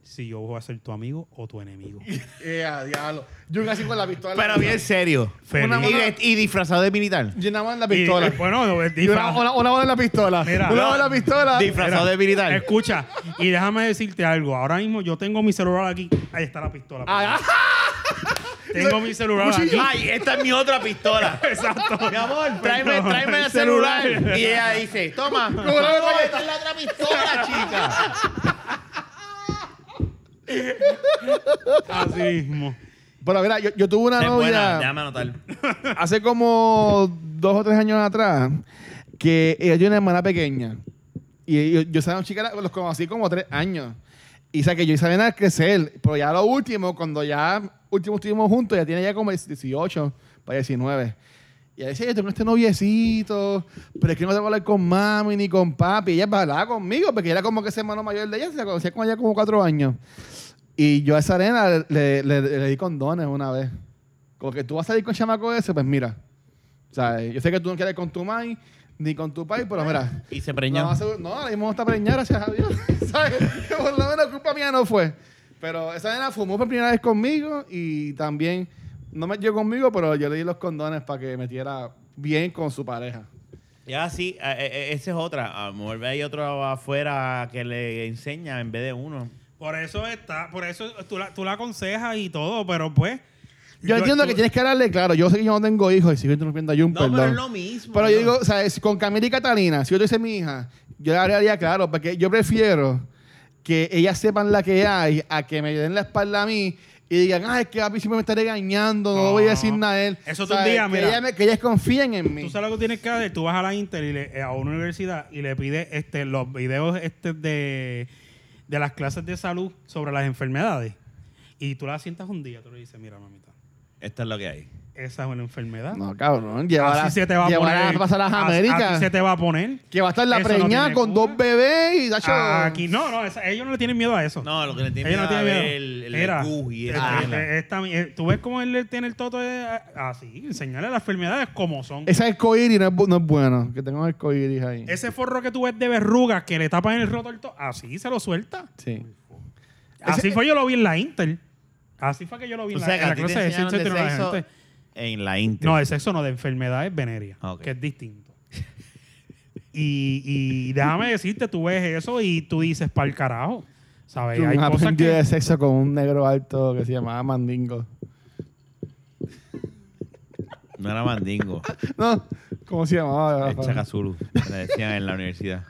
Speaker 2: si yo voy a ser tu amigo o tu
Speaker 3: [LAUGHS]
Speaker 2: enemigo.
Speaker 3: Eh, a diablo. Yo casi con la pistola.
Speaker 1: Pero bien serio.
Speaker 2: Feliz.
Speaker 3: Una
Speaker 1: Y, de- y disfrazado de militar.
Speaker 3: Llenamos la
Speaker 2: Y-
Speaker 3: pistola.
Speaker 2: y, bueno,
Speaker 3: Y una,
Speaker 2: disfraz-
Speaker 3: una, una bola en la pistola.
Speaker 2: Mira.
Speaker 3: una bola en la pistola.
Speaker 1: Disfrazado de militar.
Speaker 2: Escucha, y déjame decirte algo. Ahora mismo yo tengo mi celular aquí. Ahí está la pistola.
Speaker 3: Ah,
Speaker 2: tengo mi celular aquí.
Speaker 3: Cuchillo.
Speaker 1: Ay, esta es mi otra
Speaker 2: [LAUGHS]
Speaker 1: pistola.
Speaker 2: Exacto.
Speaker 1: Mi amor, tráeme,
Speaker 2: Perdón,
Speaker 1: tráeme el
Speaker 2: el
Speaker 1: celular.
Speaker 2: celular.
Speaker 1: Y ella dice,
Speaker 3: [LAUGHS]
Speaker 1: toma, no,
Speaker 3: la metralleta.
Speaker 1: esta es la otra pistola, chica.
Speaker 3: [LAUGHS]
Speaker 2: Así mismo.
Speaker 3: Pero mira, yo, yo tuve una
Speaker 1: Es buena,
Speaker 3: novia
Speaker 1: déjame anotar.
Speaker 3: hace como dos o tres años atrás que ella tiene una hermana pequeña. Y yo, yo esa chica la- los conocí como tres años. Y o sea, que yo hice a crecer. Pero ya lo último, cuando ya último estuvimos juntos, ya tiene ya como 18 para 19. Y a veces yo tengo este noviecito, pero es que no tengo que hablar con mami ni con papi. Ella pues hablaba conmigo, porque era como que ese hermano mayor de ella, se la conocía con ella como cuatro años. Y yo a esa arena le, le, le- le di condones una vez. Como que tú vas a salir con chamaco ese, pues mira. ¿Sabes? Yo sé que tú no quieres con tu mami ni con tu papi, pero mira.
Speaker 1: Y se
Speaker 3: No,
Speaker 1: preñó.
Speaker 3: aseguro- no, ahora mismo no está preñada, gracias a Dios. [LAUGHS] ¿Sabes? Que Por lo menos culpa mía no fue. Pero esa nena fumó por primera vez conmigo y también no me dio conmigo, pero yo le di los condones para que metiera bien con su pareja.
Speaker 1: Ya sí, eh, eh, esa es otra. A lo mejor hay otro afuera que le enseña en vez de uno.
Speaker 2: Por eso está, por eso tú la, tú la aconsejas y todo, pero pues
Speaker 3: Yo entiendo
Speaker 2: tú-
Speaker 3: que tienes que darle, claro, yo sé que yo no tengo hijos y sigo interrumpiendo a Jun,
Speaker 1: No,
Speaker 3: perdón.
Speaker 1: pero es lo mismo.
Speaker 3: Pero
Speaker 1: ¿no?
Speaker 3: yo digo, o sea, es- con Camila y Catalina, si yo tuviese mi hija, yo le hablaría claro, porque yo prefiero que ellas sepan la que hay a que me den la espalda a mí y digan, ah, es que papi siempre me está regañando, no,
Speaker 2: No.
Speaker 3: voy a decir nada a él.
Speaker 2: Eso tú
Speaker 3: tú
Speaker 2: un día,
Speaker 3: que
Speaker 2: mira.
Speaker 3: ellas me- que ellas confíen en mí.
Speaker 2: Tú sabes lo que tienes que hacer. Tú vas a la Inter y le- eh, a una universidad y le pides este, los videos este de, de las clases de salud sobre las enfermedades. Y tú la sientas un día, tú le dices, mira, mamita,
Speaker 1: Esto es lo que hay.
Speaker 2: esa es una enfermedad.
Speaker 3: No, cabrón, llevar
Speaker 2: así se te va a poner.
Speaker 3: a pasar las
Speaker 2: as-
Speaker 3: Américas.
Speaker 2: así se te va a poner.
Speaker 3: Que va a estar la
Speaker 2: Eso no
Speaker 3: preñada
Speaker 2: tiene
Speaker 3: con
Speaker 2: cura.
Speaker 3: dos bebés y tacho.
Speaker 2: Aquí, no, no, esa- ellos no le tienen miedo a eso.
Speaker 1: No, lo que le tiene
Speaker 2: Ellos no
Speaker 1: miedo a
Speaker 2: tienen miedo.
Speaker 1: ver el, el
Speaker 2: Era,
Speaker 1: gu y
Speaker 2: eh,
Speaker 1: esa
Speaker 2: eh,
Speaker 1: mierda.
Speaker 2: eh, esta mi- eh, tú ves cómo él le tiene el toto eh, así, enseñarle las enfermedades como son.
Speaker 3: Esa escoiris no es, bu- no es bueno, que tengan escoiris ahí.
Speaker 2: Ese forro que tú ves de verrugas que le tapan el roto al to- así se lo suelta.
Speaker 3: Sí.
Speaker 2: Así
Speaker 3: Ese-
Speaker 2: fue yo lo vi en la Inter. Así fue que yo lo vi
Speaker 1: O
Speaker 2: en la,
Speaker 1: sea, que
Speaker 2: en la
Speaker 1: a ti te
Speaker 2: clase de
Speaker 1: enseñaron
Speaker 2: ciencia
Speaker 1: de
Speaker 2: y tecnología.
Speaker 1: sexo en la Inter.
Speaker 2: No, de sexo no, de enfermedades venéreas,
Speaker 1: Ah, Ok.
Speaker 2: que es distinto. y, y déjame decirte, tú ves eso y tú dices, para el carajo. ¿Sabes?
Speaker 3: Yo
Speaker 2: Hay cosas
Speaker 3: aprendí de
Speaker 2: que...
Speaker 3: sexo con un negro alto que se llamaba Mandingo.
Speaker 1: No era
Speaker 2: [LAUGHS]
Speaker 1: mandingo.
Speaker 3: No, ¿cómo se llamaba?
Speaker 1: Es Chacazulu. Le decían en la universidad.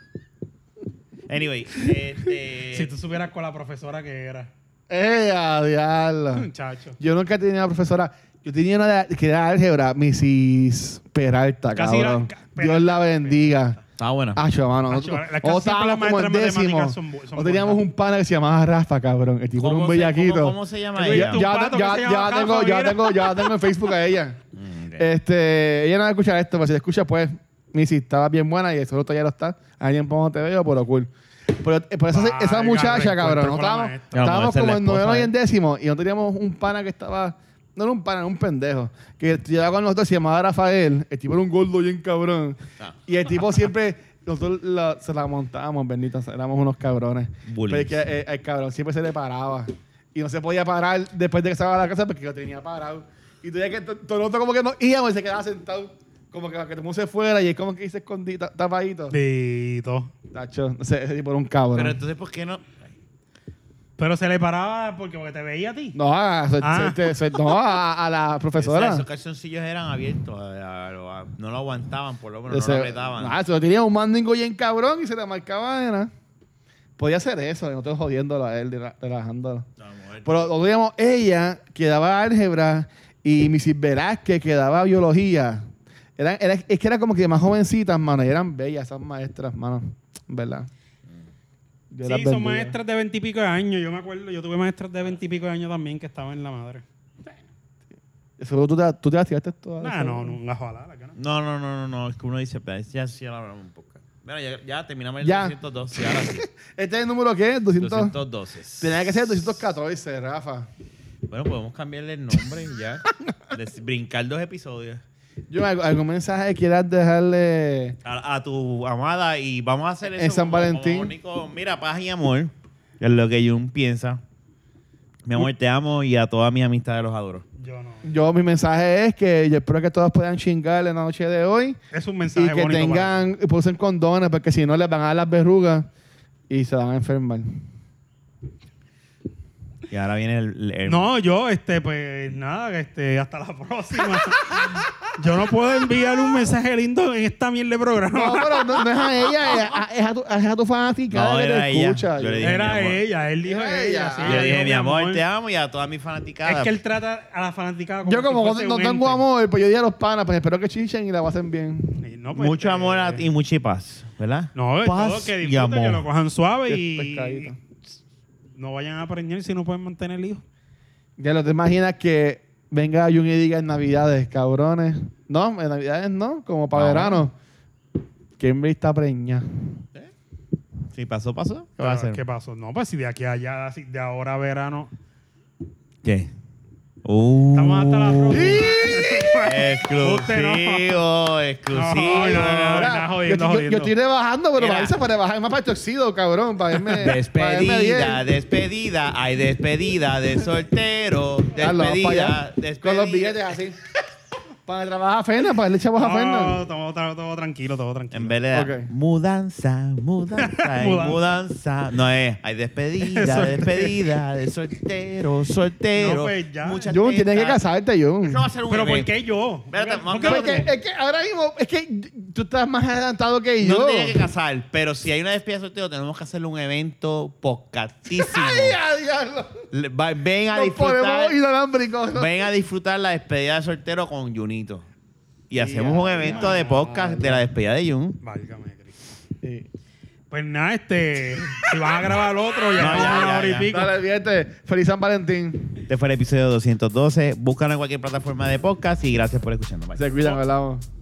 Speaker 1: Anyway,
Speaker 2: [LAUGHS]
Speaker 1: este.
Speaker 2: Si tú supieras con la profesora que era.
Speaker 3: ¡Eh, a
Speaker 2: Ah.
Speaker 3: diablo!
Speaker 2: Muchacho.
Speaker 3: Yo nunca tenía una profesora. Yo tenía una de- que era álgebra, Mrs. Peralta,
Speaker 2: Casi era-
Speaker 3: cabrón.
Speaker 2: ca- Peralta,
Speaker 3: Dios la bendiga.
Speaker 1: Estaba buena.
Speaker 3: Ah, mano.
Speaker 2: Acho,
Speaker 3: nosotros-
Speaker 2: las casi siempre
Speaker 3: O
Speaker 2: las
Speaker 3: estábamos como
Speaker 2: maestras
Speaker 3: en
Speaker 2: de matemáticas
Speaker 3: décimo.
Speaker 2: son bu- son
Speaker 3: O teníamos
Speaker 2: buenas.
Speaker 3: un pana que se llamaba Rafa, cabrón. El tipo era un bellaquito.
Speaker 1: ¿Cómo, cómo se llama
Speaker 2: Oye,
Speaker 1: ella?
Speaker 2: tú-
Speaker 3: ya,
Speaker 2: pato que
Speaker 3: ya-
Speaker 2: se
Speaker 3: ya
Speaker 2: llama Rafa,
Speaker 3: tengo, ya
Speaker 2: mira.
Speaker 3: tengo, ya tengo en Facebook a ella.
Speaker 1: Mm,
Speaker 2: Eh,
Speaker 1: ok.
Speaker 3: Este, ella no va a escuchar esto, pero si la escucha, pues, Missy, estaba bien buena y el solo todavía lo está. Ahí en Pomo te veo, pero cool. Pero, eh, pero esa,
Speaker 2: Valga,
Speaker 3: esa muchacha,
Speaker 2: reencuentro
Speaker 3: cabrón, ¿no?
Speaker 2: con la
Speaker 3: estábamos,
Speaker 2: maestra.
Speaker 3: estábamos
Speaker 1: Vamos a hacer
Speaker 3: como
Speaker 1: la
Speaker 3: en noveno
Speaker 1: esposa,
Speaker 3: y
Speaker 1: eh.
Speaker 3: en décimo y no teníamos un pana que estaba. No era un pana, era un pendejo. Que estudiaba con nosotros, se llamaba Rafael. El tipo era un gordo bien cabrón.
Speaker 1: Ah.
Speaker 3: Y el tipo siempre. Nosotros la- se la montábamos, bendito. Éramos unos cabrones.
Speaker 1: Bullies.
Speaker 3: Pero es que eh, el cabrón siempre se le paraba. Y no se podía parar después de que estaba a la casa porque lo tenía parado. Y tenía que. to- Todos nosotros como que nos íbamos y se quedaba sentado. Como que para que todo el mundo se fuera y él como que se escondía ta- tapadito.
Speaker 2: Dito.
Speaker 3: Tacho, no sé, ese tipo era un cabrón.
Speaker 1: Pero entonces, ¿por qué no?
Speaker 2: Pero se le paraba porque, porque te veía a ti.
Speaker 3: No, a, se-
Speaker 2: Ah.
Speaker 3: se- se- no, a,
Speaker 1: [LAUGHS]
Speaker 3: a la
Speaker 2: Pues
Speaker 1: O sea,
Speaker 3: profesora.
Speaker 1: esos calzoncillos eran abiertos. a- a- a- no lo aguantaban, por lo menos.
Speaker 3: Ese-
Speaker 1: no lo apretaban.
Speaker 3: Ah, se lo tenía un mandingo bien cabrón y se le marcaba. Era. Podía hacer eso, no estoy jodiéndolo a él, rela- relajándolo.
Speaker 1: No, mujer.
Speaker 3: Pero lo digamos, ella que daba álgebra y Mrs. Velázquez que daba biología. Eran, era, es que eran como que más jovencitas, mano. Y eran bellas esas maestras, mano. En ¿Verdad? Yo las
Speaker 2: Sí,
Speaker 3: bendiga.
Speaker 2: son maestras de veintipico de años. Yo me acuerdo, yo tuve maestras de veintipico de años también que estaban en la madre.
Speaker 3: Seguro tú te, tú te las tiraste todas.
Speaker 2: Nah, no, nunca ojalá, la que no.
Speaker 1: no, no, no, no, no. Es que uno dice, "Pues, ya sí, ya lo hablamos un poco. Bueno, ya, ya terminamos el
Speaker 3: Ya.
Speaker 1: 212. sí,
Speaker 2: [LAUGHS]
Speaker 1: ahora sí.
Speaker 3: ¿Este es el número qué? 200.
Speaker 1: 212.
Speaker 3: Tenía que ser 214, Rafa.
Speaker 1: Bueno, podemos cambiarle el nombre y
Speaker 2: [LAUGHS]
Speaker 1: ya. Des- brincar dos episodios.
Speaker 3: Yo, ¿alg- ¿algún mensaje quieras dejarle?
Speaker 1: A, a tu amada y vamos a hacer eso.
Speaker 3: En San
Speaker 1: como- como
Speaker 3: Valentín.
Speaker 1: único- mira, paz y amor. Es lo que Jun piensa. Mi amor, te amo y a todas mis amistades los adoro.
Speaker 2: Yo no.
Speaker 3: Yo, mi mensaje es que yo espero que todos puedan chingar en la noche de hoy
Speaker 2: Es un mensaje
Speaker 3: y que
Speaker 2: bonito. para
Speaker 3: tengan, y usen condones, porque si no les van a dar las verrugas y se van a enfermar.
Speaker 1: Y ahora viene el... el-
Speaker 2: No, yo, este, pues nada, este, hasta la [LAUGHS] próxima. yo no puedo enviar un mensaje lindo en esta mierda de
Speaker 3: No,
Speaker 2: programa.
Speaker 3: pero no, no es a ella, es a, es a tu, es a tu fanática
Speaker 1: No,
Speaker 3: que
Speaker 1: era
Speaker 3: te
Speaker 1: ella.
Speaker 3: escucha.
Speaker 1: Yo le dije, mi
Speaker 2: Era
Speaker 1: amor.
Speaker 2: ella, él dijo
Speaker 3: Era
Speaker 2: ella.
Speaker 3: ella.
Speaker 2: sí,
Speaker 3: Yo
Speaker 1: Yo
Speaker 2: ella
Speaker 1: le dije,
Speaker 2: dijo,
Speaker 1: mi amor, te amo y a todas mis fanaticadas.
Speaker 2: Es que él trata a la fanaticada como
Speaker 3: Yo
Speaker 2: si
Speaker 3: como
Speaker 2: fuese
Speaker 3: no
Speaker 2: un
Speaker 3: tengo
Speaker 2: ente.
Speaker 3: amor, pues yo dije a los panas, pues espero que chichen y la pasen bien.
Speaker 2: Y no, pues,
Speaker 1: Mucho
Speaker 2: eh,
Speaker 1: amor a ti y mucha paz, ¿verdad?
Speaker 2: No, es todo
Speaker 1: paz
Speaker 2: que
Speaker 1: y
Speaker 2: disfruten, que lo
Speaker 1: amor.
Speaker 2: cojan suave
Speaker 3: Qué
Speaker 2: y
Speaker 3: pescadito.
Speaker 2: no vayan a preñar si no pueden mantener el hijo.
Speaker 3: Ya lo te imaginas que venga Jun y diga en Navidades, cabrones. No, en Navidades no, como para
Speaker 1: No.
Speaker 3: verano. Kimberly está preña.
Speaker 1: Si pasó, pasó. ¿Qué va a
Speaker 2: Ah, ¿Qué
Speaker 1: hacer?
Speaker 2: pasó? No, pues si de aquí a allá, si de ahora a verano.
Speaker 1: ¿Qué? Uh,
Speaker 2: Estamos hasta la [LAUGHS] próxima. Usted no.
Speaker 1: Exclusivo, exclusivo.
Speaker 2: No, no, no.
Speaker 3: Ahora, yo,
Speaker 2: jodiendo,
Speaker 3: estoy- yo- yo
Speaker 2: jodiendo.
Speaker 3: estoy rebajando, pero
Speaker 1: Mira.
Speaker 3: para irse para bajar más para el toxido, cabrón. Para irme, para irme
Speaker 1: Despedida,
Speaker 3: bien.
Speaker 1: despedida, hay despedida de soltero,
Speaker 2: Ah,
Speaker 3: Carlos, vamos para allá.
Speaker 1: ah, despedida, despedida. [LAUGHS]
Speaker 3: Con los billetes así. Para trabajar a Fernan, para darle chavos a Fernan.
Speaker 2: No, todo, todo, todo tranquilo, todo tranquilo.
Speaker 1: En vez de
Speaker 3: Ok.
Speaker 1: mudanza, mudanza, y
Speaker 2: Mudanza.
Speaker 1: mudanza. No es, hay despedida,
Speaker 2: Soltero.
Speaker 1: despedida, de soltero, soltero.
Speaker 2: No, pues, ya.
Speaker 1: muchas
Speaker 3: Jun, tienes que
Speaker 1: tetas.
Speaker 3: casarte, Jun.
Speaker 1: Eso va a ser un
Speaker 2: Pero ¿por
Speaker 1: evento.
Speaker 2: qué yo?
Speaker 1: Espérate,
Speaker 2: ¿Por
Speaker 1: vamos-
Speaker 2: qué
Speaker 3: Porque
Speaker 1: Claro que no.
Speaker 3: es que ahora mismo, es que tú estás más adelantado que yo.
Speaker 1: No tiene que casar, pero si hay una despedida de soltero, tenemos que hacerle un evento podcastísimo.
Speaker 3: [LAUGHS] ¡Ay, a diablo!
Speaker 1: Le- va- ven a
Speaker 3: Nos
Speaker 1: disfrutar.
Speaker 3: ponemos inalámbricos.
Speaker 1: Ven a disfrutar la despedida de soltero con Junito. Y hacemos un
Speaker 3: ay,
Speaker 1: evento de
Speaker 2: madre.
Speaker 1: podcast de la despedida de Jun.
Speaker 2: Válgame, Cristo.
Speaker 3: Sí.
Speaker 2: Pues nada, este. [LAUGHS] Si vas a grabar otro, ya
Speaker 1: No,
Speaker 2: estamos
Speaker 1: ya,
Speaker 2: en
Speaker 1: ya,
Speaker 2: una hora y
Speaker 1: ya.
Speaker 2: pico.
Speaker 3: Dale, fíjate. Feliz San Valentín.
Speaker 1: Este fue el episodio 212. Búscalo en cualquier plataforma de podcast y gracias por escucharnos. Bye.
Speaker 3: Se cuidan, hablamos.